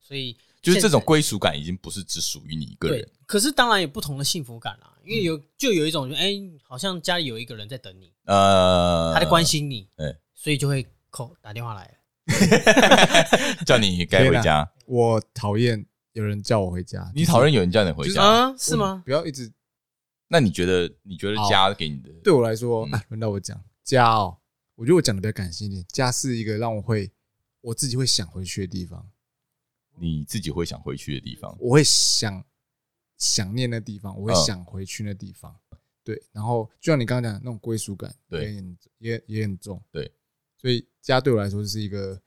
[SPEAKER 3] 所以
[SPEAKER 2] 就是这
[SPEAKER 3] 现
[SPEAKER 2] 种归属感已经不是只属于你一个
[SPEAKER 3] 对
[SPEAKER 2] 人。，嗯
[SPEAKER 3] 可是当然有不同的幸福感啦，因为有就有一种就哎、好像家里有一个人在等你，
[SPEAKER 2] 呃，
[SPEAKER 3] 他在关心你，
[SPEAKER 2] 对
[SPEAKER 3] 所以就会扣打电话来了。
[SPEAKER 2] 叫你该回
[SPEAKER 1] 天
[SPEAKER 2] 家。
[SPEAKER 1] 我讨厌有人叫我回家，
[SPEAKER 2] 你讨厌有人叫你回
[SPEAKER 1] 就是
[SPEAKER 2] 家，
[SPEAKER 3] 啊，是吗？
[SPEAKER 1] 不要一直
[SPEAKER 2] 那你觉得？你觉得家给你的？嗯
[SPEAKER 1] 对我来说，啊轮到我讲家哦，我觉得我讲的比较感性一点，家是一个让我会我自己会想回去的地方，
[SPEAKER 2] 你自己会想回去的地方。
[SPEAKER 1] 我会想想念那地方，我会
[SPEAKER 2] 嗯
[SPEAKER 1] 想回去那地方。对，然后就像你刚刚讲的那种归属感，
[SPEAKER 2] 对
[SPEAKER 1] 也很也也很重。
[SPEAKER 2] 对，
[SPEAKER 1] 所以家对我来说是一个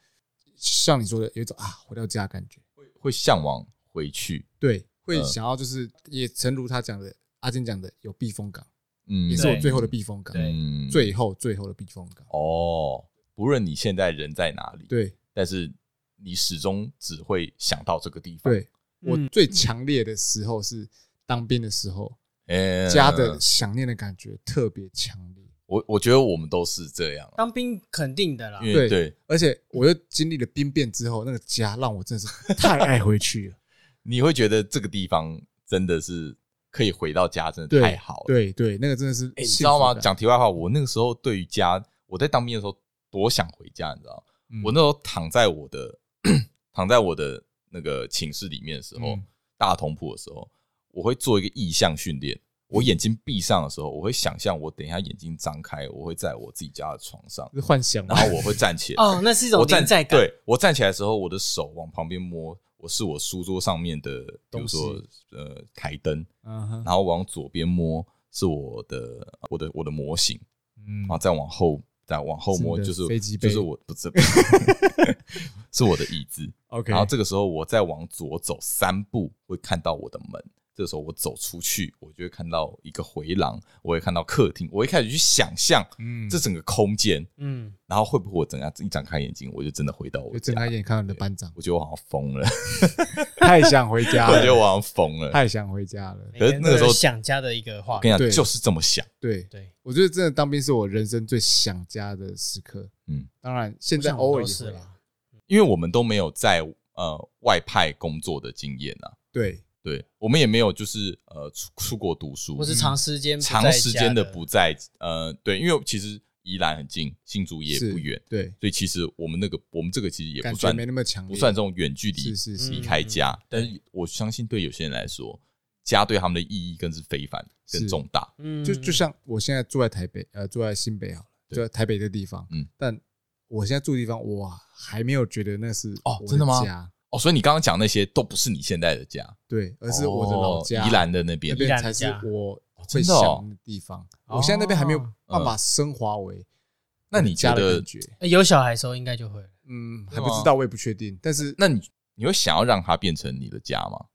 [SPEAKER 1] 像你说的有一种啊回到家的感觉。
[SPEAKER 2] 会向往回去，
[SPEAKER 1] 对，会
[SPEAKER 2] 嗯
[SPEAKER 1] 想要就是也诚如他讲的，阿金讲的有避风港，
[SPEAKER 2] 嗯，
[SPEAKER 1] 也是我最后的避风港，
[SPEAKER 4] 对
[SPEAKER 2] 嗯
[SPEAKER 1] 最后最后的避风港。
[SPEAKER 2] 哦，不论你现在人在哪里，，
[SPEAKER 1] 对
[SPEAKER 2] 但是你始终只会想到这个地方，
[SPEAKER 1] 对，我
[SPEAKER 3] 嗯
[SPEAKER 1] 最强烈的时候是当兵的时候，
[SPEAKER 2] 对
[SPEAKER 1] 家的想念的感觉特别强烈，
[SPEAKER 2] 我我觉得我们都是这样，啊
[SPEAKER 3] 当兵肯定的啦
[SPEAKER 2] 因。为
[SPEAKER 1] 啊对
[SPEAKER 2] 对
[SPEAKER 1] 而且我又经历了兵变之后，那个家让我真的是太爱回去了。
[SPEAKER 2] 你会觉得这个地方真的是可以回到家，真的
[SPEAKER 1] 对，
[SPEAKER 2] 太好了。
[SPEAKER 1] 对对，那个真的是
[SPEAKER 2] 哎，你知
[SPEAKER 1] 幸福
[SPEAKER 2] 道吗？
[SPEAKER 1] 感
[SPEAKER 2] 讲题外话，我那个时候对于家，我在当兵的时候多想回家，你知道吗？
[SPEAKER 1] 嗯
[SPEAKER 2] 我那时候躺在我的 躺在我的那个寝室里面的时候，
[SPEAKER 1] 嗯
[SPEAKER 2] 大通铺的时候，我会做一个意向训练。我眼睛闭上的时候，我会想象我等一下眼睛张开，我会在我自己家的床上，
[SPEAKER 1] 是幻想嘛
[SPEAKER 2] 然，后我会站 起来。
[SPEAKER 3] 哦，那是一种
[SPEAKER 2] 我站
[SPEAKER 3] 连在感。
[SPEAKER 2] 对我站起来的时候，我的手往旁边摸，我是我书桌上面的，比如说
[SPEAKER 1] 东
[SPEAKER 2] 呃台灯，
[SPEAKER 1] 嗯哼
[SPEAKER 2] 然后往左边摸是我的我的我的模型，
[SPEAKER 1] 嗯
[SPEAKER 2] 然后再往后再往后摸
[SPEAKER 1] 是你
[SPEAKER 2] 就
[SPEAKER 1] 的
[SPEAKER 2] 是
[SPEAKER 1] 飞机
[SPEAKER 2] 就
[SPEAKER 1] 杯
[SPEAKER 2] 是我不 是 是我的椅子，
[SPEAKER 1] ，OK，
[SPEAKER 2] 然后这个时候我再往左走三步会看到我的门。这个时候我走出去，我就会看到一个回廊，我会看到客厅，我会开始去想象
[SPEAKER 1] 嗯
[SPEAKER 2] 这整个空间，
[SPEAKER 3] 嗯，
[SPEAKER 2] 然后会不会我整个一张开眼睛，我就真的回到我
[SPEAKER 1] 就
[SPEAKER 2] 家
[SPEAKER 1] 睁开眼看到你的班长，
[SPEAKER 2] 我觉得我好像疯了，
[SPEAKER 1] 太想回 家
[SPEAKER 2] 我觉得
[SPEAKER 1] 了，
[SPEAKER 2] 我好像疯了。
[SPEAKER 1] 太想回家了。
[SPEAKER 2] 可是那个
[SPEAKER 3] 每人
[SPEAKER 2] 时候
[SPEAKER 3] 都有想家的一个话
[SPEAKER 2] 我，跟你讲，
[SPEAKER 1] 对
[SPEAKER 2] 就是这么想。
[SPEAKER 1] 对，
[SPEAKER 3] 对，
[SPEAKER 1] 我觉得真的当兵是我人生最想家的时刻。
[SPEAKER 2] 嗯
[SPEAKER 1] 嗯，当然现
[SPEAKER 3] 我
[SPEAKER 1] 在
[SPEAKER 3] 想
[SPEAKER 1] 偶
[SPEAKER 3] 我
[SPEAKER 1] 尔
[SPEAKER 3] 都
[SPEAKER 1] 也
[SPEAKER 3] 是
[SPEAKER 1] 会啊。
[SPEAKER 3] 啦。
[SPEAKER 2] 因为我们都没有在呃外派工作的经验啊，
[SPEAKER 1] 对，
[SPEAKER 2] 对我们也没有就是呃出出国读书，
[SPEAKER 3] 我是长时间不在
[SPEAKER 2] 嗯长时间
[SPEAKER 3] 家的
[SPEAKER 2] 的不在呃对，因为其实宜兰很近，新竹也
[SPEAKER 1] 是
[SPEAKER 2] 不远，
[SPEAKER 1] 对，
[SPEAKER 2] 所以其实我们那个我们这个其实也
[SPEAKER 1] 感
[SPEAKER 2] 不
[SPEAKER 1] 觉
[SPEAKER 2] 算
[SPEAKER 1] 没那么强烈，
[SPEAKER 2] 不算这种嗯远距离
[SPEAKER 1] 是嗯是
[SPEAKER 2] 离
[SPEAKER 1] 是，
[SPEAKER 2] 开家，但是我相信对有些人来说，家对他们的意义更是非凡、更
[SPEAKER 1] 是
[SPEAKER 2] 重大。
[SPEAKER 3] 嗯，
[SPEAKER 1] 就就像我现在住在台北，呃，住在新北好了，
[SPEAKER 2] 对
[SPEAKER 1] 住在台北这地方，
[SPEAKER 2] 嗯
[SPEAKER 1] 嗯，但我现在住的地方，我还没有觉得那是
[SPEAKER 2] 哦
[SPEAKER 1] 我
[SPEAKER 2] 真的吗
[SPEAKER 1] 家，
[SPEAKER 2] 哦，所以你刚刚讲那些都不是你现在的家，
[SPEAKER 1] 对，而是我的老家
[SPEAKER 2] 哦宜兰的那边
[SPEAKER 1] 那
[SPEAKER 3] 宜
[SPEAKER 1] 边
[SPEAKER 3] 兰
[SPEAKER 1] 才是
[SPEAKER 3] 家
[SPEAKER 1] 我
[SPEAKER 2] 真
[SPEAKER 1] 会
[SPEAKER 2] 的哦哦嗯
[SPEAKER 1] 想的地方。我现在那边还没有办法升华为
[SPEAKER 2] 那你觉
[SPEAKER 1] 家的
[SPEAKER 2] 得
[SPEAKER 1] 感？觉，
[SPEAKER 3] 欸有小孩的时候应该就会了。
[SPEAKER 1] 嗯，
[SPEAKER 2] 真的吗
[SPEAKER 1] 还不知道，我也不确定，但是
[SPEAKER 2] 那你你会想要让它变成你的家吗？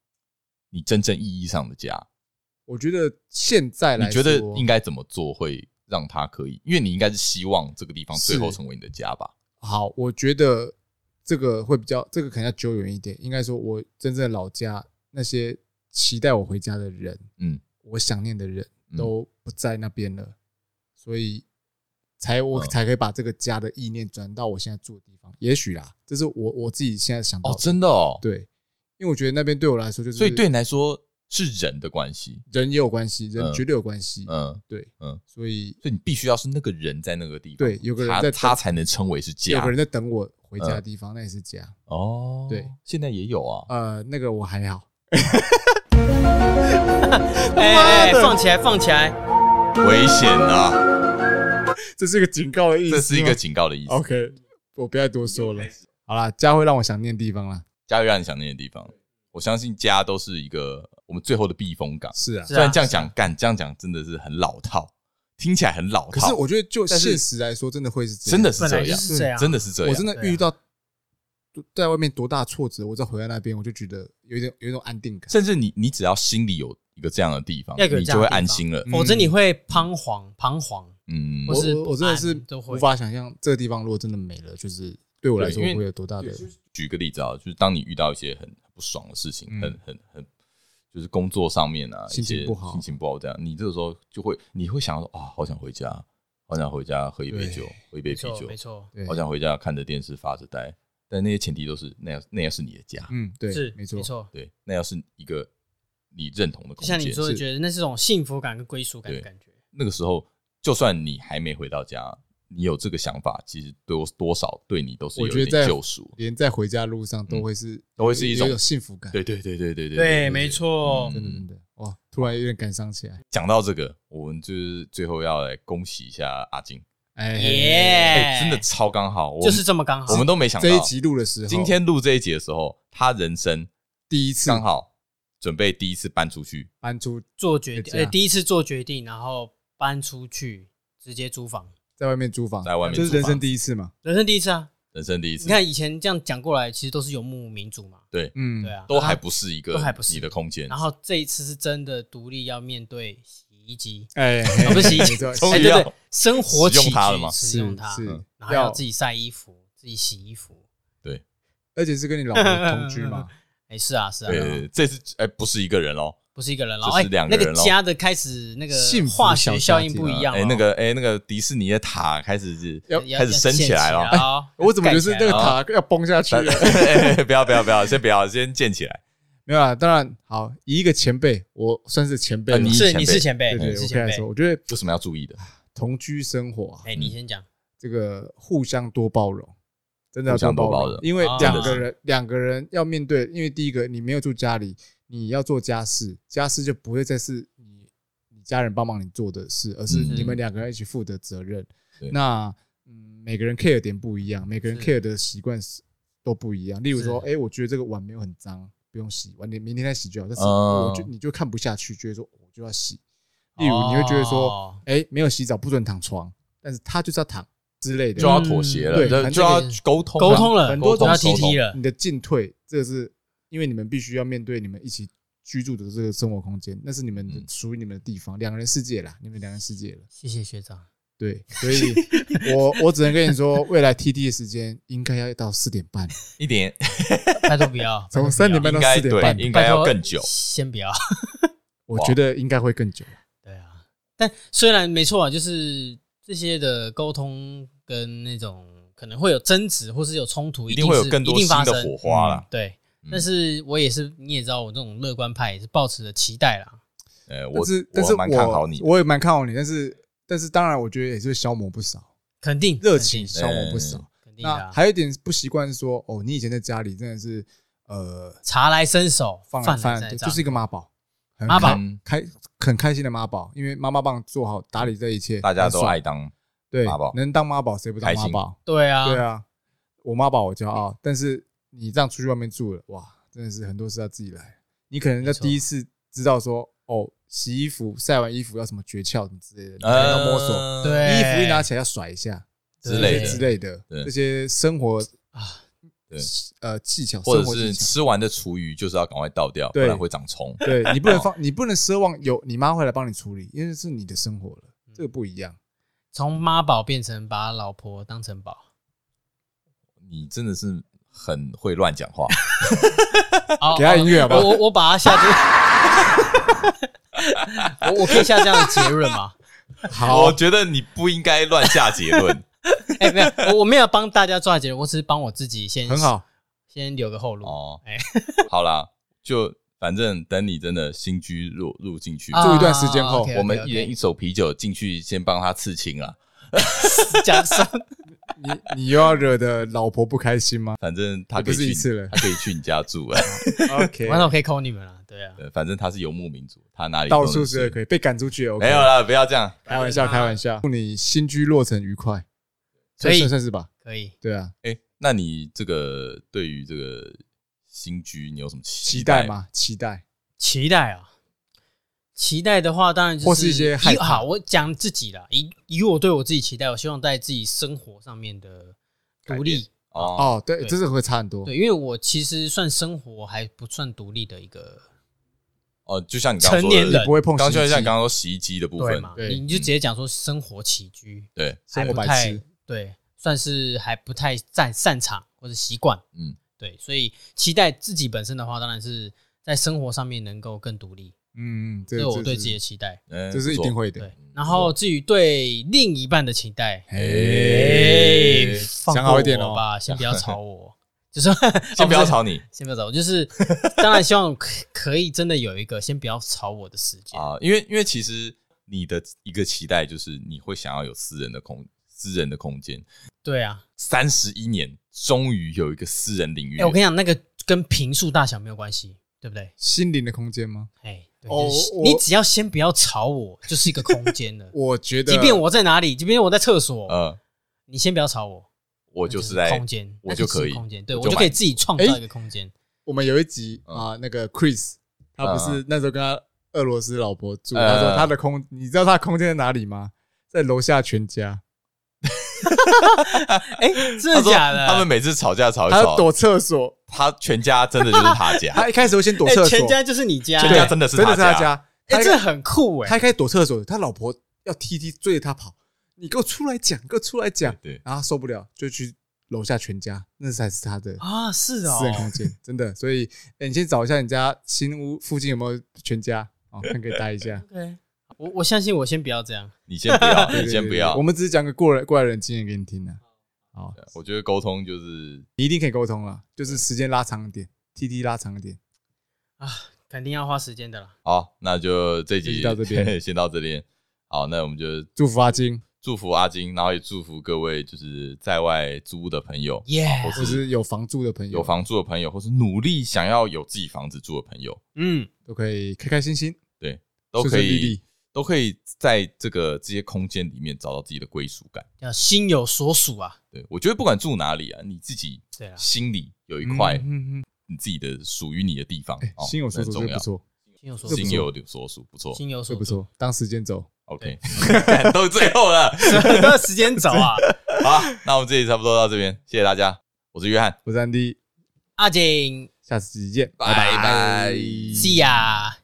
[SPEAKER 2] 你真正意义上的家，
[SPEAKER 1] 我觉得现在
[SPEAKER 2] 你
[SPEAKER 1] 来
[SPEAKER 2] 觉
[SPEAKER 1] 说，
[SPEAKER 2] 得应该怎么做会让它可以？因为你应该是希望这个地方最后
[SPEAKER 1] 是
[SPEAKER 2] 成为你的家吧？
[SPEAKER 1] 好，我觉得这个会比较，这个可能要久远一点。应该说，我真正的老家那些期待我回家的人，
[SPEAKER 2] 嗯，
[SPEAKER 1] 我想念的人
[SPEAKER 2] 嗯
[SPEAKER 1] 都不在那边了，所以才我
[SPEAKER 2] 嗯
[SPEAKER 1] 才可以把这个家的意念转到我现在住的地方。也许啦，这是我我自己现在想到
[SPEAKER 2] 哦，真的哦，
[SPEAKER 1] 对，因为我觉得那边对我来说就是，
[SPEAKER 2] 所以对你来说是人的关系，
[SPEAKER 1] 人也有关系，
[SPEAKER 2] 嗯
[SPEAKER 1] 人绝对有关系。
[SPEAKER 2] 嗯，
[SPEAKER 1] 对，
[SPEAKER 2] 嗯
[SPEAKER 1] 嗯，所以
[SPEAKER 2] 所以你必须要是那个人在那个地方，
[SPEAKER 1] 对有个人
[SPEAKER 2] 他
[SPEAKER 1] 在
[SPEAKER 2] 他才能称为是家
[SPEAKER 1] 有个人在等我回家的
[SPEAKER 2] 嗯
[SPEAKER 1] 地方，那也是家。
[SPEAKER 2] 哦，
[SPEAKER 1] 对，
[SPEAKER 2] 现在也有啊，
[SPEAKER 1] 呃，那个我还好。
[SPEAKER 3] 哎哎，哎放起来，放起来！
[SPEAKER 2] 危险啊，
[SPEAKER 1] 这是一个警告的意思吗，哦
[SPEAKER 2] 这是一个警告的意思。
[SPEAKER 1] OK，我不要多说了。好啦，家会让我想念的地方啦。
[SPEAKER 2] 家会让你想念的地方。我相信家都是一个我们最后的避风港。
[SPEAKER 1] 是啊
[SPEAKER 3] 是
[SPEAKER 2] 虽然这样讲，干这样讲真的是很老套，听起来很老
[SPEAKER 1] 可
[SPEAKER 2] 套，
[SPEAKER 1] 是我觉得就
[SPEAKER 2] 但是
[SPEAKER 1] 现实来说，真的会是这样
[SPEAKER 2] 真的是
[SPEAKER 3] 本
[SPEAKER 2] 这
[SPEAKER 3] 来就
[SPEAKER 2] 样，
[SPEAKER 3] 是这样，
[SPEAKER 2] 真的是这样。
[SPEAKER 1] 我真的
[SPEAKER 3] 对啊
[SPEAKER 1] 遇到多在外面多大挫折，我再回到那边，我就觉得有一点有一种安定感。
[SPEAKER 2] 甚至你你只要心里有一个这样的地方，
[SPEAKER 3] 要有
[SPEAKER 2] 你
[SPEAKER 3] 这样
[SPEAKER 2] 就
[SPEAKER 3] 的地方
[SPEAKER 2] 会安心了。
[SPEAKER 1] 嗯
[SPEAKER 3] 否则你会彷徨，彷徨。
[SPEAKER 2] 嗯，
[SPEAKER 1] 我
[SPEAKER 3] 或是
[SPEAKER 1] 我我真的是
[SPEAKER 3] 不安都会
[SPEAKER 1] 无法想象这个地方如果真的没了，就是对我来说
[SPEAKER 2] 对因为
[SPEAKER 1] 会有多大的
[SPEAKER 2] 举个例子啊，就是当你遇到一些很很不爽的事情，
[SPEAKER 1] 嗯
[SPEAKER 2] 很很很，就是工作上面啊，
[SPEAKER 1] 心情
[SPEAKER 2] 一些
[SPEAKER 1] 不好
[SPEAKER 2] 心情不好这样，你这个时候就会你会想说啊、好想回家，好想回家喝一杯
[SPEAKER 1] 对
[SPEAKER 2] 酒，喝一杯
[SPEAKER 3] 没
[SPEAKER 2] 啤
[SPEAKER 3] 错，
[SPEAKER 2] 酒
[SPEAKER 3] 没，错，
[SPEAKER 1] 对
[SPEAKER 2] 好，想回家看着电视发着呆。但那些前提都是那要那要是你的家，
[SPEAKER 1] 嗯，对
[SPEAKER 3] 是，
[SPEAKER 1] 没
[SPEAKER 3] 没
[SPEAKER 1] 错，
[SPEAKER 3] 错。
[SPEAKER 2] 对，那要是一个你认同的
[SPEAKER 3] 就
[SPEAKER 2] 空
[SPEAKER 3] 像你
[SPEAKER 2] 间，
[SPEAKER 3] 说的，
[SPEAKER 1] 是
[SPEAKER 3] 觉得那是种幸福感跟归属感的
[SPEAKER 2] 对
[SPEAKER 3] 感觉。
[SPEAKER 2] 那个时候就算你还没回到家，你有这个想法，其实多多少对你都是有
[SPEAKER 1] 我觉
[SPEAKER 2] 一
[SPEAKER 1] 得
[SPEAKER 2] 点
[SPEAKER 1] 在
[SPEAKER 2] 救赎。
[SPEAKER 1] 连在回家路上都会是
[SPEAKER 2] 嗯都会是一
[SPEAKER 1] 一
[SPEAKER 2] 种
[SPEAKER 1] 幸福感。
[SPEAKER 2] 对对对对对对嗯
[SPEAKER 3] 没错
[SPEAKER 1] 真的真的，哇，突然有点感伤起来。
[SPEAKER 2] 讲到这个，我们就是最后要来恭喜一下阿金，
[SPEAKER 1] 哎，
[SPEAKER 3] 耶
[SPEAKER 2] 哎，真的超刚好，我
[SPEAKER 3] 嗯
[SPEAKER 2] 们
[SPEAKER 3] 就是这么刚好。
[SPEAKER 2] 我们都没想到
[SPEAKER 1] 这一集录的时候，
[SPEAKER 2] 今天录这一集的时候，他人生
[SPEAKER 1] 第一次
[SPEAKER 2] 刚好准备第一次搬出去，
[SPEAKER 1] 搬出，
[SPEAKER 3] 做决定，
[SPEAKER 1] 这样
[SPEAKER 3] 呃，第一次做决定，然后搬出去，直接租房，
[SPEAKER 1] 在外面租房，
[SPEAKER 2] 在外面
[SPEAKER 1] 就是
[SPEAKER 2] 租
[SPEAKER 1] 人
[SPEAKER 2] 房
[SPEAKER 1] 生第一次嘛。
[SPEAKER 3] 人生第一次啊！
[SPEAKER 2] 人生第一次，
[SPEAKER 3] 你看以前这样讲过来，其实都是游牧民族嘛，
[SPEAKER 2] 对，
[SPEAKER 1] 嗯，
[SPEAKER 3] 对啊，
[SPEAKER 2] 都还不是一个
[SPEAKER 3] 都还不是
[SPEAKER 2] 你的空间，
[SPEAKER 3] 然后。然后这一次是真的独立，要面对洗衣 机，
[SPEAKER 1] 哎，
[SPEAKER 3] 啊不是洗衣
[SPEAKER 1] 没
[SPEAKER 3] 机，
[SPEAKER 1] 错
[SPEAKER 2] 终
[SPEAKER 3] 哎
[SPEAKER 2] 于
[SPEAKER 3] 对
[SPEAKER 2] 要
[SPEAKER 3] 对，生活起
[SPEAKER 2] 使
[SPEAKER 3] 居
[SPEAKER 2] 用它了吗
[SPEAKER 3] 使用它，
[SPEAKER 1] 是
[SPEAKER 3] 嗯
[SPEAKER 1] 是
[SPEAKER 3] 然后要自己晒衣服，自己洗衣服。
[SPEAKER 1] 而且是跟你老婆同居 嘛，
[SPEAKER 3] 哎，是啊，是啊，
[SPEAKER 2] 对，这次哎不是一个人哦，
[SPEAKER 3] 不是一个人了，
[SPEAKER 2] 就是
[SPEAKER 3] 哎，
[SPEAKER 2] 两个
[SPEAKER 3] 那
[SPEAKER 2] 人
[SPEAKER 3] 个
[SPEAKER 2] 咯
[SPEAKER 3] 家的开始那个
[SPEAKER 1] 幸福
[SPEAKER 3] 化学
[SPEAKER 1] 小
[SPEAKER 3] 效
[SPEAKER 1] 家
[SPEAKER 3] 应
[SPEAKER 1] 庭
[SPEAKER 3] 不一样了，哦
[SPEAKER 2] 哎那个哎那个迪士尼的塔开始是
[SPEAKER 1] 要
[SPEAKER 3] 要
[SPEAKER 2] 开始升起来了
[SPEAKER 3] 要建哦
[SPEAKER 1] 我怎么觉得是那
[SPEAKER 2] 盖
[SPEAKER 1] 个
[SPEAKER 2] 起来
[SPEAKER 1] 塔要崩下去了？
[SPEAKER 2] 哎 不要不要不要，先不要，先建起来。
[SPEAKER 1] 没有啊，当然好，以一个前辈，我算是前辈了，
[SPEAKER 2] 啊你
[SPEAKER 3] 是
[SPEAKER 2] 前辈
[SPEAKER 3] 你是前辈，
[SPEAKER 1] 对对，
[SPEAKER 3] 你是
[SPEAKER 1] 我
[SPEAKER 3] 前
[SPEAKER 1] 跟你
[SPEAKER 3] 辈
[SPEAKER 1] 说，。我觉得
[SPEAKER 2] 有什么要注意的？
[SPEAKER 1] 同居生活啊，
[SPEAKER 3] 哎，你先讲，
[SPEAKER 1] 这个互相多包容，真的要
[SPEAKER 2] 互相
[SPEAKER 1] 多
[SPEAKER 2] 多包
[SPEAKER 1] 容
[SPEAKER 2] 容，
[SPEAKER 1] 因为
[SPEAKER 3] 啊
[SPEAKER 1] 两个人两个人要面对，因为第一个你没有住家里，你要做家事，家事就不会再是你你家人帮忙你做的事，而是
[SPEAKER 2] 嗯
[SPEAKER 1] 你们两个人一起负的责任
[SPEAKER 2] 对。
[SPEAKER 1] 那嗯，每个人 care 点不一样，每个人
[SPEAKER 3] 是
[SPEAKER 1] care 的习惯是都不一样。例如说，
[SPEAKER 3] 是
[SPEAKER 1] 哎，我觉得这个碗没有很脏，不用洗，晚点明天再洗就好。但是
[SPEAKER 2] 哦
[SPEAKER 1] 我就你就看不下去，觉得说哦我就要洗。例如，你会觉得说，
[SPEAKER 3] 哦，
[SPEAKER 1] 哎、没有洗澡不准躺床，但是他就是要躺之类的，
[SPEAKER 2] 就要妥协了，
[SPEAKER 1] 嗯对
[SPEAKER 2] 就
[SPEAKER 1] 反正
[SPEAKER 2] 就要沟通啊
[SPEAKER 3] 沟通了，
[SPEAKER 1] 很多
[SPEAKER 3] 沟通要
[SPEAKER 2] 东西
[SPEAKER 3] TT 了
[SPEAKER 1] 你，的进退，这个是因为你们必须要面对你们一起居住的这个生活空间，那是你们的
[SPEAKER 2] 嗯
[SPEAKER 1] 属于你们的地方，两个人世界啦，你们两个人世界了，
[SPEAKER 3] 谢谢学长。
[SPEAKER 1] 对，所以我我只能跟你说，未来 TT 的时间应该要到四点半，
[SPEAKER 2] 一点，
[SPEAKER 3] 拜托不要，拜托不要
[SPEAKER 1] 从三点 半
[SPEAKER 2] 应
[SPEAKER 1] 到
[SPEAKER 2] 该
[SPEAKER 1] 四点
[SPEAKER 2] 对
[SPEAKER 1] 半，，
[SPEAKER 2] 应该要更久
[SPEAKER 3] 拜托。先不要。
[SPEAKER 1] 我觉得应该会更久。
[SPEAKER 3] 对啊，但虽然没错啊，就是这些的沟通跟那种可能会有争执或是有冲突，
[SPEAKER 2] 一
[SPEAKER 3] 一
[SPEAKER 2] 定
[SPEAKER 3] 是
[SPEAKER 2] 会有更多
[SPEAKER 3] 一定
[SPEAKER 2] 新
[SPEAKER 3] 发
[SPEAKER 2] 的
[SPEAKER 3] 生
[SPEAKER 2] 火。花啦。
[SPEAKER 3] 对
[SPEAKER 2] 嗯，
[SPEAKER 3] 但是我也是，你也知道，我这种乐观派也是抱持着期待啦。嗯
[SPEAKER 2] 呃，我
[SPEAKER 1] 但是但是
[SPEAKER 2] 我蛮看好你的，
[SPEAKER 1] 我也蛮看好你，但是但是当然，我觉得也是消磨不少，
[SPEAKER 3] 肯定
[SPEAKER 1] 热情
[SPEAKER 3] 肯定
[SPEAKER 1] 消磨不少。
[SPEAKER 2] 哎
[SPEAKER 3] 肯定的
[SPEAKER 1] 那
[SPEAKER 3] 啊，
[SPEAKER 1] 还有一点不习惯是说，哦，你以前在家里真的是呃，
[SPEAKER 3] 茶来伸手，
[SPEAKER 1] 放
[SPEAKER 3] 饭
[SPEAKER 1] 饭
[SPEAKER 3] 来
[SPEAKER 1] 对
[SPEAKER 3] 张
[SPEAKER 1] 就是一个妈宝，很
[SPEAKER 3] 妈宝
[SPEAKER 2] 嗯
[SPEAKER 1] 开很开心的妈宝，因为妈妈帮你做好打理这一切，
[SPEAKER 2] 大家
[SPEAKER 1] 很
[SPEAKER 2] 都
[SPEAKER 1] 爽
[SPEAKER 2] 爱当
[SPEAKER 1] 对
[SPEAKER 2] 妈宝
[SPEAKER 1] 能当妈宝谁不当
[SPEAKER 2] 开
[SPEAKER 1] 妈
[SPEAKER 2] 心
[SPEAKER 1] 宝？
[SPEAKER 3] 对啊，
[SPEAKER 1] 对啊，我妈宝我骄傲，但是你这样出去外面住了，哇，真的是很多事要自己来，你可能在
[SPEAKER 3] 没错
[SPEAKER 1] 第一次知道说，哦，洗衣服、晒完衣服要什么诀窍什么之类的，你可能要
[SPEAKER 2] 呃
[SPEAKER 1] 摸索，
[SPEAKER 3] 对
[SPEAKER 1] 衣服一拿起来要甩一下
[SPEAKER 2] 之
[SPEAKER 1] 这
[SPEAKER 2] 类
[SPEAKER 1] 些
[SPEAKER 2] 的
[SPEAKER 1] 之类的，
[SPEAKER 2] 对
[SPEAKER 1] 这些生活
[SPEAKER 3] 啊，
[SPEAKER 1] 呃技巧，
[SPEAKER 2] 或
[SPEAKER 1] 生
[SPEAKER 2] 者
[SPEAKER 1] 活技
[SPEAKER 2] 是
[SPEAKER 1] 巧。
[SPEAKER 2] 吃完的厨余就是要赶快倒掉，不
[SPEAKER 1] 对
[SPEAKER 2] 然会长虫。
[SPEAKER 1] 对你不能放，你不能奢望有你妈会来帮你处理，因为是你的生活了，这个
[SPEAKER 3] 嗯
[SPEAKER 1] 不一样。
[SPEAKER 3] 从妈宝变成把老婆当成宝
[SPEAKER 2] 你真的是很会乱讲话，
[SPEAKER 3] 哦
[SPEAKER 1] 给他音乐好不好
[SPEAKER 3] 我我我把它下这， 我我可以下这样的结论吗？
[SPEAKER 2] 我觉得你不应该乱下结论。
[SPEAKER 3] 哎、没有，我我没有帮大家抓结论，我只是帮我自己先
[SPEAKER 1] 很，好，
[SPEAKER 3] 先留个后路。
[SPEAKER 2] 哦
[SPEAKER 3] 哎、
[SPEAKER 2] 好啦，就反正等你真的新居入入进去，
[SPEAKER 1] 住一段时间后
[SPEAKER 3] 啊 OK，OK，OK
[SPEAKER 2] 我们一人一手啤酒进去，先帮他刺青啊。
[SPEAKER 3] 讲什么？
[SPEAKER 1] 你你又要惹得老婆不开心吗
[SPEAKER 2] 反正他
[SPEAKER 1] 也
[SPEAKER 2] 可
[SPEAKER 1] 不
[SPEAKER 2] 以
[SPEAKER 1] 是
[SPEAKER 2] 去
[SPEAKER 1] 一次了
[SPEAKER 2] 他可以去你家住啊。
[SPEAKER 1] ？OK，
[SPEAKER 3] 完了，我可以扣你们了。对啊，
[SPEAKER 2] 呃反正他是游牧民族，他哪里
[SPEAKER 1] 到
[SPEAKER 2] 都能
[SPEAKER 1] 处是
[SPEAKER 2] 睡
[SPEAKER 1] 可以被赶出去也 OK。
[SPEAKER 2] 没有，啦，不要这样。
[SPEAKER 1] 开玩笑，开玩笑。祝你新居落成愉快，
[SPEAKER 3] 可以
[SPEAKER 1] 算算是吧？
[SPEAKER 3] 可以。
[SPEAKER 1] 对啊，
[SPEAKER 2] 哎、那你这个对于这个新居，你有什么期
[SPEAKER 1] 期待
[SPEAKER 2] 吗？
[SPEAKER 1] 吗？期待。
[SPEAKER 3] 期待啊，期待的话，当然就是
[SPEAKER 1] 或是一些害
[SPEAKER 3] 以
[SPEAKER 1] 怕
[SPEAKER 3] 好，我讲自己啦，以以我对我自己期待，我希望在自己生活上面的独
[SPEAKER 2] 改
[SPEAKER 3] 立。
[SPEAKER 2] 哦，
[SPEAKER 1] 哦，对，
[SPEAKER 3] 对
[SPEAKER 1] 这是会差很多。
[SPEAKER 3] 对，因为我其实算生活还不算独立的一个，
[SPEAKER 2] 哦，就像你刚刚
[SPEAKER 3] 成
[SPEAKER 2] 说
[SPEAKER 3] 年
[SPEAKER 1] 你
[SPEAKER 3] 人
[SPEAKER 2] 的，
[SPEAKER 1] 不会碰
[SPEAKER 2] 刚刚
[SPEAKER 1] 洗
[SPEAKER 2] 就
[SPEAKER 1] 衣
[SPEAKER 2] 像你
[SPEAKER 1] 机，
[SPEAKER 2] 刚刚说洗衣机的部
[SPEAKER 3] 对
[SPEAKER 2] 分，
[SPEAKER 3] 嘛？
[SPEAKER 1] 对
[SPEAKER 3] 你就直接讲说生活起居，
[SPEAKER 2] 对，
[SPEAKER 1] 生活
[SPEAKER 3] 还
[SPEAKER 1] 白
[SPEAKER 3] 不太
[SPEAKER 1] 痴。
[SPEAKER 3] 对，算是还不太擅擅长或者习惯，
[SPEAKER 2] 嗯，
[SPEAKER 3] 对，所以期待自己本身的话，当然是在生活上面能够更独立，
[SPEAKER 1] 嗯嗯，
[SPEAKER 3] 这
[SPEAKER 1] 这
[SPEAKER 3] 是我
[SPEAKER 1] 这
[SPEAKER 3] 对
[SPEAKER 1] 是
[SPEAKER 3] 自己的期待。
[SPEAKER 2] 嗯，
[SPEAKER 1] 这是一定会的
[SPEAKER 3] 对。，然后至于对另一半的期待，
[SPEAKER 1] 嘿
[SPEAKER 3] 哎
[SPEAKER 1] 想
[SPEAKER 3] 放
[SPEAKER 1] 好一点
[SPEAKER 3] 过我
[SPEAKER 1] 哦
[SPEAKER 3] 吧，先不要吵我，就是
[SPEAKER 2] 不错，先不要，吵你
[SPEAKER 3] 哦是先不要吵我，就是当然希望可可以真的有一个先不要吵我的时间，
[SPEAKER 2] 啊，因为因为其实你的一个期待就是你会想要有私人的空私人的空间，
[SPEAKER 3] 对啊，
[SPEAKER 2] 三十一年终于有一个私人领域
[SPEAKER 3] 哎哎，，我跟你讲，那个跟平数大小没有关系，对不对？
[SPEAKER 1] 心灵的空间吗？
[SPEAKER 3] 哎，对
[SPEAKER 1] 哦
[SPEAKER 3] 就是
[SPEAKER 1] 我。
[SPEAKER 3] 你只要先不要吵我，就是一个空间了
[SPEAKER 1] 我觉得，
[SPEAKER 3] 即便我在哪里，即便我在厕所，
[SPEAKER 2] 呃，
[SPEAKER 3] 你先不要吵我，
[SPEAKER 2] 我
[SPEAKER 3] 那就
[SPEAKER 2] 就是在
[SPEAKER 3] 空间，
[SPEAKER 2] 我
[SPEAKER 3] 那就
[SPEAKER 2] 就可以
[SPEAKER 3] 是空间，对
[SPEAKER 2] 我
[SPEAKER 3] 我
[SPEAKER 2] 就
[SPEAKER 3] 就可以
[SPEAKER 2] 买
[SPEAKER 3] 自己创
[SPEAKER 1] 哎
[SPEAKER 3] 造一个空间。
[SPEAKER 1] 我们有一集
[SPEAKER 2] 嗯
[SPEAKER 1] 啊，那个 Chris 他不是那时候跟他俄罗斯老婆住，
[SPEAKER 2] 呃
[SPEAKER 1] 他说他的空，你知道他的空间在哪里吗？在楼下全家，
[SPEAKER 3] 哎，真
[SPEAKER 2] 他
[SPEAKER 3] 的
[SPEAKER 2] 说
[SPEAKER 3] 假的？哎
[SPEAKER 2] 他们每次吵架吵一
[SPEAKER 1] 他
[SPEAKER 2] 吵，
[SPEAKER 1] 躲厕所，
[SPEAKER 2] 他全家真的就是他家，
[SPEAKER 1] 他一开始会先躲
[SPEAKER 3] 哎
[SPEAKER 1] 厕所，
[SPEAKER 3] 全家就是你家，
[SPEAKER 2] 全
[SPEAKER 1] 对
[SPEAKER 2] 家真的是
[SPEAKER 1] 真的
[SPEAKER 2] 他
[SPEAKER 1] 是他
[SPEAKER 2] 家
[SPEAKER 1] 家，
[SPEAKER 3] 哎，
[SPEAKER 1] 他
[SPEAKER 3] 这很酷
[SPEAKER 1] 他
[SPEAKER 3] 哎
[SPEAKER 1] 一。开始躲厕所，他老婆要踢踢追着他跑，你给我出来讲，给我出来讲，
[SPEAKER 2] 对，
[SPEAKER 1] 然后他受不了就去楼下全家，那才是他的
[SPEAKER 3] 啊，是哦
[SPEAKER 1] 私，人空间，真的。所以、哎你先找一下你家新屋附近有没有全家哦，看可以待一下。
[SPEAKER 3] OK，我我相信我先不要这样。
[SPEAKER 2] 你先不 要，
[SPEAKER 1] 对
[SPEAKER 2] 你
[SPEAKER 1] 对对
[SPEAKER 2] 先不要
[SPEAKER 1] 我。们只是讲个过来过来人经验给你听的、好，
[SPEAKER 2] 我觉得沟通就是
[SPEAKER 1] 你一定可以沟通了，就是时间拉长一点，T T 拉长一点。
[SPEAKER 3] 肯定要花时间的啦。
[SPEAKER 2] 好，那就这集
[SPEAKER 1] 就到这 边
[SPEAKER 2] 先到这边。好，那我们就
[SPEAKER 1] 祝福阿金，
[SPEAKER 2] 祝福阿金，然后也祝福各位就是在外租屋的朋友，
[SPEAKER 3] 耶，
[SPEAKER 2] 或
[SPEAKER 1] 或
[SPEAKER 2] 是
[SPEAKER 1] 是有房住的朋友，
[SPEAKER 2] 有房住的朋友，或是努力想要有自己房子住的朋友，
[SPEAKER 3] 嗯，
[SPEAKER 1] 都可以开开心心，
[SPEAKER 2] 都可
[SPEAKER 1] 顺顺利
[SPEAKER 2] 以
[SPEAKER 1] 利。
[SPEAKER 2] 都可以在这个这些空间里面找到自己的归属感。
[SPEAKER 3] 要心有所属啊。
[SPEAKER 2] 对我觉得不管住哪里啊，你自己
[SPEAKER 3] 对啊，
[SPEAKER 2] 心里有一块
[SPEAKER 1] 嗯嗯嗯
[SPEAKER 2] 你自己的属于你的地方，
[SPEAKER 1] 哎
[SPEAKER 2] 哦，
[SPEAKER 1] 心有所
[SPEAKER 2] 那
[SPEAKER 1] 属，
[SPEAKER 2] 很
[SPEAKER 1] 这
[SPEAKER 2] 重
[SPEAKER 1] 个
[SPEAKER 2] 要
[SPEAKER 1] 不。错，
[SPEAKER 3] 心有所属，
[SPEAKER 2] 心有所属，不错。
[SPEAKER 3] 心有
[SPEAKER 1] 这
[SPEAKER 3] 所
[SPEAKER 1] 哎个不
[SPEAKER 3] 属。
[SPEAKER 1] 错。当时间走，
[SPEAKER 2] OK，都 最后了，
[SPEAKER 3] 不要 时间走啊，
[SPEAKER 2] 好，那我们这集差不多到这边，谢谢大家，我是约翰，
[SPEAKER 1] 我是安迪，
[SPEAKER 3] 阿景
[SPEAKER 1] 下次见，
[SPEAKER 2] 拜拜
[SPEAKER 1] 拜
[SPEAKER 3] ，see ya。